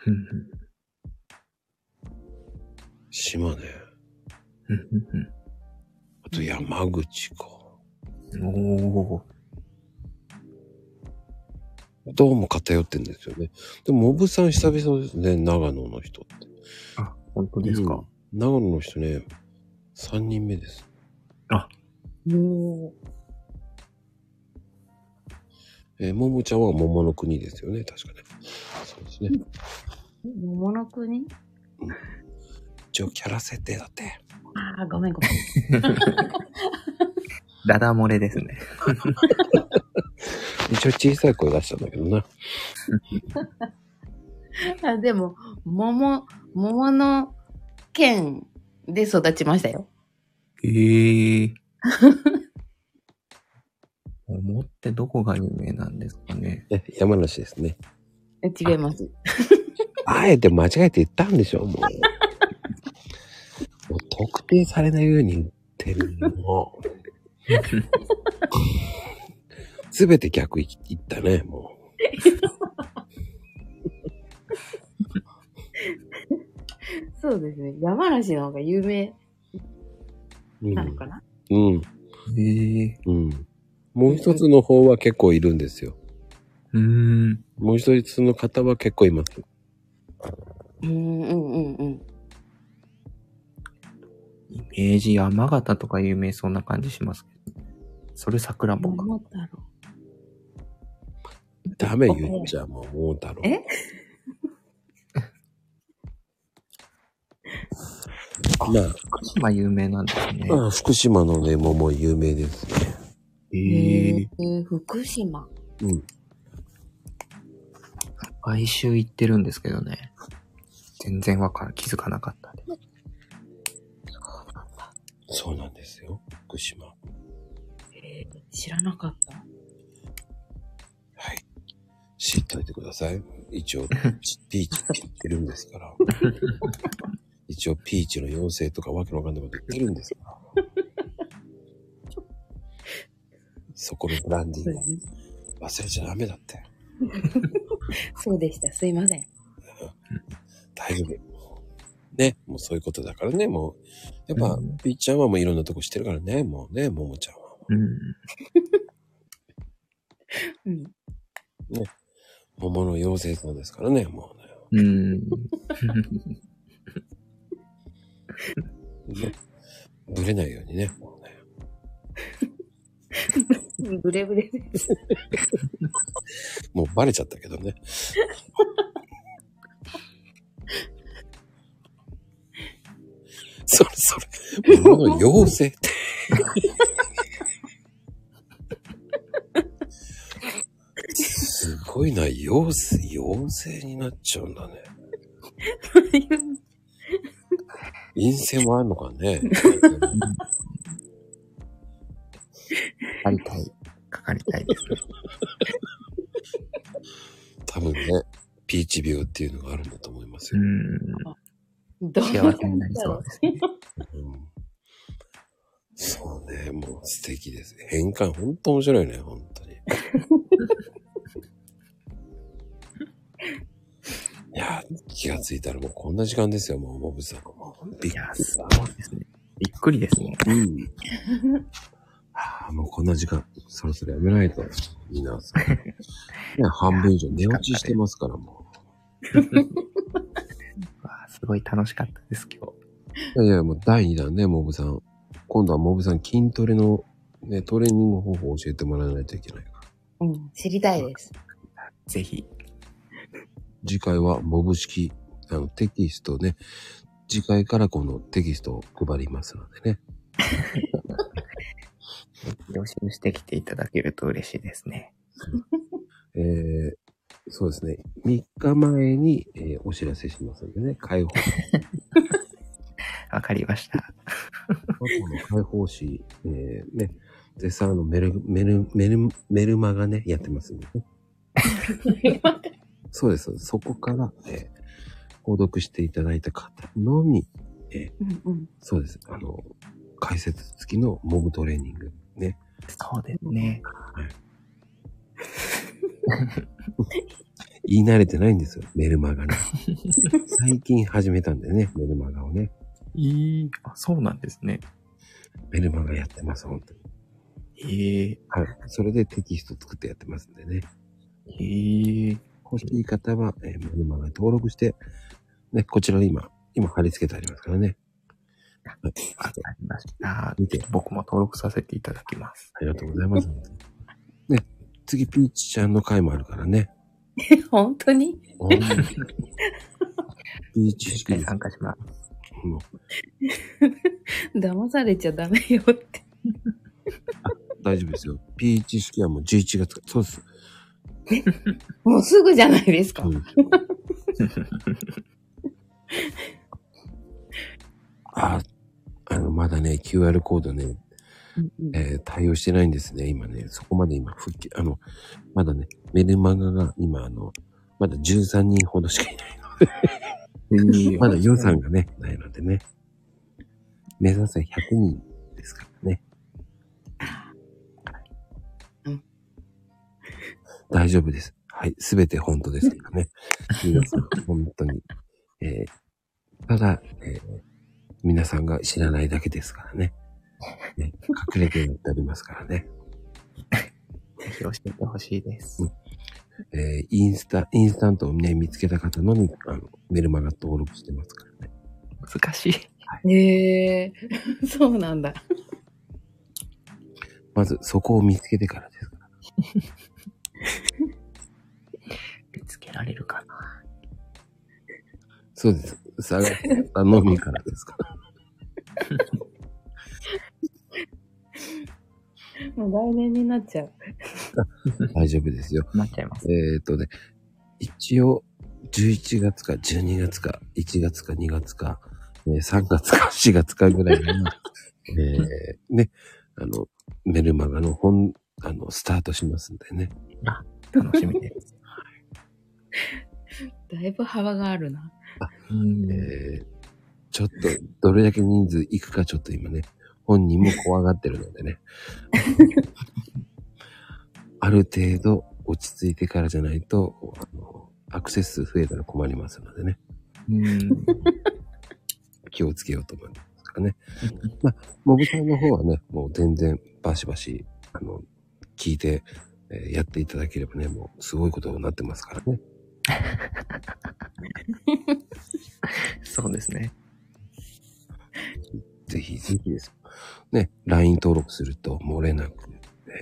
うん島根。うんあと山口か。うんおお、どうも偏ってんですよね。でも、モブさん久々ですね、長野の人って。あ、本当ですか。うん長野の人ね、3人目です。おーえー、ももちゃんは桃の国ですよね、確かね。そうですね。桃の国一応キャラ設定だって。ああ、ごめんごめん。ダダ漏れですね。一応小さい声出したんだけどな。あ でも、桃、桃の県で育ちましたよ。ええ 桃ってどこが有名なんですかね。 ね、山梨ですね。え違います。あえて間違えて言ったんでしょ、もう。もう特定されないように言ってるの。もうすべて逆い言ったね、もう。そうですね。山梨の方が有名うんなのかな、うん。ええうん。もう一つの方は結構いるんですよ。うーん。もう一人の方は結構います。うんうんうんうん。イメージ山形とか有名そうな感じしますけど。それ桜ぼか。桃太郎。ダメ言っちゃう、もう、桃太郎。え まあ、福島有名なんですね。まあ、福島のね、桃有名ですね。ええへえ、福島。うん。毎週行ってるんですけどね。全然わからん、気づかなかったです。そうなんですよ。福島。へー知らなかった。はい。知っといてください。一 応、ピーチって言ってるんです から。一応、ピーチの妖精とかわけのわかんないこと言ってるんです から。そこのブランディング忘れちゃダメだって。そうでした。すいません。大丈夫。ね、もうそういうことだからね、もう。やっぱ、うんピーちゃんはもういろんなとこ知ってるからね、もうね、ももちゃんは。うん。うん。桃の妖精さんですからね、もうね。 うん。ねぶれないようにね、もうね。ブレブレです。もうバレちゃったけどね。それそれ、もの妖精って。すごいな、妖精、妖精になっちゃうんだね。陰性もあるのかね。か かりたい。かかりたいですね。多分ね、ピーチ病っていうのがあるんだと思いますうよ。ん。 どう幸せになりそうですね。うんそうね、もう素敵です。変換、ほんと面白いね、ほん とに。いや、気がついたらもうこんな時間ですよ、もう、モブさん。もうびっいや、くりすだ。ごいですね。びっくりです ね。うん。ああ、もうこんな時間、そろそろやめないと、皆さん。ね、 半分以上寝落ちしてますから、もわあすごい楽しかったです、今日。う。いやいや、もう第2弾ね、モブさん。今度はモブさん、筋トレの、ね、トレーニング方法を教えてもらわないといけない。うん。知りたいです。ぜひ。次回はモブ式、あの、テキストね。次回からこのテキストを配りますのでね。予習してきていただけると嬉しいですね。えー、そうですね。3日前に、えーお知らせしますのでね。解放、 わかりました。過去の解放誌、えー、ね。絶賛あのメル、メル、メル、メルマがね、やってますんでね。そうです。そうですそこから、えー、購読していただいた方のみ、うんうん。そうです。あの、解説付きのモブトレーニング、ね。そうですね。言い慣れてないんですよ、メルマガね。 最近始めたんでね、メルマガをね。いい。あ、そうなんですね。メルマガやってます、本当に。へえ。はい。それでテキスト作ってやってますんでね。へえ。欲しい方は、えーメルマガ登録して、ね、こちらに今、今貼り付けてありますからね。はいわかりました。見て、僕も登録させていただきます。ありがとうございます。ね、次、ピーチちゃんの回もあるからね。 本当におーピーチ一し回か参加します。もう騙されちゃダメよって。大丈夫ですよ。ピーチ式はもう11月から。そうです。もうすぐじゃないですかう。んあ、あの、まだね、QR コードね、うんうんえー対応してないんですね、今ね。そこまで今、復帰、あの、まだね、メルマガが今、あの、まだ13人ほどしかいない。まだ予算がね、ないのでね。目指せ100人ですからね。うん大丈夫です。はい。すべて本当ですから ね。皆さん、本当に。えーただ、えー皆さんが知らないだけですからね。ね隠れてやってありますからね。ぜひ教えてほしいです。えーインスタ、インスタントをね、見つけた方のみ、あの、メルマガ登録してますからね。難しい。えー、そうなんだ。まず、そこを見つけてからですから。見つけられるかな。そうです。探したのみからですから。もう来年になっちゃう。大丈夫ですよ。なっちゃいます。えーっとね、一応、11月か12月か1月か2月か、えー3月か4月かぐらいに、 えーね、あの、メルマガの本、あの、スタートしますんでね。楽しみです。だいぶ幅があるな。うんえーちょっと、どれだけ人数いくかちょっと今ね、本人も怖がってるのでね。 ある程度落ち着いてからじゃないと、あのアクセス数増えたら困りますのでね。うん。気をつけようと思いますからね。まあ、モブさんの方はね、もう全然バシバシ、あの、聞いて、えーやっていただければね、もうすごいことになってますからね。 そうですね。ぜひぜひです。ね、LINE 登録すると漏れなく、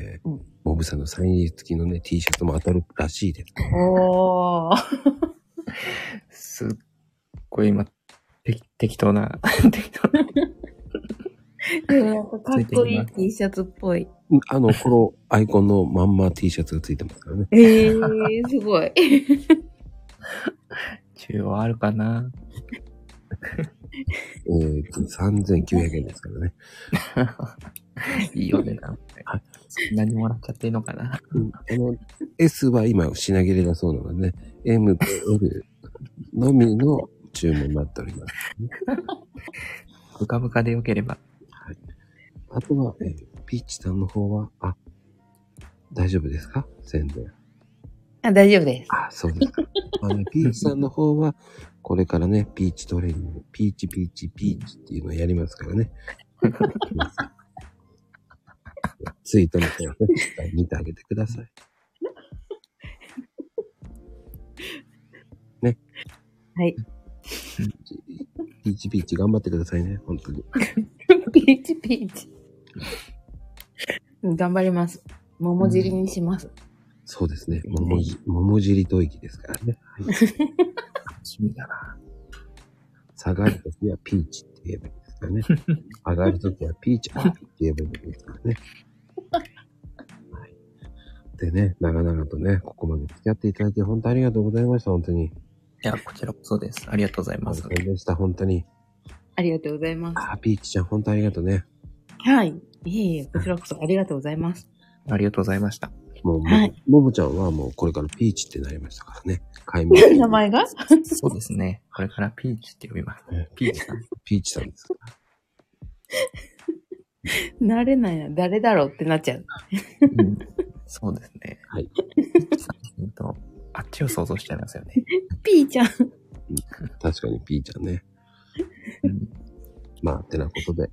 えーうんモブさんのサイン入り付きのね、T シャツも当たるらしいです。おー。すっごい今、て適当な、 適当な。でもなんかかっこいい T シャツっぽい。あの、このアイコンのまんま T シャツが付いてますからね。えー、 すごい。需要あるかな えーと、3900円ですからね。いいお値段。何もらっちゃっていいのかなあの、S は今品切れだそうなので、ね、M と L のみの注文になっております。ムカムカでよければ。あとは、えーピーチさんの方は、あ、大丈夫ですか宣伝。あ大丈夫です。あ、そうですか。あのピーチさんの方は、これからね、ピーチトレーニング、ピーチピーチピーチっていうのをやりますからね。 ツイートの方はね、見てあげてください。ね。はい。ピーチピーチ頑張ってくださいね、本当に。ピーチピーチ。頑張ります。桃尻にします。そうですね。桃じ、桃尻吐息ですからね。はい、楽しみだな。下がるときはピーチって言えばいいですからね。 上がるときはピーチって言えばいいですからね。はい、でね、長々とね、ここまで付き合っていただいて、本当ありがとうございました。本当に。いや、こちらこそです。ありがとうございま満す。点でした。本当に。ありがとうございます。あー、ピーチちゃん、本当ありがとうね。はい。いえいえ、こちらこそありがとうございます。ありがとうございました。もう、もはいももちゃんはもうこれからピーチってなりましたからね。解 明。名前がそうですね。これからピーチって呼びますね。ピーチさん。ピーチさんですから。 慣れないな。誰だろうってなっちゃう。うんそうですね。はい。うんと、あっちを想像しちゃいますよね。ピーちゃん。確かにピーちゃんね。うんまあ、てなことで、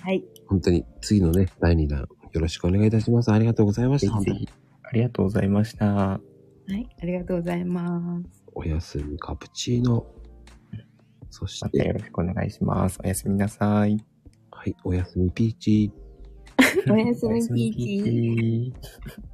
はい。本当に次のね、第2弾、よろしくお願いいたします。ありがとうございましぜた。ひぜひ。ありがとうございました。はい。ありがとうございます。おやすみカプチーノ。そしまたよて、ろしくお願いします。おやすみなさい。はい、おやすみピーチー。おやすみおやピーチーチ。